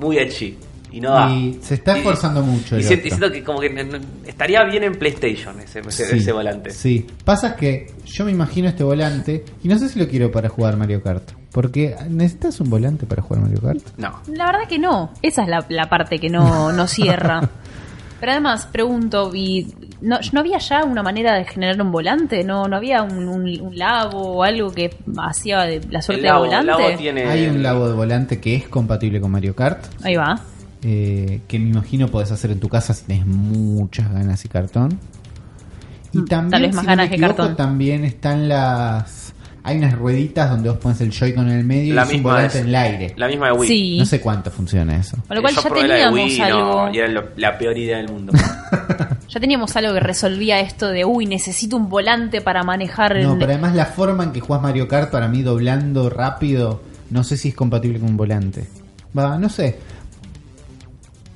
S5: muy edgy. Y no da.
S2: Y se está
S5: Y-
S2: esforzando mucho
S5: Y
S2: el
S5: siento,
S2: otro.
S5: y siento que como que no- no- estaría bien en PlayStation ese, ese-
S2: Sí,
S5: ese volante.
S2: Sí. Pasa que yo me imagino este volante y no sé si lo quiero para jugar Mario Kart. Porque necesitas un volante para jugar Mario Kart.
S5: No.
S3: La verdad que no, esa es la, la parte que no, no cierra. Pero además, pregunto, y no, ¿no había ya una manera de generar un volante? ¿No, no había un, un- un labo o algo que hacía de la
S5: El
S3: suerte
S5: Labo-
S3: de volante?
S5: Labo tiene
S2: Hay un labo de volante que es compatible con Mario Kart.
S3: Ahí va.
S2: eh, que me imagino podés hacer en tu casa si tenés muchas ganas y cartón. Y
S3: Mm,
S2: también,
S3: tal vez más
S2: si no me
S3: ganas que
S2: equivoco,
S3: cartón.
S2: también están las... Hay unas rueditas donde vos pones el Joy-Con en el medio
S5: La
S2: y es un
S5: misma
S2: volante
S5: es-
S2: en el aire.
S5: La misma de Wii.
S3: Sí.
S2: No sé cuánto funciona eso.
S3: Con lo cual
S5: Eh, Yo
S3: ya
S5: probé la de
S3: teníamos
S5: Wii, no,
S3: algo.
S5: y era lo- la peor idea del
S3: *laughs*
S5: mundo.
S3: Ya teníamos algo que resolvía esto de, uy, necesito un volante para manejar.
S2: No,
S3: el-
S2: pero además la forma en que jugás Mario Kart para mí doblando rápido, no sé si es compatible con un volante. Va, no sé.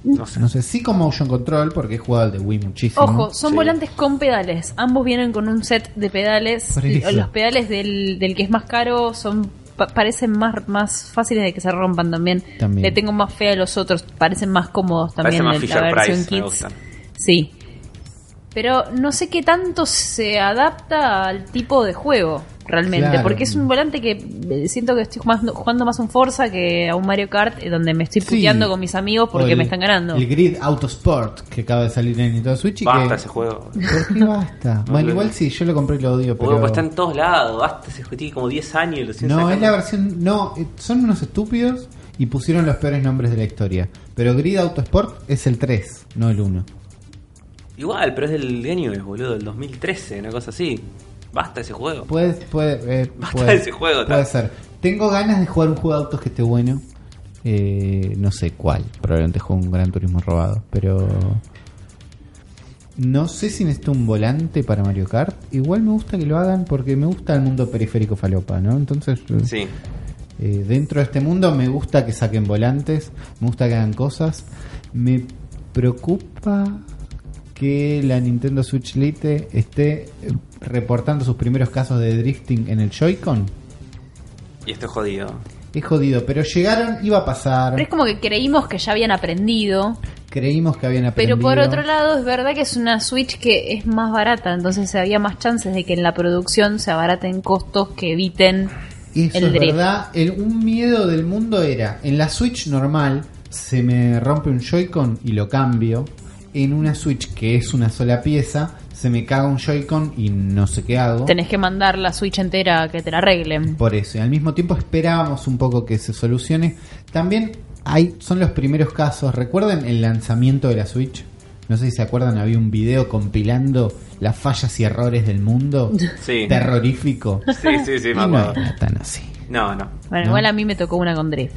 S5: No sé.
S2: No sé, sí con Motion Control porque he jugado al de Wii muchísimo.
S3: Ojo, son
S5: Sí.
S3: volantes con pedales. Ambos vienen con un set de pedales.
S2: Por eso.
S3: Los pedales del, del que es más caro son pa- parecen más, más fáciles de que se rompan también.
S2: También.
S3: Le tengo más fe a los otros. Parecen más cómodos
S5: Parece
S3: también.
S5: más
S3: el-
S5: Fisher Price, me
S3: Kids.
S5: gustan.
S3: Sí. Pero no sé qué tanto se adapta al tipo de juego realmente,
S2: Claro.
S3: porque es un volante que eh, siento que estoy jugando, jugando más un Forza que a un Mario Kart, eh, donde me estoy
S2: Sí.
S3: puteando con mis amigos
S2: O
S3: porque
S2: el-
S3: me están ganando.
S2: El Grid Autosport que acaba de salir en Nintendo Switch y
S5: Basta
S2: que
S5: ese juego.
S2: ¿Por qué basta?
S5: No
S2: bueno,
S5: lo-
S2: igual sí, yo lo compré y lo odio, pero.
S5: Bueno, pues está en todos lados. Basta ese juego. Tiene como 10 años. y Lo siguen
S2: No, es
S5: sacando.
S2: la versión. No, eh, son unos estúpidos y pusieron los peores nombres de la historia. Pero Grid Autosport es el 3, no el 1.
S5: Igual, pero es del Genesis, boludo. Del 2013, una cosa así. Basta ese juego.
S2: Puedes, puede, eh,
S5: *laughs* Basta
S2: puede-
S5: de ese juego,
S2: puede
S5: tal.
S2: ser. Tengo ganas de jugar un juego de autos que esté bueno. Eh, no sé cuál. Probablemente juego un Gran Turismo robado, pero. No sé si necesito un volante para Mario Kart. Igual me gusta que lo hagan porque me gusta el mundo periférico falopa, ¿no? Entonces. eh,
S5: Sí.
S2: Eh, dentro de este mundo me gusta que saquen volantes, me gusta que hagan cosas. Me preocupa que la Nintendo Switch Lite esté eh, reportando sus primeros casos de drifting en el Joy-Con.
S5: Y esto es jodido.
S2: Es jodido, pero llegaron, iba a
S3: Pero es
S2: pasar.
S3: como que creímos que ya habían aprendido,
S2: Creímos que habían aprendido.
S3: pero por otro lado es verdad que es una Switch que es más barata, entonces había más chances de que en la producción se abaraten costos que eviten
S2: Eso
S3: el
S2: es
S3: drift.
S2: verdad. El, un miedo del mundo era, en la Switch normal se me rompe un Joy-Con y lo cambio. En una Switch que es una sola pieza, se me caga un Joy-Con y no sé qué hago.
S3: Tenés que mandar la Switch entera a que te la arreglen.
S2: Por eso, y al mismo tiempo esperábamos un poco que se solucione. También hay, son los primeros casos. ¿Recuerdan el lanzamiento de la Switch? No sé si se acuerdan, había un video compilando las fallas y errores del
S3: *laughs*
S2: mundo.
S5: Sí.
S2: Terrorífico.
S5: Sí, sí, sí,
S2: Y
S5: me
S2: no
S5: acuerdo.
S2: era tan así.
S5: No, no.
S3: Bueno,
S2: ¿No?
S3: igual a mí me tocó una con drift.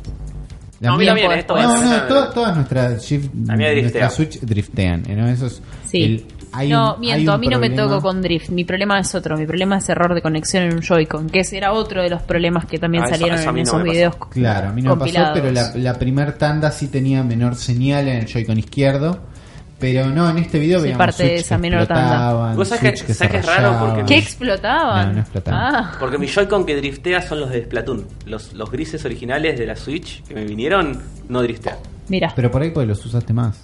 S2: La
S5: No, mira
S2: mía-
S5: bien,
S3: por-
S5: esto va a
S2: no,
S5: ser-
S2: no, to- todas nuestras, shift-
S5: La mía driftea.
S2: nuestras Switch driftean. ¿eh? ¿no? Eso es
S3: Sí.
S2: el- hay un-
S3: no,
S2: hay
S3: miento,
S2: un
S3: a mí no me
S2: problema.
S3: tocó con drift. Mi problema es otro. Mi problema es error de conexión en un Joy-Con, que ese era otro de los problemas que también
S5: Ah, eso-
S3: salieron
S5: eso a
S3: en
S5: mí no
S3: esos
S5: me pasó.
S3: videos. co-
S2: Claro, a mí no me pasó,
S3: compilados.
S2: pero la, la primer tanda sí tenía menor señal en el Joy-Con izquierdo. Pero no, en este video
S3: Soy
S2: veíamos
S3: parte de
S2: Switch
S3: esa
S2: que
S3: menor tanda.
S2: explotaban,
S5: Vos sabés que-
S2: Switch
S5: sabés
S2: se
S5: que es raro
S2: rayaban.
S5: porque-
S3: ¿Qué explotaban?
S2: No, no explotaban.
S3: Ah,
S5: Porque mi Joy-Con que driftea son los de Splatoon. Los, los grises originales de la Switch que me vinieron no driftean.
S3: mira.
S2: Pero por ahí porque los usaste más.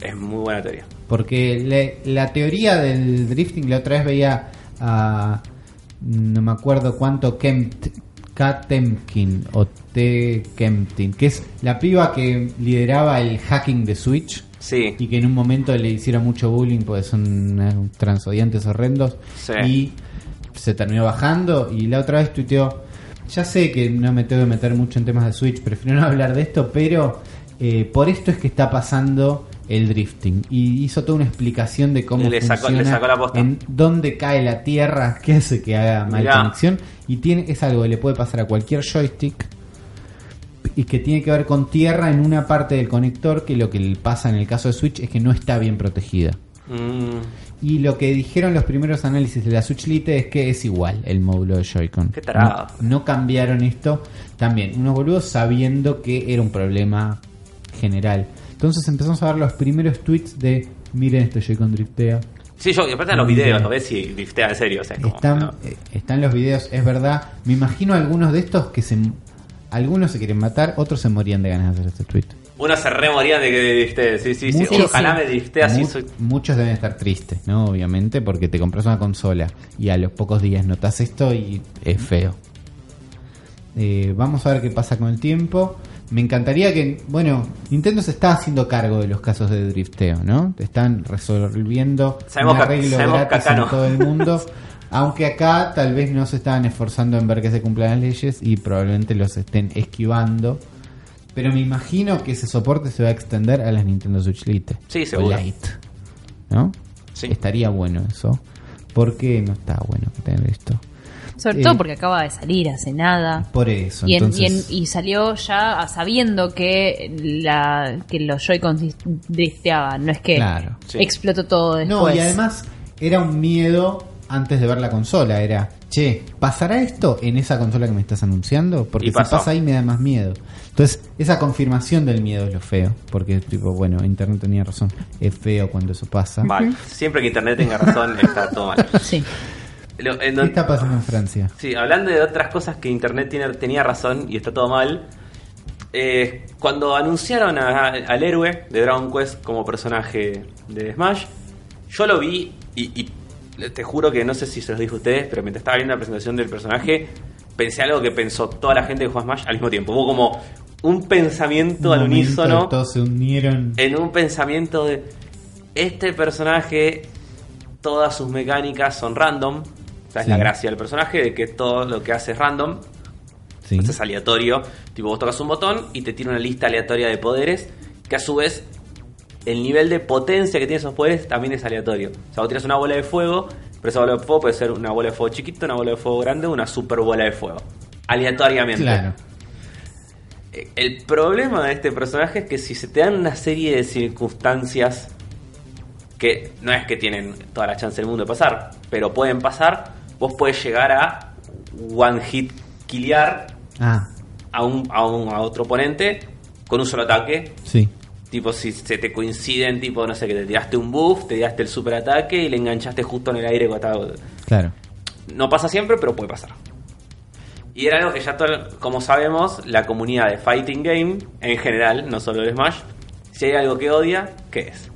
S5: Es muy buena teoría.
S2: Porque le- la teoría del drifting la otra vez veía a. No me acuerdo cuánto Kempt, K. Temkin o T. Kemptin, que es la piba que lideraba el hacking de Switch.
S5: Sí.
S2: y que en un momento le hicieron mucho bullying porque son eh, transodiantes horrendos
S5: Sí.
S2: y se terminó bajando y la otra vez tuiteó Ya sé que no me tengo que meter mucho en temas de Switch, prefiero no hablar de esto, pero eh, por esto es que está pasando el drifting. Y hizo toda una explicación de cómo
S1: Le sacó-
S2: funciona,
S1: le sacó la posta.
S2: en dónde cae la tierra, que hace que haga mal
S1: Mirá.
S2: conexión. Y tiene, es algo que le puede pasar a cualquier joystick. Y que tiene que ver con tierra en una parte del conector, que lo que le pasa en el caso de Switch es que no está bien protegida.
S1: Mm,
S2: Y lo que dijeron los primeros análisis de la Switch Lite es que es igual el módulo de Joy-Con.
S1: Qué tarado.
S2: No, no cambiaron esto también. Unos boludos sabiendo que era un problema general. Entonces empezamos a ver los primeros tweets de miren este Joy-Con driftea.
S1: Sí, yo, y aparte en los videos, lo ves y driftea en serio. O sea, es como,
S2: Están,
S1: no.
S2: eh, están los videos, es verdad. Me imagino algunos de estos que se... Algunos se quieren matar, otros se morían de ganas de hacer este tweet.
S1: Uno se re moría de que drifte. Sí, sí, sí.
S2: Muchos-
S1: Ojalá me drifte así.
S2: Mu-
S1: soy-
S2: Muchos deben estar tristes, ¿no? Obviamente, porque te compras una consola y a los pocos días notas esto y es feo. Eh, vamos a ver qué pasa con el tiempo. Me encantaría que, bueno, Nintendo se está haciendo cargo de los casos de drifteo, ¿no? Están resolviendo
S1: Sabemos
S2: un
S1: que-
S2: arreglo
S1: sabemos que
S2: gratis
S1: acá
S2: en
S1: no.
S2: todo el mundo.
S1: *laughs*
S2: Aunque acá tal vez no se estaban esforzando en ver que se cumplan las leyes y probablemente los estén esquivando. Pero me imagino que ese soporte se va a extender a las Nintendo Switch Lite.
S1: Sí,
S2: O
S1: seguro.
S2: Lite. ¿No?
S1: Sí.
S2: Estaría bueno eso. Porque no está bueno tener esto.
S3: Sobre
S2: Eh.
S3: todo porque acaba de salir hace nada.
S2: Por eso.
S3: Y, en- y en-
S2: entonces,
S3: y salió ya a- sabiendo que la que los Joy-Cons dis- drifteaban. No es que
S2: Claro.
S1: Sí.
S3: explotó todo después.
S2: No, y además era un miedo antes de ver la consola. Era, che, ¿pasará esto en esa consola que me estás anunciando? Porque
S1: Y
S2: si
S1: pasó.
S2: pasa ahí me da más miedo. Entonces, esa confirmación del miedo es lo feo. Porque, tipo, bueno, Internet tenía razón. Es feo cuando eso pasa.
S1: Mal. Siempre que internet tenga razón, está todo
S2: *laughs*
S1: mal.
S3: Sí.
S1: Lo- en
S2: ¿Qué
S1: don-
S2: está pasando en Francia?
S1: Sí, hablando de otras cosas que Internet tiene- tenía razón y está todo mal. eh, cuando anunciaron a- al héroe de Dragon Quest como personaje de Smash, yo lo vi y, y te juro que no sé si se los dije a ustedes, pero mientras estaba viendo la presentación del personaje, pensé algo que pensó toda la gente que juega Smash al mismo tiempo. Hubo como un pensamiento al
S2: Un momento
S1: unísono Eh,
S2: que Todos se unieron.
S1: en un pensamiento de este personaje, todas sus mecánicas son random. O sea, es
S2: Sí.
S1: la gracia del personaje, de que todo lo que hace es random.
S2: Sí.
S1: Entonces es aleatorio. Tipo, vos tocas un botón y te tira una lista aleatoria de poderes, que a su vez el nivel de potencia que tienen esos poderes también es aleatorio. O sea, vos tiras una bola de fuego, pero esa bola de fuego puede ser una bola de fuego chiquita, una bola de fuego grande, una super bola de fuego. Aleatoriamente.
S2: Claro.
S1: Eh, El problema de este personaje es que si se te dan una serie de circunstancias que no es que tienen toda la chance del mundo de pasar, pero pueden pasar, vos puedes llegar a one hit killear
S2: Ah,
S1: a un, a un- a otro oponente con un solo ataque.
S2: sí.
S1: Tipo, si se te coinciden, tipo, no sé, que te tiraste un buff, te tiraste el super ataque y le enganchaste justo en el aire con tal-
S2: Claro.
S1: no pasa siempre, pero puede pasar. Y era algo que ya, todo- como sabemos, la comunidad de Fighting Game, en general, no solo de Smash, si hay algo que odia, ¿qué es?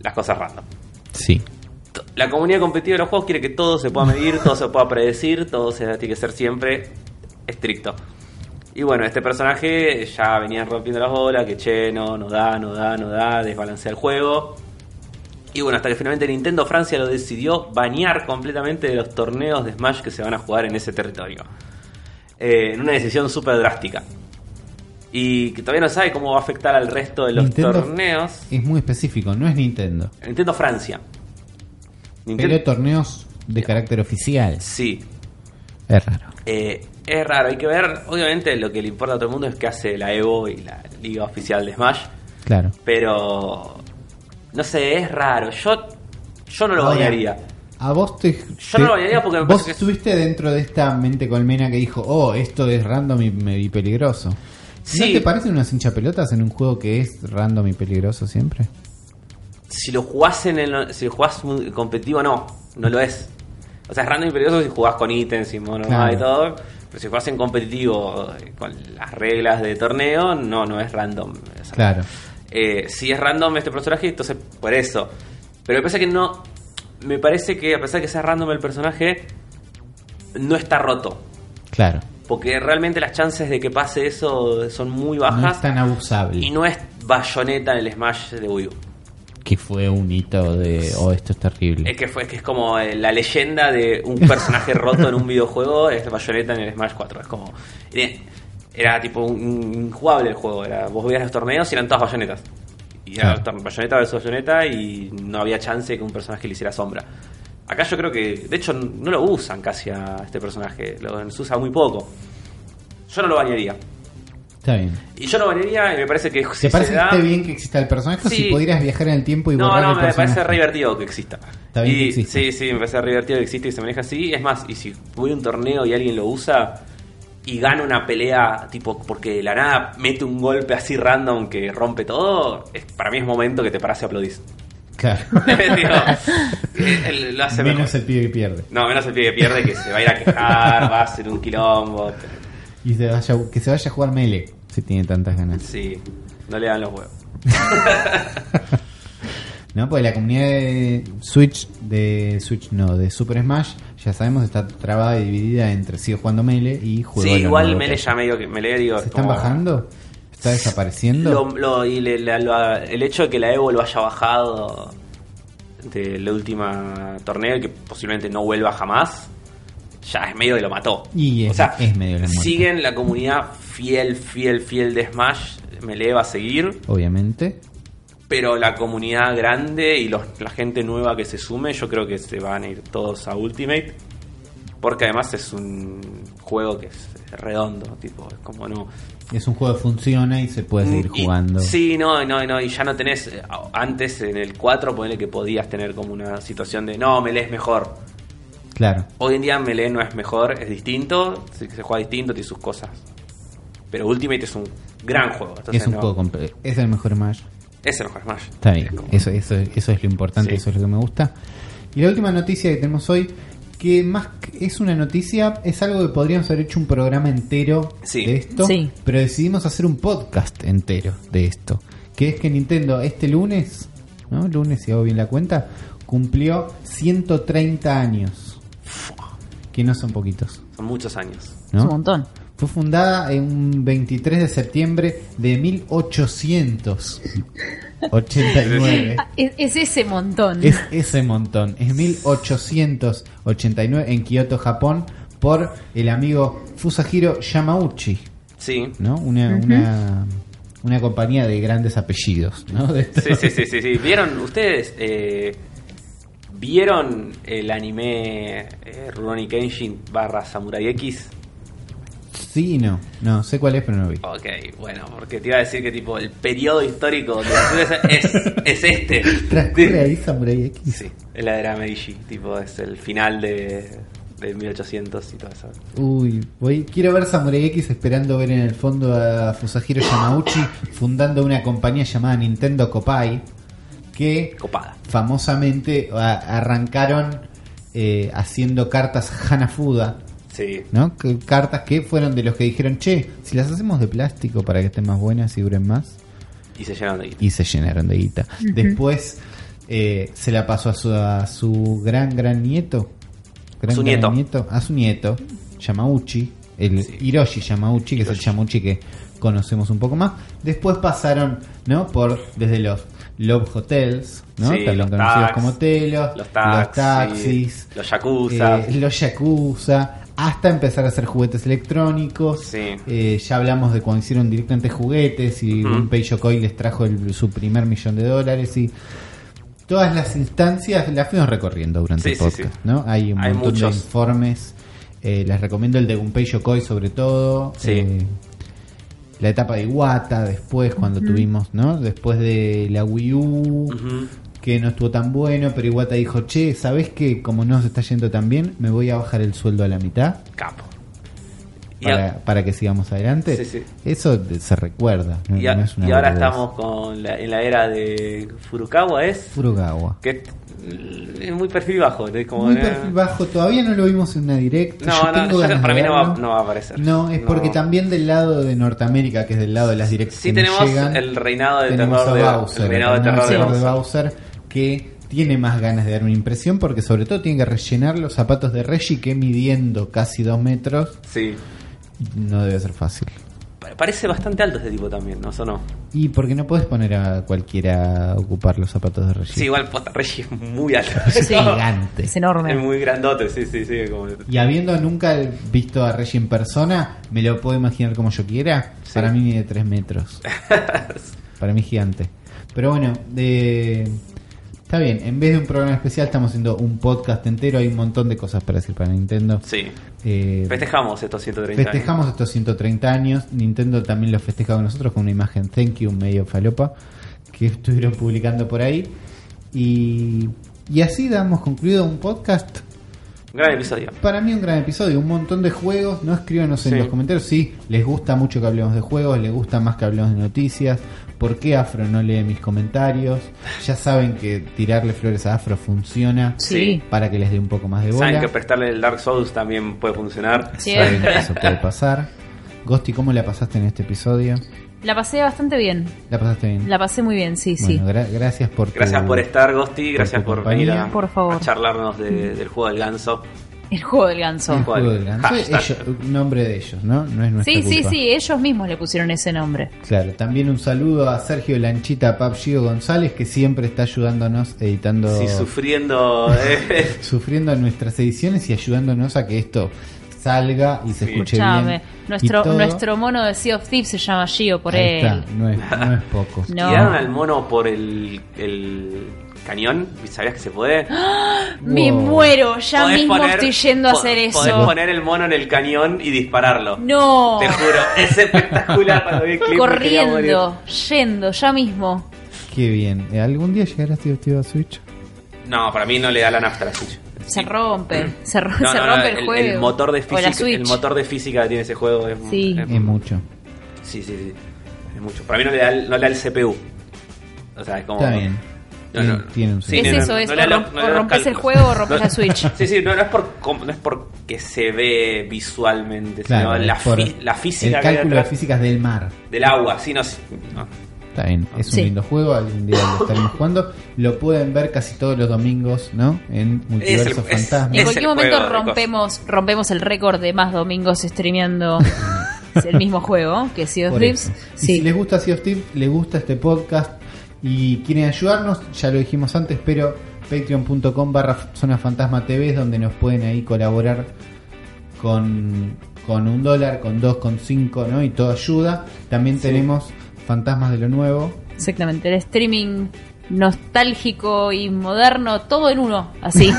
S1: Las cosas random.
S2: Sí.
S1: T- La comunidad competitiva de los juegos quiere que todo se pueda medir, todo se pueda predecir, todo se tiene que ser siempre estricto. Y bueno, este personaje ya venía rompiendo las bolas, que che, no, no da, no da, no da, desbalancea el juego. Y bueno, hasta que finalmente Nintendo Francia lo decidió banear completamente de los torneos de Smash que se van a jugar en ese territorio. Eh, en una decisión súper drástica. Y que todavía no sabe cómo va a afectar al resto de los
S2: Nintendo
S1: torneos.
S2: Es muy específico, no es Nintendo.
S1: Nintendo Francia. Nintendo-
S2: Pero torneos de carácter oficial.
S1: Sí,
S2: Es raro.
S1: Eh, es raro, hay que ver. Obviamente, lo que le importa a todo el mundo es que hace la Evo y la Liga Oficial de Smash.
S2: Claro.
S1: Pero. No sé, es raro. Yo, yo no lo
S2: Ahora,
S1: bañaría.
S2: A vos te.
S1: Yo
S2: te-
S1: no lo bañaría porque me
S2: Vos
S1: parece que es-
S2: estuviste dentro de esta mente colmena que dijo, oh, esto es random y, me- y peligroso.
S1: Sí.
S2: ¿No te parecen unas hinchapelotas en un juego que es random y peligroso siempre?
S1: Si lo jugás, en el, si lo jugás muy competitivo, no. No lo es. O sea, es random y peligroso si jugás con ítems y mono
S2: Claro.
S1: y todo. Pero si jugás en competitivo eh, con las reglas de torneo, no, no es random. O sea,
S2: Claro.
S1: Eh, si es random este personaje, entonces por eso. Pero me parece que no. Me parece que a pesar de que sea random el personaje, no está roto.
S2: Claro.
S1: Porque realmente las chances de que pase eso son muy bajas.
S2: No es tan abusable.
S1: Y no es bayoneta en el Smash de Wii U.
S6: que fue un hito de, oh, esto es terrible.
S1: Es que fue es que es como eh, la leyenda de un personaje roto en un videojuego es Bayonetta en el Smash 4. Es como eh, era tipo un- un- injugable el juego, era vos veías los torneos y eran todas bayonetas. Y era
S6: Claro.
S1: tor- bayoneta versus bayoneta y no había chance que un personaje le hiciera sombra. Acá yo creo que de hecho no lo usan casi a este personaje, lo se usa muy poco. Yo no lo bañaría.
S6: Está bien.
S1: Y yo no bañaría y me parece que si
S2: ¿Te
S1: se
S2: parece que
S1: da
S2: esté bien que exista el personaje o
S1: Sí.
S2: si pudieras viajar en el tiempo y
S1: no,
S2: borrar
S1: no,
S2: el
S1: me parece
S2: personaje?
S1: re divertido que exista.
S2: Está bien
S1: Y-
S2: que exista.
S1: Sí, sí, me parece re divertido que exista y se maneja así. Es más, y si voy a un torneo y alguien lo usa y gana una pelea, tipo, porque de la nada mete un golpe así random que rompe todo, es- para mí es momento que te parás y aplaudís. *laughs*
S2: Claro.
S1: Digo, eh, él lo hace
S2: Menos
S1: mejor.
S2: el pibe que pierde.
S1: No, menos el pie que pierde que se va a ir a quejar, va a hacer un quilombo.
S2: Y se vaya- que se vaya a jugar Mele. Si tiene tantas ganas.
S1: Sí, no le dan los huevos.
S2: No, porque la comunidad de Switch, de Switch no, de Super Smash, ya sabemos está trabada y dividida entre sigo jugando Mele y juego.
S1: Sí,
S2: a lo
S1: igual
S2: nuevo.
S1: Mele ya medio que Mele digo.
S2: ¿Se están
S1: como-
S2: bajando? ¿Está desapareciendo?
S1: Lo- lo- y le- la- lo- el hecho de que la Evo lo haya bajado de la última torneo y que posiblemente no vuelva jamás, ya es medio que lo mató.
S2: Y es-
S1: o sea,
S2: es medio la muerte.
S1: siguen la comunidad fiel, fiel, fiel de Smash, Melee va a seguir,
S2: Obviamente.
S1: pero la comunidad grande y los- la gente nueva que se sume, yo creo que se van a ir todos a Ultimate. Porque además es un juego que es redondo, tipo, es como no,
S2: Es un juego que funciona y se puede seguir
S1: Mm, y-
S2: jugando.
S1: sí, no, no, no, y ya no tenés. eh, Antes en el 4, ponele que podías tener como una situación de no, Melee es mejor.
S2: Claro.
S1: Hoy en día Melee no es mejor, es distinto, se, se juega distinto, tiene sus cosas. Pero Ultimate es un gran juego. entonces
S2: es un
S1: no,
S2: juego completo. Es el mejor Smash.
S1: Es el mejor Smash.
S2: Está bien,
S1: Es como-
S2: eso, eso, eso es lo importante,
S1: Sí.
S2: eso es lo que me gusta. Y la última noticia que tenemos hoy, que más que- es una noticia, es algo que podríamos haber hecho un programa entero
S1: Sí.
S2: de esto,
S3: Sí.
S2: pero decidimos hacer un podcast entero de esto. Que es que Nintendo este lunes, ¿no? Lunes, si hago bien la cuenta, cumplió 130 años. Que no son poquitos,
S1: Son muchos años.
S2: ¿no?
S3: Es un montón.
S2: Fue fundada en un 23 de septiembre de
S1: *laughs*
S2: 1889.
S3: Ah, Es, es ese montón.
S2: Es ese montón. Es 1889 en Kioto, Japón, por el amigo Fusajiro Yamauchi,
S1: Sí.
S2: ¿no? Una, una, una compañía de grandes apellidos, ¿no? De
S1: Sí, sí, sí, sí, sí. *laughs* ¿Vieron ustedes? eh, ¿Vieron el anime eh, Rurouni Kenshin barra Samurai X?
S2: *laughs* Sí y no. No, sé cuál es, pero no lo vi.
S1: Ok, bueno, porque te iba a decir que tipo el periodo histórico donde sucede esa- es, es este.
S2: *laughs* Transcurre ahí Samurai X.
S1: Sí, es la era Meiji, tipo es el final de, de 1800 y todo eso.
S2: Uy, voy, quiero ver Samurai X esperando ver en el fondo a Fusajiro Yamauchi fundando una compañía llamada Nintendo Copai que
S1: Copada.
S2: famosamente a- arrancaron eh, haciendo cartas Hanafuda,
S1: Sí.
S2: ¿no? Que- cartas que fueron de los que dijeron, che, si las hacemos de plástico para que estén más buenas y duren más,
S1: Y se llenaron de guita.
S2: y se llenaron de guita. Después eh, se la pasó a su, a su gran, gran nieto. Gran,
S1: Su
S2: gran
S1: nieto.
S2: A su nieto, Yamauchi. El
S1: Sí.
S2: Hiroshi Yamauchi, que es el Yamauchi que conocemos un poco más. Después pasaron, ¿no? Por desde los Love Hotels, ¿no?
S1: Sí,
S2: También
S1: los
S2: conocidos
S1: tax-
S2: como Telos,
S1: Los taxis,
S2: los taxis,
S1: los yakuza.
S2: eh, los Yakuza, hasta empezar a hacer juguetes electrónicos.
S1: Sí.
S2: Eh, ya hablamos de cuando hicieron directamente juguetes y
S1: Ujú.
S2: un Peugeot Coy les trajo el- su primer millón de dólares y todas las instancias las fuimos recorriendo durante
S1: Sí,
S2: el
S1: sí,
S2: podcast,
S1: sí.
S2: ¿no? Hay un
S1: Hay
S2: montón
S1: muchos.
S2: de informes. Eh, les recomiendo el de Gunpei Yokoi sobre todo.
S1: Sí.
S2: Eh, la etapa de Iwata después cuando tuvimos, ¿no? Después de la Wii U
S1: Ujú.
S2: que no estuvo tan bueno, pero Iwata dijo, che, ¿sabés que como no se está yendo tan bien, me voy a bajar el sueldo a la mitad
S1: Capo. Y, a-
S2: para, para que sigamos adelante?
S1: Sí, sí.
S2: Eso de- se recuerda. no-
S1: y a-
S2: no es una
S1: y ahora
S2: boludez.
S1: estamos con la- en la era de Furukawa, ¿es?
S2: Furugawa.
S1: Que es es muy perfil bajo. es como,
S2: Muy
S1: eh,
S2: perfil bajo, todavía no lo vimos en una directa.
S1: No,
S2: yo
S1: no,
S2: tengo
S1: yo-
S2: ganas
S1: para
S2: de
S1: mí no va-
S2: verlo.
S1: no va a aparecer.
S2: No, es
S1: No.
S2: porque también del lado de Norteamérica, que es del lado de las directas
S1: Sí
S2: que nos
S1: tenemos
S2: llegan,
S1: el reinado de
S2: tenemos
S1: terror de-
S2: a Bowser,
S1: el reinado de
S2: tenemos
S1: terror
S2: el
S1: de
S2: Bowser, que tiene más ganas de dar una impresión porque sobre todo tiene que rellenar los zapatos de Reggie que midiendo casi dos metros
S1: Sí.
S2: no debe ser fácil.
S1: pa- parece bastante alto este tipo también, ¿no? ¿O no?
S2: Y porque no podés poner a cualquiera a ocupar los zapatos de Reggie.
S1: Sí, igual Posta Reggie es muy alto.
S2: Es gigante.
S3: Es enorme.
S1: Es muy grandote, sí, sí, sí. Como...
S2: Y habiendo nunca visto a Reggie en persona, me lo puedo imaginar como yo quiera.
S1: Sí.
S2: Para mí mide 3 metros.
S1: *laughs*
S2: Para mí es gigante. Pero bueno, eh, está bien. En vez de un programa especial, estamos haciendo un podcast entero. Hay un montón de cosas para decir para Nintendo.
S1: Sí.
S2: Eh,
S1: Festejamos estos 130 años.
S2: Festejamos estos 130 años. Nintendo también lo festeja con nosotros con una imagen thank you medio falopa que estuvieron publicando por ahí. Y, y así damos concluido un podcast.
S1: Gran episodio.
S2: Para mí un gran episodio, un montón de juegos. No escríbanos en
S1: Sí.
S2: los comentarios si les gusta mucho que hablemos de juegos, les gusta más que hablemos de noticias. ¿Por qué Afro no lee mis comentarios? Ya saben que tirarle flores a Afro funciona
S3: Sí.
S2: para que les dé un poco más de bola.
S1: Saben que prestarle el Dark Souls también puede funcionar.
S2: Saben que
S3: Siempre.
S2: eso puede pasar. Gosti, ¿cómo la pasaste en este episodio?
S3: La pasé bastante bien.
S2: ¿La pasaste bien?
S3: La pasé muy bien, sí,
S2: Bueno, gra- gracias por tu-
S1: Gracias por estar, Gosti.
S2: por
S1: Gracias
S2: tu
S1: por,
S2: compañía.
S1: venir a,
S3: Por favor.
S1: a charlarnos de- del juego del ganso.
S3: sí. El juego del ganso.
S2: El juego
S1: ¿Cuál?
S2: del ganso.
S1: Hashtag.
S2: Ellos- nombre de ellos, ¿no? No es nuestra
S3: Sí, sí,
S2: culpa.
S3: sí, ellos mismos le pusieron ese nombre.
S2: Claro, también un saludo a Sergio Lanchita Papgio González que siempre está ayudándonos editando
S1: Sí, sufriendo. eh.
S2: sufriendo nuestras ediciones y ayudándonos a que esto salga y se
S1: Sí.
S2: escuche
S3: Escuchame,
S2: bien. y
S3: nuestro,
S2: todo.
S3: nuestro mono de Sea of Thieves se llama Gio por
S2: Ahí
S3: él.
S2: está, no es, no es poco.
S3: *laughs* *laughs* No.
S1: Tiraron al mono por el, el cañón. ¿Sabías que se puede?
S3: Me
S2: Wow.
S3: muero, ya
S1: Podés
S3: mismo
S1: poner-
S3: estoy yendo a
S1: po-
S3: hacer
S1: Podés
S3: eso.
S1: poner el mono en el cañón y dispararlo.
S3: No,
S1: Te juro, es espectacular cuando vi el clip. me quería morir.
S3: corriendo, yendo, ya mismo.
S2: Qué bien. Eh, ¿Algún día llegarás divertido a Switch?
S1: No, para mí no le da la nafta a la Switch.
S3: *laughs* Se
S1: *clears throat*
S3: rompe, se, ro-
S1: No,
S3: se
S1: no, no,
S3: rompe el, juego.
S1: motor de
S3: O la
S1: física,
S3: Switch.
S1: el motor de física que tiene ese juego es,
S3: Sí.
S1: es-
S2: Es mucho.
S1: Sí, sí, sí. Es mucho. Para mí no le da, el- no le da el CPU. O sea, es como.
S2: Está bien.
S1: No, no.
S2: Tiene- Tiene un
S1: Sí,
S3: es
S1: no, no,
S3: eso,
S1: no
S3: es
S1: le
S3: o,
S1: da
S3: rom-
S1: los- no
S3: o
S1: le da los
S3: rompes el
S1: cálculos. *laughs*
S3: juego o rompes
S1: No-
S3: la Switch.
S1: Sí, sí, no, no es por com- no es porque se ve visualmente,
S2: Claro,
S1: sino la,
S2: es por
S1: fi- la física
S2: El
S1: que hay
S2: cálculo de
S1: atrás
S2: físicas del mar.
S1: del agua, sí, no, sí, no.
S2: Está bien, es un
S3: Sí.
S2: lindo juego, algún día lo estaremos jugando. Lo pueden ver casi todos los domingos, ¿no? En Multiverso
S1: Es el- es-
S2: Fantasma.
S3: En
S1: es-
S3: cualquier
S1: el
S3: momento
S1: juego de
S3: rompemos, rompemos el récord de más domingos
S1: *laughs*
S3: streameando el mismo juego que Sea of
S2: Por
S3: Thieves.
S2: eso. Y
S3: Sí.
S2: Si les gusta Sea of Thieves, les gusta este podcast y quieren ayudarnos, ya lo dijimos antes, pero patreon.com barra zona fantasma TV es donde nos pueden ahí colaborar con, con un dólar, con dos, con cinco, ¿no? Y todo ayuda. También tenemos Fantasmas de lo Nuevo.
S3: Exactamente, el streaming nostálgico y moderno, todo en uno,
S1: *laughs*
S3: así,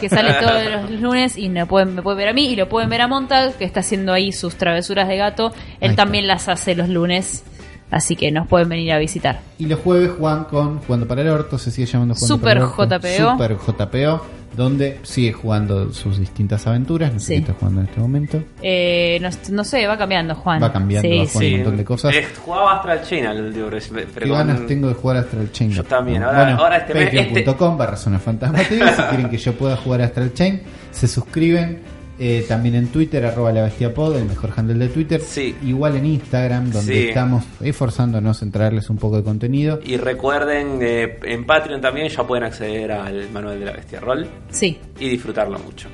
S3: que sale todos los lunes y me pueden, me pueden ver a mí y lo pueden ver a Montag, que está haciendo ahí sus travesuras de gato,
S2: Ahí
S3: él
S2: está.
S3: también las hace los lunes, así que nos pueden venir a visitar.
S2: Y los jueves Juan con Jugando para el Orto, se sigue llamando Jugando
S3: Super
S2: para el
S3: JPO.
S2: Orto. Super JPO, donde sigue jugando sus distintas aventuras, no sé
S3: Sí.
S2: qué está jugando en este momento.
S3: Eh, no, no sé, va cambiando Juan.
S2: Va cambiando,
S3: Sí,
S2: va
S3: sí.
S2: Con un montón de cosas.
S1: Eh, jugaba Astral Chain al último, pero
S2: Qué
S1: con-
S2: ganas tengo de jugar Astral Chain.
S1: Yo también, ahora- ahora este mes- este-
S2: Patreon.com barra zona fantasma TV,
S1: *laughs*
S2: si quieren que yo pueda jugar a Astral Chain, se suscriben. eh, también en Twitter, arroba la bestia pod, el mejor handle de Twitter.
S1: Sí.
S2: Igual en Instagram, donde
S1: Sí.
S2: estamos esforzándonos en traerles un poco de contenido.
S1: Y recuerden, eh, en Patreon también ya pueden acceder al manual de la bestia roll
S3: Sí.
S1: y disfrutarlo mucho.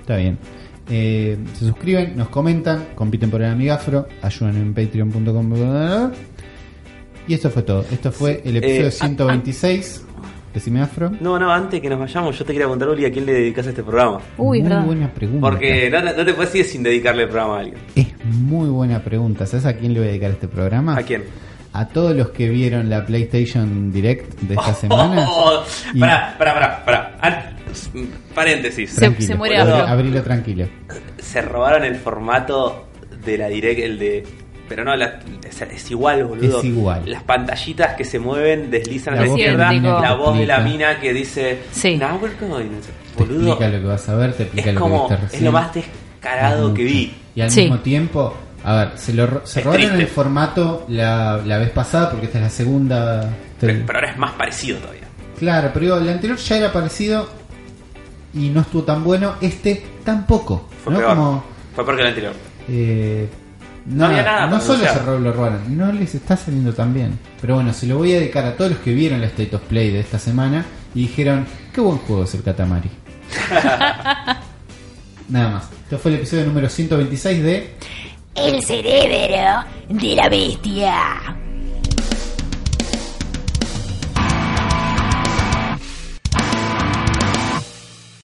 S2: Está bien. Eh, se suscriben, nos comentan, compiten por el amigafro, ayudan en patreon.com. bla, bla, bla. Y esto fue todo. Esto fue el episodio
S1: Eh, ah.
S2: 126. Decime afro.
S1: No, no, antes que nos vayamos, yo te quería preguntar, Uli, a quién le dedicas este programa.
S3: Uy, es
S2: Muy
S3: verdad.
S2: buena pregunta.
S1: Porque no, no- no te puedes ir sin dedicarle el programa a alguien.
S2: Es muy buena pregunta. ¿Sabes a quién le voy a dedicar este programa?
S1: ¿A quién?
S2: A todos los que vieron la PlayStation Direct
S1: *laughs*
S2: de esta semana.
S1: Oh,
S2: Y-
S1: pará, pará, pará, pará. Ah, paréntesis.
S3: Se-
S1: Se,
S2: Tranquilo,
S3: se muere
S2: abri-
S3: Afro.
S2: Abrilo tranquilo.
S1: robaron el formato de la direct, el de. Pero no, la- es, es igual, boludo.
S2: Es igual.
S1: Las pantallitas que se mueven deslizan a
S2: La
S1: la
S2: voz de
S1: izquierda.
S2: la mina
S1: La
S2: que
S1: voz de la
S2: explica.
S1: mina que dice.
S3: Sí.
S1: "Now we're going",
S2: Te
S1: Boludo.
S2: explica lo que vas a ver, te explica
S1: Es
S2: lo
S1: como.
S2: que viste
S1: Es
S2: recién.
S1: lo más descarado que vi.
S2: Y al
S3: Sí.
S2: mismo tiempo, a ver, se, lo, ro- se
S1: Es
S2: robaron
S1: triste.
S2: el formato la, la vez pasada porque esta es la segunda.
S1: Pero, pero ahora es más parecido todavía.
S2: Claro, pero digo, el anterior ya era parecido y no estuvo tan bueno. Este tampoco.
S1: Fue
S2: ¿no?
S1: peor.
S2: Como,
S1: Fue peor que el anterior.
S2: eh,
S1: No había nada
S2: No
S1: para
S2: solo
S1: anunciar.
S2: se robó, lo robaron, no les está saliendo tan bien. Pero bueno, se lo voy a dedicar a todos los que vieron la State of Play de esta semana y dijeron: Qué buen juego es
S1: *laughs*
S2: el Katamari. nada más. Este fue el episodio número 126 de.
S4: El cerebro de la bestia.